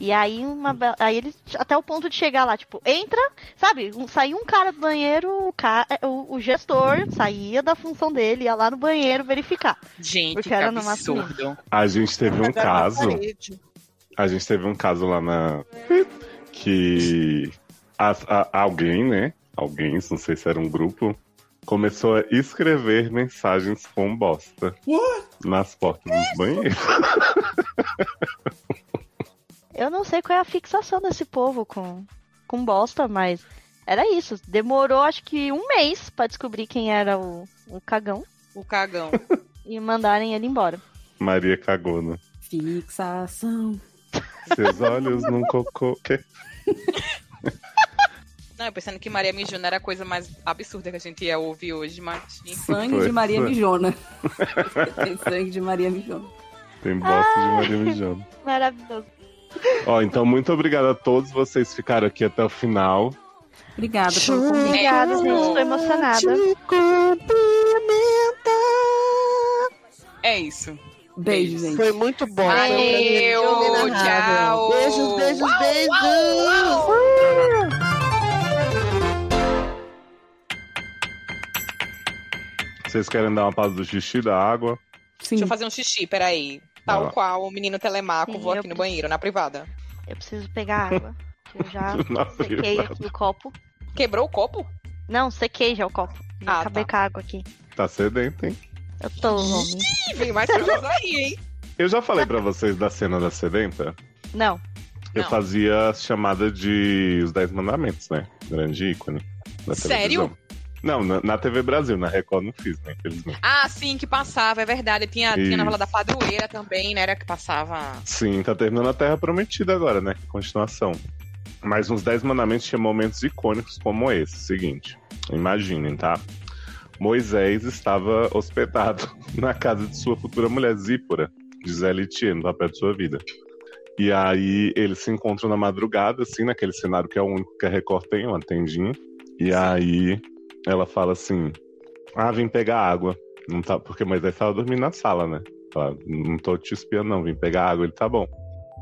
Speaker 6: E aí uma be- aí eles até o ponto de chegar lá, tipo, entra, sabe? Um, saiu um cara do banheiro, o, ca- é, o- o gestor saía da função dele, ia lá no banheiro verificar.
Speaker 3: Gente,
Speaker 6: Porque
Speaker 3: que
Speaker 6: era numa
Speaker 3: absurdo.
Speaker 1: A gente teve um caso.
Speaker 4: Parede.
Speaker 1: A gente teve um caso lá na. Que a- a- alguém, né? Alguém, não sei se era um grupo, começou a escrever mensagens com bosta
Speaker 2: What?
Speaker 1: nas portas dos banheiros.
Speaker 6: Eu não sei qual é a fixação desse povo com com bosta, mas era isso. Demorou acho que um mês pra descobrir quem era o, o cagão
Speaker 3: O cagão.
Speaker 6: e mandarem ele embora.
Speaker 1: Maria Cagona.
Speaker 5: Fixação.
Speaker 1: Seus olhos num cocô. Que?
Speaker 3: Não, eu pensando que Maria Mijona era a coisa mais absurda que a gente ia ouvir hoje, mas. enfim.
Speaker 5: Sangue
Speaker 1: Foi,
Speaker 5: de Maria
Speaker 1: foi.
Speaker 5: Mijona. Tem sangue de Maria Mijona.
Speaker 1: Tem bosta de Maria Mijana.
Speaker 6: Maravilhoso.
Speaker 1: Ó, então muito obrigado a todos vocês que ficaram aqui até o final.
Speaker 5: Obrigada pelo convite.
Speaker 6: Obrigada, gente. Estou emocionada.
Speaker 4: Te cumprimenta.
Speaker 3: É isso.
Speaker 5: Beijo, gente.
Speaker 4: Foi muito bom. foi um prazer né,
Speaker 3: Valeu,
Speaker 4: inenarrável.
Speaker 3: tchau.
Speaker 4: Beijos, beijos, beijos.
Speaker 1: Vocês querem dar uma pausa do xixi, da água?
Speaker 5: Sim.
Speaker 3: Deixa eu fazer um xixi, peraí.
Speaker 1: Vai lá.
Speaker 3: Tal qual o menino Telemaco,
Speaker 6: Sim,
Speaker 3: vou
Speaker 6: eu
Speaker 3: aqui no
Speaker 6: preciso.
Speaker 3: banheiro, na privada.
Speaker 6: Eu preciso pegar água. que Eu já
Speaker 1: Na
Speaker 6: sequei
Speaker 1: privada.
Speaker 6: aqui o copo.
Speaker 3: Quebrou o copo?
Speaker 6: Não, sequei já o copo. Já
Speaker 3: Ah,
Speaker 6: acabei
Speaker 3: tá.
Speaker 6: com a água aqui.
Speaker 1: Tá sedento, hein?
Speaker 6: Eu tô homem.
Speaker 3: Ih, vem mais coisa aí, hein?
Speaker 1: Eu já falei pra vocês da cena da sedenta.
Speaker 6: Não.
Speaker 1: Eu
Speaker 3: Não.
Speaker 1: fazia a chamada de Os Dez Mandamentos, né? Grande ícone. Da
Speaker 3: Sério?
Speaker 1: televisão. Não, na, na TV Brasil, na Record não fiz, né? Infelizmente.
Speaker 3: Ah, sim, que passava, é verdade. Tinha, tinha a novela
Speaker 1: Isso.
Speaker 3: da Padroeira também, né? Era que passava.
Speaker 1: Sim, tá terminando a Terra Prometida agora, né? Continuação. Mas uns Dez Mandamentos tinha momentos icônicos como esse. Seguinte, imaginem, tá? Moisés estava hospedado na casa de sua futura mulher, Zípora, de Zé Litier, no papel de sua vida. E aí eles se encontram na madrugada, assim, naquele cenário que é o único que a Record tem, uma tendinha. E aí ela fala assim: Ah, vim pegar água. Não tá, porque Moisés tava dormindo na sala, né? Fala, não tô te espiando, não, vim pegar água, ele tá bom.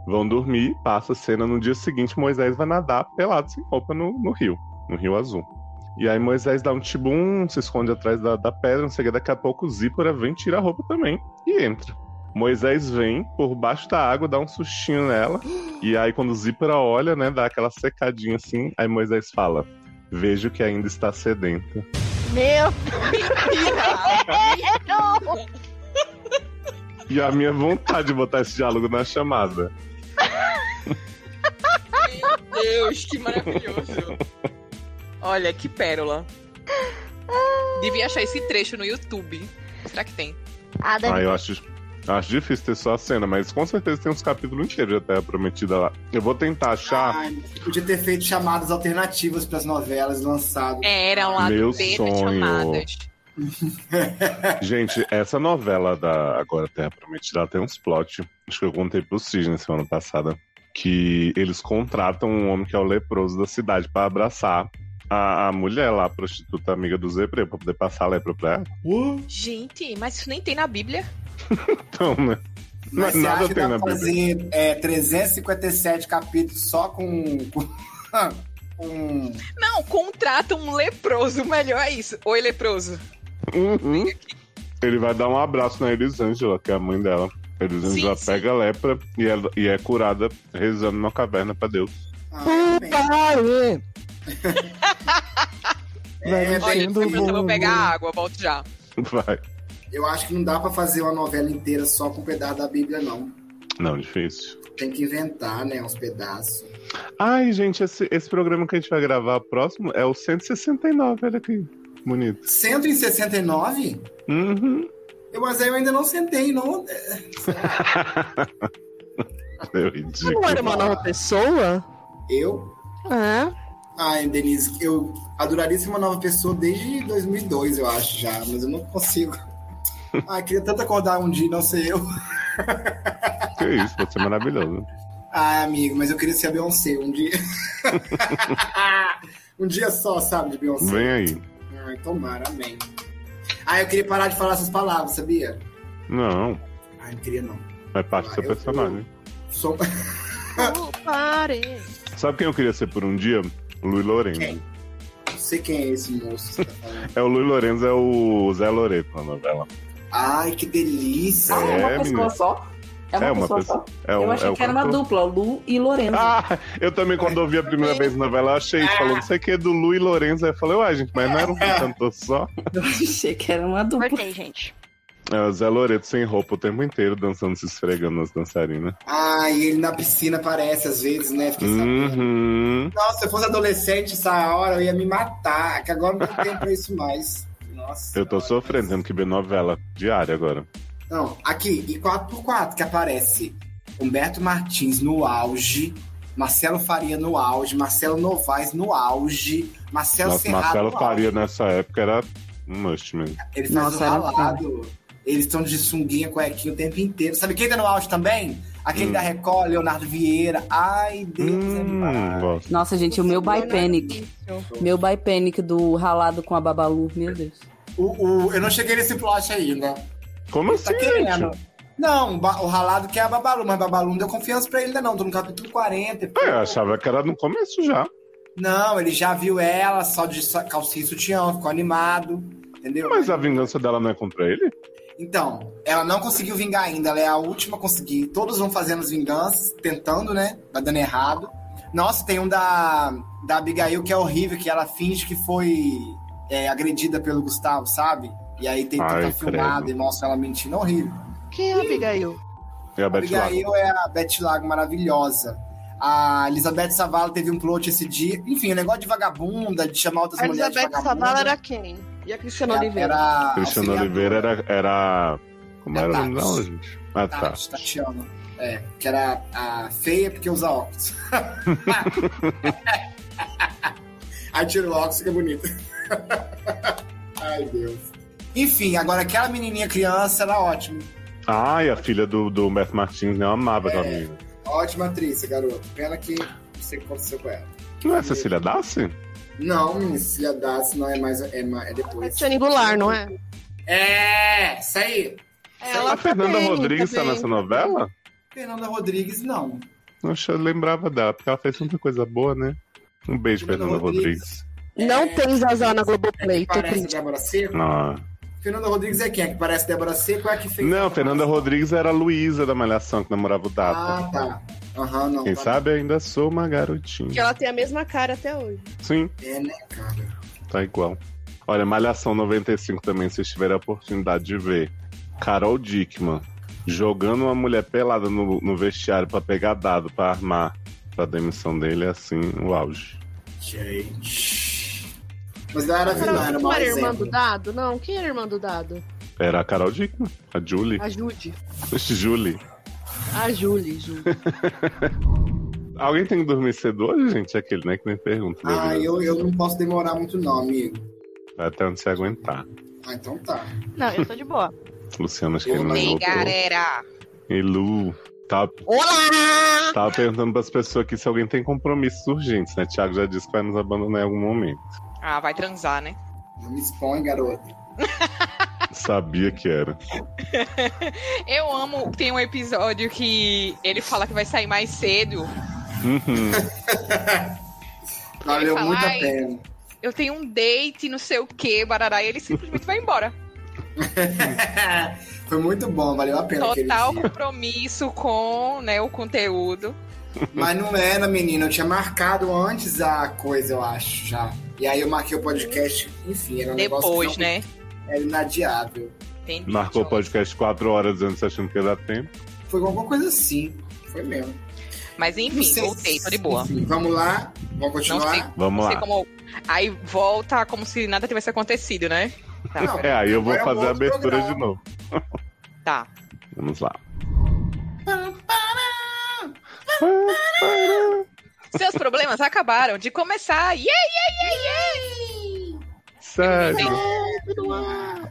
Speaker 1: Vão dormir, passa a cena no dia seguinte, Moisés vai nadar pelado sem roupa no, no rio, no rio azul. E aí Moisés dá um tibum, se esconde atrás da, da pedra, não sei o que, daqui a pouco Zípora vem, tira a roupa também e entra. Moisés vem por baixo da água, dá um sustinho nela, e aí quando Zípora olha, né, dá aquela secadinha assim, aí Moisés fala, vejo que ainda está sedenta.
Speaker 6: Meu
Speaker 1: E a minha vontade de botar esse diálogo na chamada.
Speaker 3: Meu Deus, que maravilhoso. Olha, que pérola. Devia achar esse trecho no YouTube. Será que tem?
Speaker 6: Ah,
Speaker 1: Ah,
Speaker 3: tá.
Speaker 6: deve...
Speaker 1: eu acho, acho difícil ter só a cena, mas com certeza tem uns capítulos inteiros até prometida lá. Eu vou tentar achar.
Speaker 2: Ai, podia ter feito chamadas alternativas pras novelas lançado.
Speaker 3: É, era um lado
Speaker 1: Meu
Speaker 3: B de
Speaker 1: sonho.
Speaker 3: chamadas. Ah.
Speaker 1: Gente, essa novela da Agora Terra Prometida ela tem uns plot. Acho que eu contei pro Cisne semana passada. Que eles contratam um homem que é o leproso da cidade pra abraçar a, a mulher lá, a prostituta amiga do Zebre, pra poder passar a lepra pra ela.
Speaker 10: Uh,
Speaker 3: Gente, mas isso nem tem na Bíblia.
Speaker 1: Então, né? Na-
Speaker 2: Mas você
Speaker 1: nada
Speaker 2: acha que
Speaker 1: tem
Speaker 2: dá
Speaker 1: na
Speaker 2: pra fazer é, 357 capítulos só com. com... ah, com-
Speaker 3: Não, contrata um leproso. Melhor é isso. Oi, leproso.
Speaker 1: Uhum. Ele vai dar um abraço na Elisângela, que é a mãe dela. A Elisângela
Speaker 3: Sim, sim.
Speaker 1: pega a lepra e, ela- e é curada rezando numa caverna pra Deus.
Speaker 2: Ah, bem.
Speaker 10: Pare!
Speaker 2: É,
Speaker 3: Olha,
Speaker 10: Sendo
Speaker 3: eu vou
Speaker 10: bom.
Speaker 3: pegar a água, volto já.
Speaker 1: Vai.
Speaker 2: eu acho que não dá pra fazer uma novela inteira só com um pedaço da Bíblia, não.
Speaker 1: Não, difícil.
Speaker 2: Tem que inventar, né? Uns pedaços.
Speaker 1: Ai, gente, esse, esse programa que a gente vai gravar próximo é o 169, olha que bonito.
Speaker 2: 169?
Speaker 1: Uhum.
Speaker 2: Eu, mas eu ainda não sentei, não.
Speaker 1: Eu
Speaker 4: Você não era
Speaker 1: ridículo.
Speaker 4: uma nova pessoa?
Speaker 2: Eu?
Speaker 4: É.
Speaker 2: Ai, Denise, eu adoraria ser uma nova pessoa desde 2002, eu acho já, mas eu não consigo. Ai, queria tanto acordar um dia, e não ser eu.
Speaker 1: Que isso, você é maravilhoso.
Speaker 2: Ai, Ah, amigo, mas eu queria ser a Beyoncé um dia. um dia só, sabe, de Beyoncé.
Speaker 1: Vem aí.
Speaker 2: Ai, tomara, amém. Ai, eu queria parar de falar essas palavras, sabia?
Speaker 1: Não,
Speaker 2: Ai, não queria não.
Speaker 1: é parte do seu
Speaker 2: Ah, eu-
Speaker 1: personagem.
Speaker 2: Sou...
Speaker 6: pare.
Speaker 1: Sabe quem eu queria ser por um dia? Lui Lorenzo.
Speaker 2: Quem? Não sei quem é esse moço que tá falando.
Speaker 1: É o Lui Lorenzo, é o Zé Loreto na novela.
Speaker 2: Ai, que delícia.
Speaker 5: Ah, é uma
Speaker 1: É,
Speaker 5: pessoa
Speaker 1: menina.
Speaker 5: só? É uma, pessoa, só?
Speaker 1: É
Speaker 5: eu
Speaker 1: um-
Speaker 5: achei
Speaker 1: é o
Speaker 5: que era uma
Speaker 1: cantor.
Speaker 5: dupla, Lu e Lorenzo.
Speaker 1: Ah, eu também, quando ouvi a primeira vez na novela, eu achei falou não sei o que, do Lu e Lorenzo. Aí eu falei, ué, gente, mas não era um cantor só?
Speaker 5: Eu achei que era uma dupla.
Speaker 6: Cortei, gente.
Speaker 1: É o Zé Loreto sem roupa o tempo inteiro, dançando, se esfregando nas dançarinas.
Speaker 2: Ai, ele na piscina aparece às vezes, né? Fiquei sabendo.
Speaker 1: Uhum.
Speaker 2: Nossa, se eu fosse adolescente essa hora, eu ia me matar. Que agora não tem tempo pra isso mais. Nossa.
Speaker 1: Eu tô
Speaker 2: Nossa.
Speaker 1: sofrendo, tendo que ver novela diária agora.
Speaker 2: Não, aqui, e 4x4 que aparece. Humberto Martins no auge, Marcelo Faria no auge, Marcelo Novaes no auge, Marcelo
Speaker 1: Nossa,
Speaker 2: Serrado
Speaker 1: Marcelo
Speaker 2: no
Speaker 1: Faria
Speaker 2: auge.
Speaker 1: nessa época era um must mesmo.
Speaker 2: Ele faz
Speaker 5: Nossa,
Speaker 2: o
Speaker 5: era um
Speaker 2: ralado. Eles estão de sunguinha, cuequinha o tempo inteiro. Sabe quem tá no auge também? Aquele
Speaker 1: Hum.
Speaker 2: da Record, Leonardo Vieira. Ai, Deus é
Speaker 1: Hum,
Speaker 2: mais.
Speaker 1: gosto.
Speaker 5: Nossa, gente, o meu By Panic. Meu By Panic do ralado com a Babalu, meu Deus.
Speaker 2: O, o- eu não cheguei nesse plot ainda.
Speaker 1: Como assim,
Speaker 2: Tá querendo.
Speaker 1: gente?
Speaker 2: Não, ba- o ralado que é a Babalu, mas Babalu não deu confiança pra ele ainda não. Tô no capítulo 40. e
Speaker 1: É,
Speaker 2: pouco.
Speaker 1: eu achava que era no começo já.
Speaker 2: Não, ele já viu ela só de sa- calcinha e sutiã, ficou animado, entendeu?
Speaker 1: Mas a vingança dela não é contra ele?
Speaker 2: Então, ela não conseguiu vingar ainda, ela é a última a conseguir. Todos vão fazendo as vinganças, tentando, né? Tá dando errado. Nossa, tem um da, da Abigail que é horrível, que ela finge que foi é, agredida pelo Gustavo, sabe? E aí tem
Speaker 1: Ai,
Speaker 2: tudo filmado
Speaker 1: credo.
Speaker 2: e mostra ela mentindo, horrível.
Speaker 6: Quem é a Abigail?
Speaker 1: É a Beth Lago.
Speaker 2: Abigail é a Beth Lago maravilhosa. A Elizabeth Savala teve um plot esse dia. Enfim, o negócio de vagabunda, de chamar outras
Speaker 4: A
Speaker 2: mulheres de
Speaker 4: Elizabeth
Speaker 2: vagabunda.
Speaker 4: Savala era quem? E a Cristiana Oliveira?
Speaker 2: Era
Speaker 1: Cristiano
Speaker 2: auxiliadora.
Speaker 1: Oliveira era, era. Como
Speaker 2: É
Speaker 1: era o
Speaker 2: Tati.
Speaker 1: nome dela, gente? Ah, tá.
Speaker 2: Tati, Tatiana. É, que era a feia porque usa óculos. Aí tira o óculos, fica bonita. Ai, Deus. Enfim, agora aquela menininha criança era ótima. É.
Speaker 1: Ah, e a filha do, do Humberto Martins, né? Eu amava aquela menina.
Speaker 2: Ótima atriz, essa garota. Pena que não sei o que aconteceu com ela.
Speaker 1: Não é Cecília Dassi?
Speaker 2: Não, menina, Cecília Dassi não é mais. É, mais, é depois.
Speaker 4: Cristiane Goulart, não é?
Speaker 2: É, isso aí.
Speaker 4: Ela
Speaker 1: a Fernanda
Speaker 4: também,
Speaker 1: Rodrigues tá
Speaker 4: também.
Speaker 1: nessa novela?
Speaker 2: Fernanda Rodrigues, não.
Speaker 1: Nossa, eu lembrava dela, porque ela fez tanta coisa boa, né? Um beijo, Fernanda Rodrigues.
Speaker 4: Não
Speaker 2: É,
Speaker 4: tem Zazá na
Speaker 2: É
Speaker 4: Globoplay,
Speaker 2: que
Speaker 4: tô
Speaker 2: parece a
Speaker 4: crítica.
Speaker 2: Débora Seco?
Speaker 1: Não, é.
Speaker 2: Fernanda Rodrigues é quem? É que parece Débora Seco? É a que fez.
Speaker 1: não Fernanda Rodrigues era a Luísa da Malhação, que namorava o Data.
Speaker 2: Ah, tá. Aham, não.
Speaker 1: Quem
Speaker 2: tá.
Speaker 1: sabe ainda sou uma
Speaker 9: Que
Speaker 1: garotinha.
Speaker 9: ela tem a mesma cara até hoje.
Speaker 1: Sim,
Speaker 2: É, né, cara?
Speaker 1: tá igual. Olha, Malhação 95 também, se tiver a oportunidade de ver. Carol Dickman jogando uma mulher pelada no, no vestiário pra pegar dado, pra armar pra demissão dele, é assim, o auge.
Speaker 2: Gente. Mas ela era vilã, era
Speaker 4: Não, é
Speaker 2: um
Speaker 4: não
Speaker 2: mau
Speaker 4: era irmã do
Speaker 2: exemplo.
Speaker 4: dado? Não, quem era irmã do dado?
Speaker 1: Era a Carol Dickman, a Julie.
Speaker 4: Ajude.
Speaker 1: Julie.
Speaker 4: A Julie, Ju.
Speaker 1: Alguém tem que dormir cedo hoje, gente? É Aquele, né? Que nem pergunta. meu
Speaker 2: Ah,
Speaker 1: Deus.
Speaker 2: eu, eu não posso demorar muito, não, amigo.
Speaker 1: Vai até onde se aguentar.
Speaker 2: Ah, então tá.
Speaker 6: Não, eu tô de boa.
Speaker 1: Luciana, acho que ele não
Speaker 3: Bem,
Speaker 1: voltou.
Speaker 3: galera.
Speaker 1: E Lu, tá,
Speaker 4: Olá!
Speaker 1: tava perguntando pras pessoas aqui se alguém tem compromissos urgentes, né? Tiago já disse que vai nos abandonar em algum momento.
Speaker 3: Ah, vai transar, né?
Speaker 2: Não me expõe, garoto.
Speaker 1: Sabia que era.
Speaker 3: Eu amo. Tem um episódio que ele fala que vai sair mais cedo.
Speaker 1: Uhum.
Speaker 2: Valeu
Speaker 3: falar,
Speaker 2: muito a
Speaker 3: hein?
Speaker 2: pena.
Speaker 3: Eu tenho um date, não sei o que, barará. E ele simplesmente vai embora.
Speaker 2: Foi muito bom, valeu a pena aquele
Speaker 3: Total
Speaker 2: dia.
Speaker 3: compromisso com né, o conteúdo.
Speaker 2: Mas não era, menina. Eu tinha marcado antes a coisa, eu acho, já. E aí eu marquei o podcast, enfim, era um negócio
Speaker 3: Depois,
Speaker 2: que
Speaker 3: né?
Speaker 2: não- era inadiável.
Speaker 3: Entendi.
Speaker 1: Marcou o podcast 4 horas antes achando que ia dar tempo.
Speaker 2: Foi alguma coisa assim. Foi mesmo.
Speaker 3: Mas
Speaker 2: Não
Speaker 3: enfim,
Speaker 2: sei
Speaker 3: voltei,
Speaker 2: se-
Speaker 3: tô de boa.
Speaker 2: enfim, vamos lá, vamos
Speaker 3: sei.
Speaker 2: continuar.
Speaker 1: Vamos
Speaker 3: Não
Speaker 1: lá.
Speaker 3: sei Assim como. Aí volta como se nada tivesse acontecido, né? Tá,
Speaker 2: Não.
Speaker 1: É, aí eu vou
Speaker 2: Agora é um
Speaker 1: fazer a
Speaker 2: outro
Speaker 1: abertura
Speaker 2: programa.
Speaker 1: de novo.
Speaker 3: tá.
Speaker 1: Vamos lá.
Speaker 3: Seus problemas acabaram de começar. Yeah, yeah, yeah, yeah.
Speaker 1: Sério.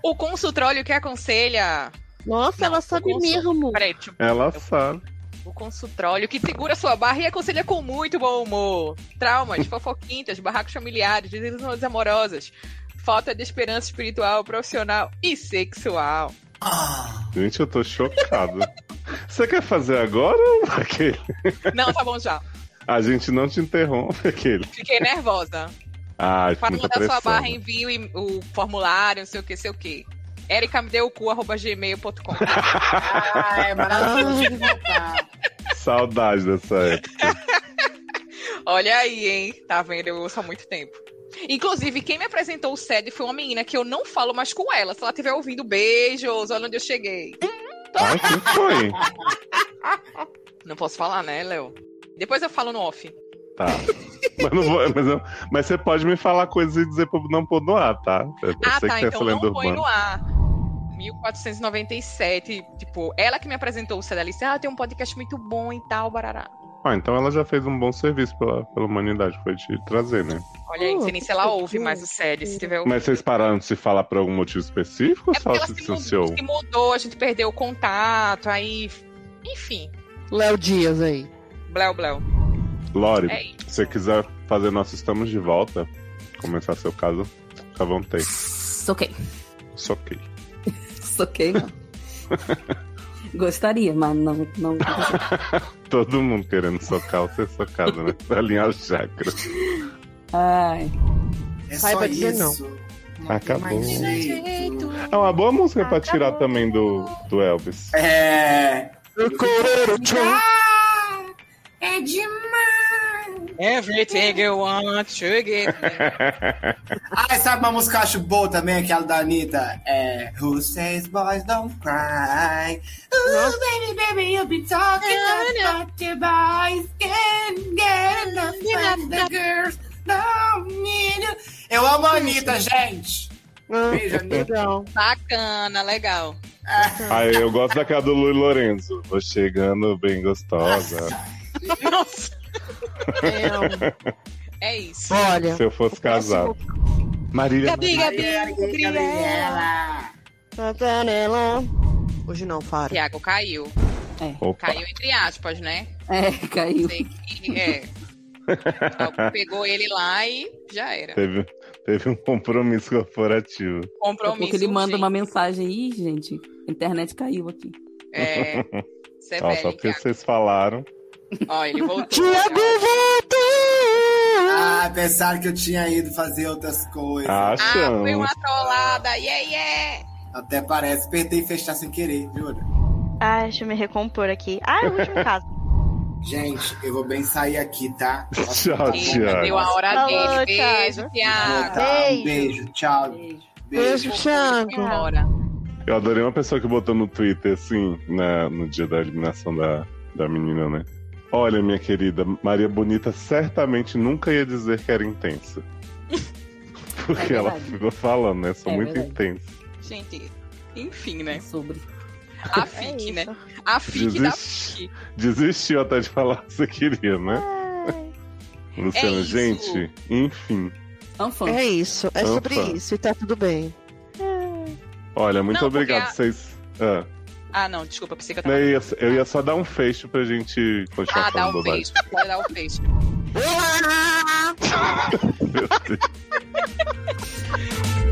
Speaker 3: O consultório que aconselha.
Speaker 4: Nossa,
Speaker 3: Não,
Speaker 4: ela sabe
Speaker 3: eu gosto.
Speaker 4: mesmo.
Speaker 3: Peraí, deixa eu-
Speaker 1: Ela sabe.
Speaker 3: O consultório que segura sua barra e aconselha com muito bom humor. Traumas, fofoquintas, barracos familiares, desilusões amorosas, falta de esperança espiritual, profissional e sexual.
Speaker 2: Ah,
Speaker 1: Gente, eu tô chocado. Você quer fazer agora ou aquele?
Speaker 3: Não, tá bom já.
Speaker 1: A gente não te interrompe, aquele.
Speaker 3: Fiquei nervosa.
Speaker 1: Ah, muita
Speaker 3: Para mandar sua
Speaker 1: pressão.
Speaker 3: barra, envie o e- o formulário, não sei o que, sei o que. Erika me deu o cu, arroba gmail.com.
Speaker 2: ah, é maravilhoso de voltar.
Speaker 1: Saudade dessa época.
Speaker 3: Olha aí, hein? Tá vendo? Eu ouço há muito tempo. Inclusive, quem me apresentou o SED foi uma menina que eu não falo mais com ela. Se ela estiver ouvindo, beijos, olha onde eu cheguei.
Speaker 1: Ai, que foi?
Speaker 3: Não posso falar, né, Léo? Depois eu falo no off.
Speaker 1: Tá. Mas, não vou- mas eu- mas você pode me falar coisas e dizer pra eu não pôr no ar, tá? Eu, eu
Speaker 3: ah,
Speaker 1: sei
Speaker 3: tá,
Speaker 1: que tem essa
Speaker 3: então não
Speaker 1: lenda
Speaker 3: põe
Speaker 1: urbana.
Speaker 3: no ar. 1497, tipo, ela que me apresentou o SED, ela disse, ah, tem um podcast muito bom e tal, barará.
Speaker 1: Ah, então ela já fez um bom serviço pela, pela humanidade, foi te trazer, né?
Speaker 3: Olha aí, não sei nem se ela
Speaker 4: que
Speaker 3: ouve mais o
Speaker 4: fofura.
Speaker 3: SED, se tiver ouvindo.
Speaker 1: Mas vocês pararam de se falar por algum motivo específico ou
Speaker 3: É
Speaker 1: só
Speaker 3: porque ela
Speaker 1: se
Speaker 3: se mudou,
Speaker 1: distanciou?
Speaker 3: se mudou, a gente perdeu o contato, aí. Enfim,
Speaker 4: Léo Dias aí.
Speaker 3: Bléu Bléu.
Speaker 1: Lore,
Speaker 3: É isso.
Speaker 1: se você quiser fazer nós estamos de volta, começar seu caso, fica à vontade.
Speaker 5: Ok.
Speaker 1: Só que.
Speaker 5: Soquei, não. Gostaria, mas não. não...
Speaker 1: Todo mundo querendo socar você socado, né? Pra alinhar os chakras.
Speaker 5: Ai.
Speaker 2: É
Speaker 4: Saiba
Speaker 2: só
Speaker 4: dizer não.
Speaker 2: isso. Não tem
Speaker 1: Acabou.
Speaker 2: mais jeito.
Speaker 1: É uma boa música
Speaker 3: Ah,
Speaker 1: pra
Speaker 3: tá
Speaker 1: tirar também do, do Elvis.
Speaker 2: É.
Speaker 3: É demais! Everything you want to get.
Speaker 2: Ah, sabe uma música que eu acho boa também, aquela da Anitta? É. Who says boys don't cry? Ooh, baby, baby, you be talking about the boys can't get enough but the girls don't need you. Eu amo a Anitta, gente.
Speaker 4: Ah,
Speaker 2: Beijo, Anitta.
Speaker 4: legal.
Speaker 3: Bacana, legal.
Speaker 1: Aí Ah, eu gosto daquela do Luiz Lorenzo. Vou chegando bem gostosa.
Speaker 3: Nossa,
Speaker 4: É,
Speaker 3: é isso.
Speaker 4: olha.
Speaker 1: Se eu fosse casado. Marília.
Speaker 3: Gabi, Gabi, Gabriela.
Speaker 4: Tá, né, Gabriela. Hoje não, Faro.
Speaker 3: Tiago caiu.
Speaker 1: Opa.
Speaker 3: Caiu entre aspas, né?
Speaker 5: É, caiu.
Speaker 3: Sei que- É. Alguém Pegou ele lá e já era.
Speaker 1: Teve, teve um compromisso corporativo.
Speaker 5: Daqui a
Speaker 3: Compromisso.
Speaker 5: pouco ele manda
Speaker 3: gente.
Speaker 5: uma mensagem. Ih, gente, a internet caiu aqui.
Speaker 3: É. Isso é
Speaker 1: Ó,
Speaker 3: velho,
Speaker 1: só porque
Speaker 3: Thiago.
Speaker 1: vocês falaram.
Speaker 3: Ó, ele voltou.
Speaker 4: Tiago Voto!
Speaker 2: Ah, pensaram que eu tinha ido fazer outras coisas.
Speaker 3: Ah, foi
Speaker 1: Achamos.
Speaker 3: uma trollada. Yeah, yeah.
Speaker 2: Até parece. Apertei e fechar sem querer, juro.
Speaker 6: Ah, deixa eu me recompor aqui. Ah, é o último caso.
Speaker 2: Gente, eu vou bem sair aqui, tá?
Speaker 1: Tchau,
Speaker 3: Eita, deu a hora
Speaker 6: Falou,
Speaker 3: dele. Beijo,
Speaker 2: Vou
Speaker 6: Thiago.
Speaker 3: Thiago.
Speaker 2: dar Um
Speaker 6: Beijo.
Speaker 2: beijo, tchau.
Speaker 4: Beijo, Thiago.
Speaker 3: Foi embora.
Speaker 1: Eu adorei uma pessoa que botou no Twitter, assim, na- no dia da eliminação da, da menina, né? Olha, minha querida, Maria Bonita certamente nunca ia dizer que era intensa. Porque
Speaker 5: É
Speaker 1: ela
Speaker 5: verdade.
Speaker 1: ficou falando, né? Sou
Speaker 5: É
Speaker 1: muito
Speaker 5: verdade.
Speaker 1: intensa.
Speaker 3: Gente, enfim, né?
Speaker 5: É Sobre.
Speaker 3: A
Speaker 6: É
Speaker 3: FIC,
Speaker 6: isso.
Speaker 3: né? A FIC da
Speaker 1: Desiste.
Speaker 3: FIC.
Speaker 1: Desistiu até tá, de falar o que você queria, né? Luciana,
Speaker 3: É isso.
Speaker 1: gente, enfim.
Speaker 5: Anfã.
Speaker 4: É isso, é
Speaker 1: Opa.
Speaker 4: sobre isso e tá tudo bem.
Speaker 1: Olha, muito
Speaker 3: Não, porque
Speaker 1: obrigado,
Speaker 3: a-
Speaker 1: vocês. Ah,
Speaker 3: Ah, não, desculpa, pensei que eu tava.
Speaker 1: eu, ia, eu ia só dar um fecho pra gente continuar
Speaker 3: Ah, dá
Speaker 1: tá falando
Speaker 3: um
Speaker 1: bobagem.
Speaker 3: beijo. Pode dar um beijo.
Speaker 1: Meu Deus.